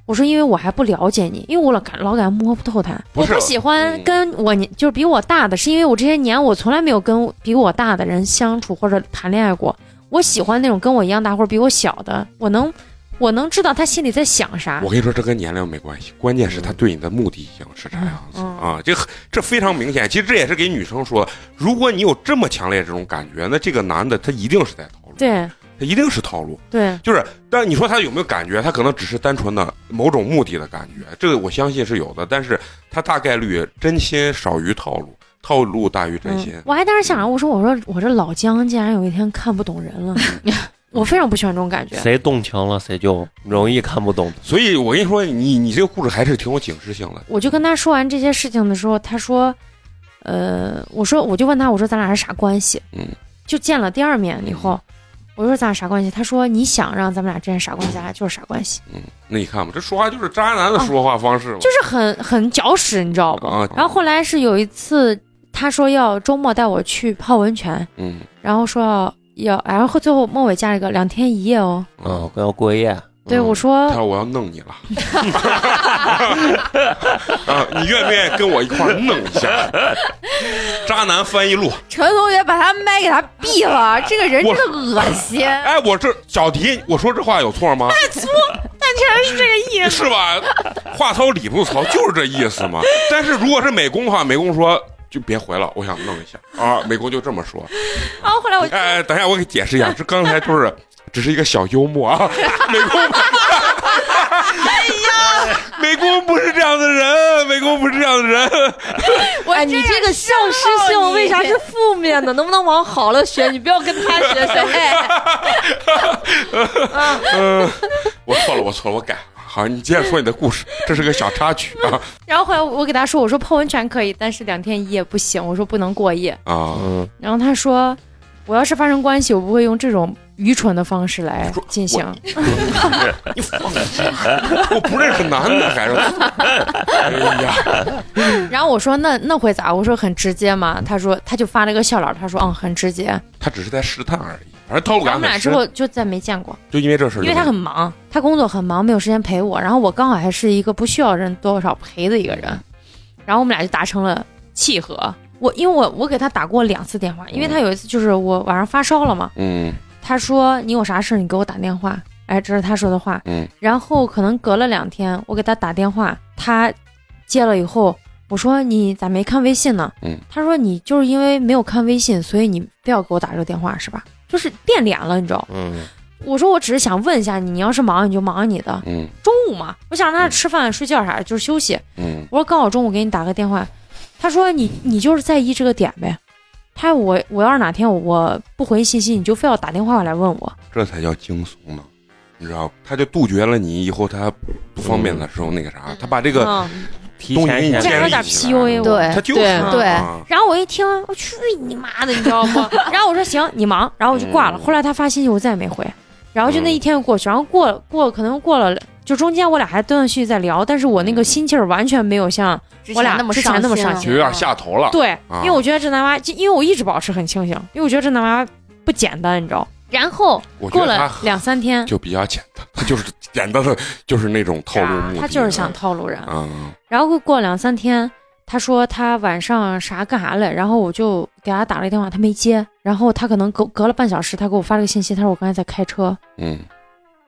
B: 我说：“因为我还不了解你，因为我老感老感摸不透他，
A: 不
B: 我
A: 是
B: 不喜欢
A: 嗯
B: 跟我年就是比我大的，是因为我这些年我从来没有跟比我大的人相处或者谈恋爱过。我喜欢那种跟我一样大或者比我小的，我能我能知道他心里在想啥
A: 我。跟你说，这跟年龄没关系，关键是他对你的目的已经是啥样子、
B: 嗯
A: 啊？这这非常明显。其实这也是给女生说，如果你有这么强烈这种感觉，那这个男的他一定是在套路，
B: 对
A: 他一定是套路。
B: 对，
A: 就是，但是你说他有没有感觉？他可能只是单纯的某种目的的感觉，这个我相信是有的，但是他大概率真心少于套路，套路大于真心。
B: 嗯我还当时想，我说我说我这老姜竟然有一天看不懂人了， 我非常不喜欢这种感觉。
E: 谁动情了谁就容易看不懂。
A: 所以我跟你说，你你这个故事还是挺有警示性的。
B: 我就跟他说完这些事情的时候，他说，呃，我说我就问他，我说咱俩是啥关系？
A: 嗯，
B: 就见了第二面以后，我说咱俩啥关系？他说你想让咱们俩之间啥关系，咱俩就是啥关系，
A: 嗯，那你看吧，这说话就是渣男的说话方式嘛。
B: 哦就是很很搅屎，你知道不？
A: 啊
B: 然后后来是有一次，他说要周末带我去泡温泉，
A: 嗯
B: 然后说要要，然后最后末尾加了一个两天一夜哦。
E: 嗯，跟要过夜，
B: 对，
A: 嗯
B: 我说
A: 他说我要弄 你了， 啊，你愿不愿意跟我一块儿弄一 下？渣男翻译录，
D: 陈同学把他麦给他闭了，这个人
A: 我
D: 真的恶心。
A: 哎，我这小迪，我说这话有错吗？ 是吧？话糙理不糙，就是这意思嘛。但是如果是美工的话，美工说就别回了，我想弄一下啊。美工就这么说。
B: 然后后来我
A: 哎，哎等一下，我给解释一下，这刚才就是只是一个小幽默啊。美工，
B: 哎
A: 美工不是这样的人，美工不是这样的人。
D: 我
F: 哎，你这个消失性为啥是负面的？能不能往好了学？你不要跟他学，小黑。
A: 嗯，我错了，我错了，我改。好，你接着说你的故事，这是个小插曲啊
B: 然后后来我给他说，我说泡温泉可以，但是两天一夜不行，我说不能过夜。
A: 啊！
E: 嗯，
B: 然后他说，我要是发生关系，我不会用这种愚蠢的方式来进行。
A: 你放下，我不认识男的还是？哎呀。
B: 然后我说那那会咋？我说很直接嘛。他说他就发了个笑脸，他说嗯很直接。
A: 他只是在试探而已。反正套路
B: 然后
A: 感
B: 我们俩
A: 很
B: 之
A: 深，
B: 后就再没见过，
A: 就因为这事儿就
B: 因
A: 没，
B: 为他很忙，他工作很忙，没有时间陪我。然后我刚好还是一个不需要人多少陪的一个人，然后我们俩就达成了契合。我因为我我给他打过两次电话，因为他有一次就是我晚上发烧了嘛，
A: 嗯
B: 他说你有啥事儿你给我打电话。哎，这是他说的话。
A: 嗯
B: 然后可能隔了两天，我给他打电话，他接了以后，我说你咋没看微信呢？
A: 嗯，
B: 他说你就是因为没有看微信，所以你非要给我打这个电话是吧？就是变脸了，你知道？
E: 嗯，
B: 我说我只是想问一下你，你要是忙你就忙你的，
A: 嗯
B: 中午嘛，我想让他吃饭、睡觉啥的，就是休息。
A: 嗯，
B: 我说刚好中午给你打个电话，他说你你就是在意这个点呗。他说我我要是哪天我我不回信息，你就非要打电话来问我。
A: 这才叫惊悚呢，你知道吧？他就杜绝了你以后他不方便的时候那个啥，他把这个
B: 嗯
E: 提
A: 东西
E: 前
A: 给你
E: 先
B: 这样
A: 建
B: 有
A: 立
B: 点
A: 起来
B: PUA
A: 了，
B: 我
D: 对
A: 他就是啊
D: 对
A: 啊
B: 然后我一听，我去你妈的，你知道 不？然后我说行，你忙，然后我就挂了。
A: 嗯
B: 后来他发信息，我再也没回。然后就那
A: 嗯
B: 一天就过去，然后过过可能过了，就中间我俩还断断续续在聊，但是我
A: 嗯
B: 那个心气儿完全没有像我俩之前那么
D: 啊
B: 上
A: 就有点下头了。
B: 对，
A: 啊
B: 因为我觉得这男娃，因为我一直保持很清醒，因为我觉得这男娃不简单，你知道。然后
A: 我觉
B: 过
A: 得
B: 了
A: 他
B: 两三天，
A: 就比较简单，他就是简单的，就是那种套路目的
B: 他就是想套路人。
A: 啊，
B: 然后过两三天，他说他晚上啥干啥了，然后我就给他打了个电话，他没接。然后他可能隔隔了半小时，他给我发了个信息，他说我刚才在开车。
A: 嗯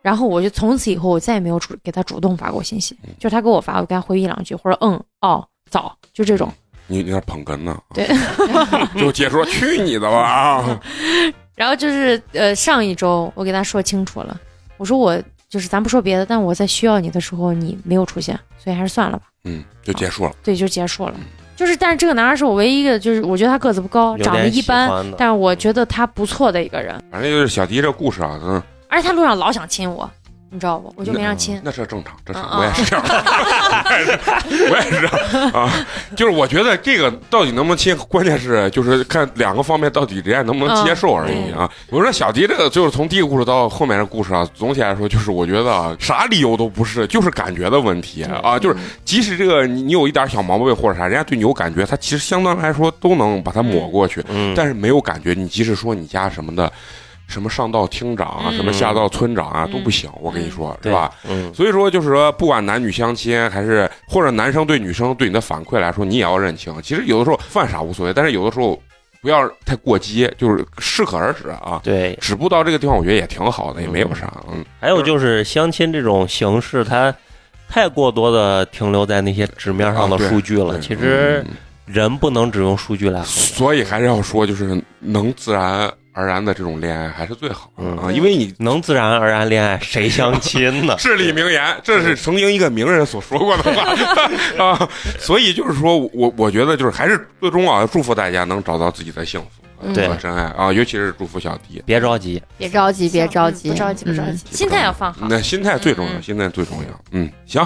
B: 然后我就从此以后我再也没有主给他主动发过信息
A: 嗯，
B: 就是他给我发，我给他回一两句，或者嗯哦早，就这
E: 嗯
B: 种。
A: 你有点捧哏呢，啊
B: 对，
A: 就解说去你的吧啊！
B: 然后就是呃上一周我给他说清楚了，我说我就是咱不说别的，但我在需要你的时候你没有出现，所以还是算了吧。啊
A: 嗯，就结束了。
B: 对，就结束了。就是，但是这个男孩是我唯一一个，就是我觉得他个子不高，
E: 有
B: 长得
E: 点
B: 一
E: 喜
B: 般，
E: 欢的
B: 但是我觉得他不错的一个人。
A: 反正就是小迪这故事啊，嗯，
B: 而且他路上老想亲我，你知道不？我就
D: 嗯
B: 没让亲。
A: 那是正常，这是
B: 嗯嗯
A: 我也是这样， 我也是这样啊。就是我觉得这个到底能不能亲，关键是就是看两个方面到底人家能不能接受而已
B: 嗯
A: 啊。我说小迪这个就是从第一个故事到后面的故事啊，总体来说就是我觉得啊，啥理由都不是，就是感觉的问题啊，
B: 嗯
A: 就是即使这个你你有一点小毛病或者啥，人家对你有感觉，他其实相当来说都能把它抹过去。
E: 嗯，
A: 但是没有感觉。你即使说你家什么的，什么上到厅长啊，
B: 嗯
A: 什么下到村长啊，
B: 嗯
A: 都不行。我跟你说，是
E: 对
A: 吧？？
E: 嗯，
A: 所以说，就是说，不管男女相亲，还是或者男生对女生对你的反馈来说，你也要认清。其实有的时候犯傻无所谓，但是有的时候不要太过激，就是适可而止啊。
E: 对。
A: 止步到这个地方，我觉得也挺好的，也没有啥。嗯，
E: 还有就是相亲这种形式，它太过多的停留在那些纸面上的
A: 啊对
E: 数据了。
A: 对
E: 其实
A: 嗯
E: 人不能只用数据来衡量。
A: 所以还是要说，就是能自然而然的这种恋爱还是最好的啊，
E: 嗯
A: 因为你？
E: 能自然而然恋爱，谁相亲呢
A: 至理名言，这是曾经一个名人所说过的话 啊。所以就是说我我觉得就是还是最终啊，祝福大家能找到自己的幸
B: 嗯
A: 福，
E: 对
A: 和真爱啊，尤其是祝福小迪。
E: 别着急，
D: 别着急，别着急，
B: 嗯不着急，不着
D: 嗯
B: 急，心态要放好。
A: 那心态最重要，
B: 嗯
A: 心态最重要。嗯，行。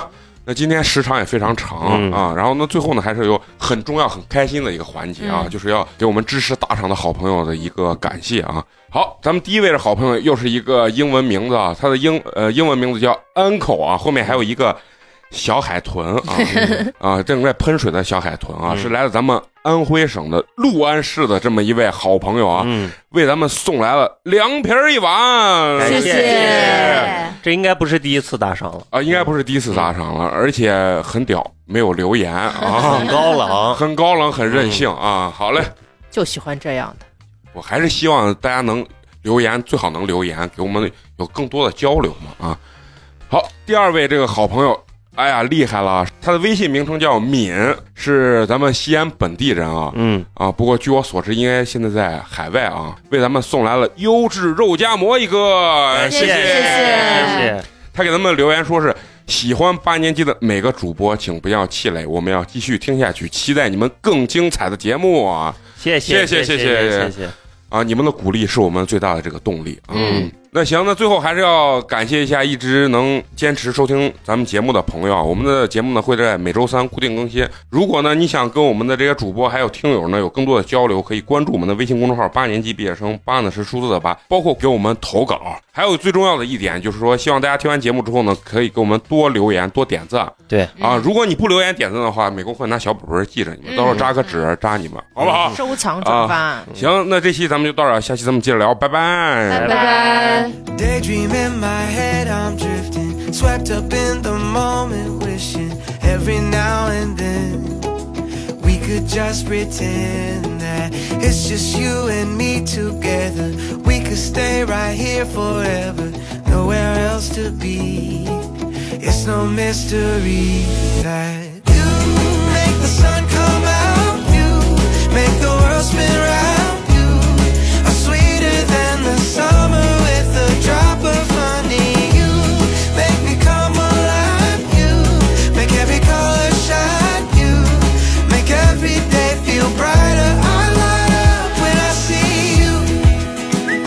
A: 那今天时长也非常长、
E: 嗯
A: 啊，然后呢，最后呢还是有很重要、很开心的一个环节啊，
B: 嗯
A: 就是要给我们支持打赏的好朋友的一个感谢啊。好，咱们第一位的好朋友又是一个英文名字啊，他的英呃英文名字叫 Uncle 啊，后面还有一个小海豚 啊啊，正在喷水的小海豚啊，
E: 嗯
A: 是来自咱们安徽省的六安市的这么一位好朋友啊，
E: 嗯，
A: 为咱们送来了凉皮儿一碗，
E: 感谢
D: 谢
A: 谢
D: 谢。
E: 这应该不是第一次打赏了，
A: 啊，应该不是第一次打赏
E: 嗯
A: 了，而且很屌，没有留言啊
E: 很，高冷。
A: 很高冷，很任性
E: 嗯
A: 啊。好嘞，
C: 就喜欢这样的。
A: 我还是希望大家能留言，最好能留言，给我们有更多的交流嘛啊。好，第二位这个好朋友，哎呀，厉害了，他的微信名称叫敏，是咱们西安本地人啊。
E: 嗯，
A: 啊，不过据我所知，应该现在在海外啊，为咱们送来了优质肉夹馍一个，
E: 哎谢
A: 谢
E: 谢谢
A: 他给咱们留言说是喜欢八年级的每个主播，请不要气馁，我们要继续听下去，期待你们更精彩的节目啊！
E: 谢
A: 谢谢谢
E: 谢
A: 谢
E: 谢谢，
A: 啊，你们的鼓励是我们最大的这个动力啊。
B: 嗯
A: 那行，那最后还是要感谢一下一直能坚持收听咱们节目的朋友啊。我们的节目呢会在每周三固定更新。如果呢你想跟我们的这些主播还有听友呢有更多的交流，可以关注我们的微信公众号“八年级毕业生”，八呢是数字的八，包括给我们投稿。还有最重要的一点就是说，希望大家听完节目之后呢，可以给我们多留言、多点赞。
E: 对
A: 啊，如果你不留言点赞的话，美工会拿小本本记着你们，到时候扎个纸扎你们，好不好？
C: 收藏转发，
A: 行，那这期咱们就到这儿，下期咱们接着聊，拜拜
D: 拜拜。
G: Daydream in my head, I'm drifting. Swept up in the moment, wishing every now and then we could just pretend that it's just you and me together. We could stay right here forever, nowhere else to be. It's no mystery that you make the sun come out, you make the world spin round, you are sweeter than the summer with a drop of honey. You make me come alive, you make every color shine, you make every day feel brighter. I light up when I see you.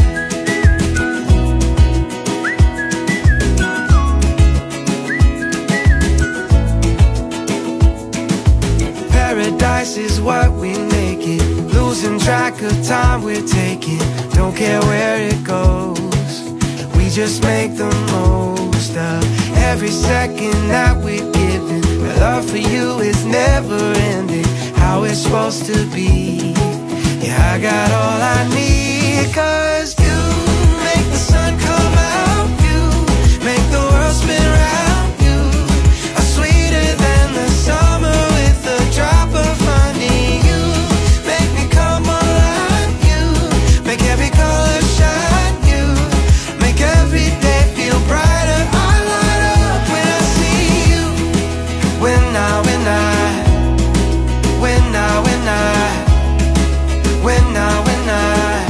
G: Paradise is what we make it. Losing track of time we're taking. Don't care where it goes. We just make the most of every second that we're given. My love for you is never ending. How it's supposed to be. Yeah, I got all I need. Cause you make the sun come out. You make the world spin round. You are sweeter than the summer with a drop of honey. You make me come alive. You make every color shine. You make every day feel brighter. I light up when I see you. When I, when I, when I, when I, when I, when I.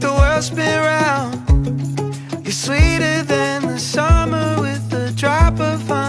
G: just been round. You're sweeter than the summer with a drop of honey.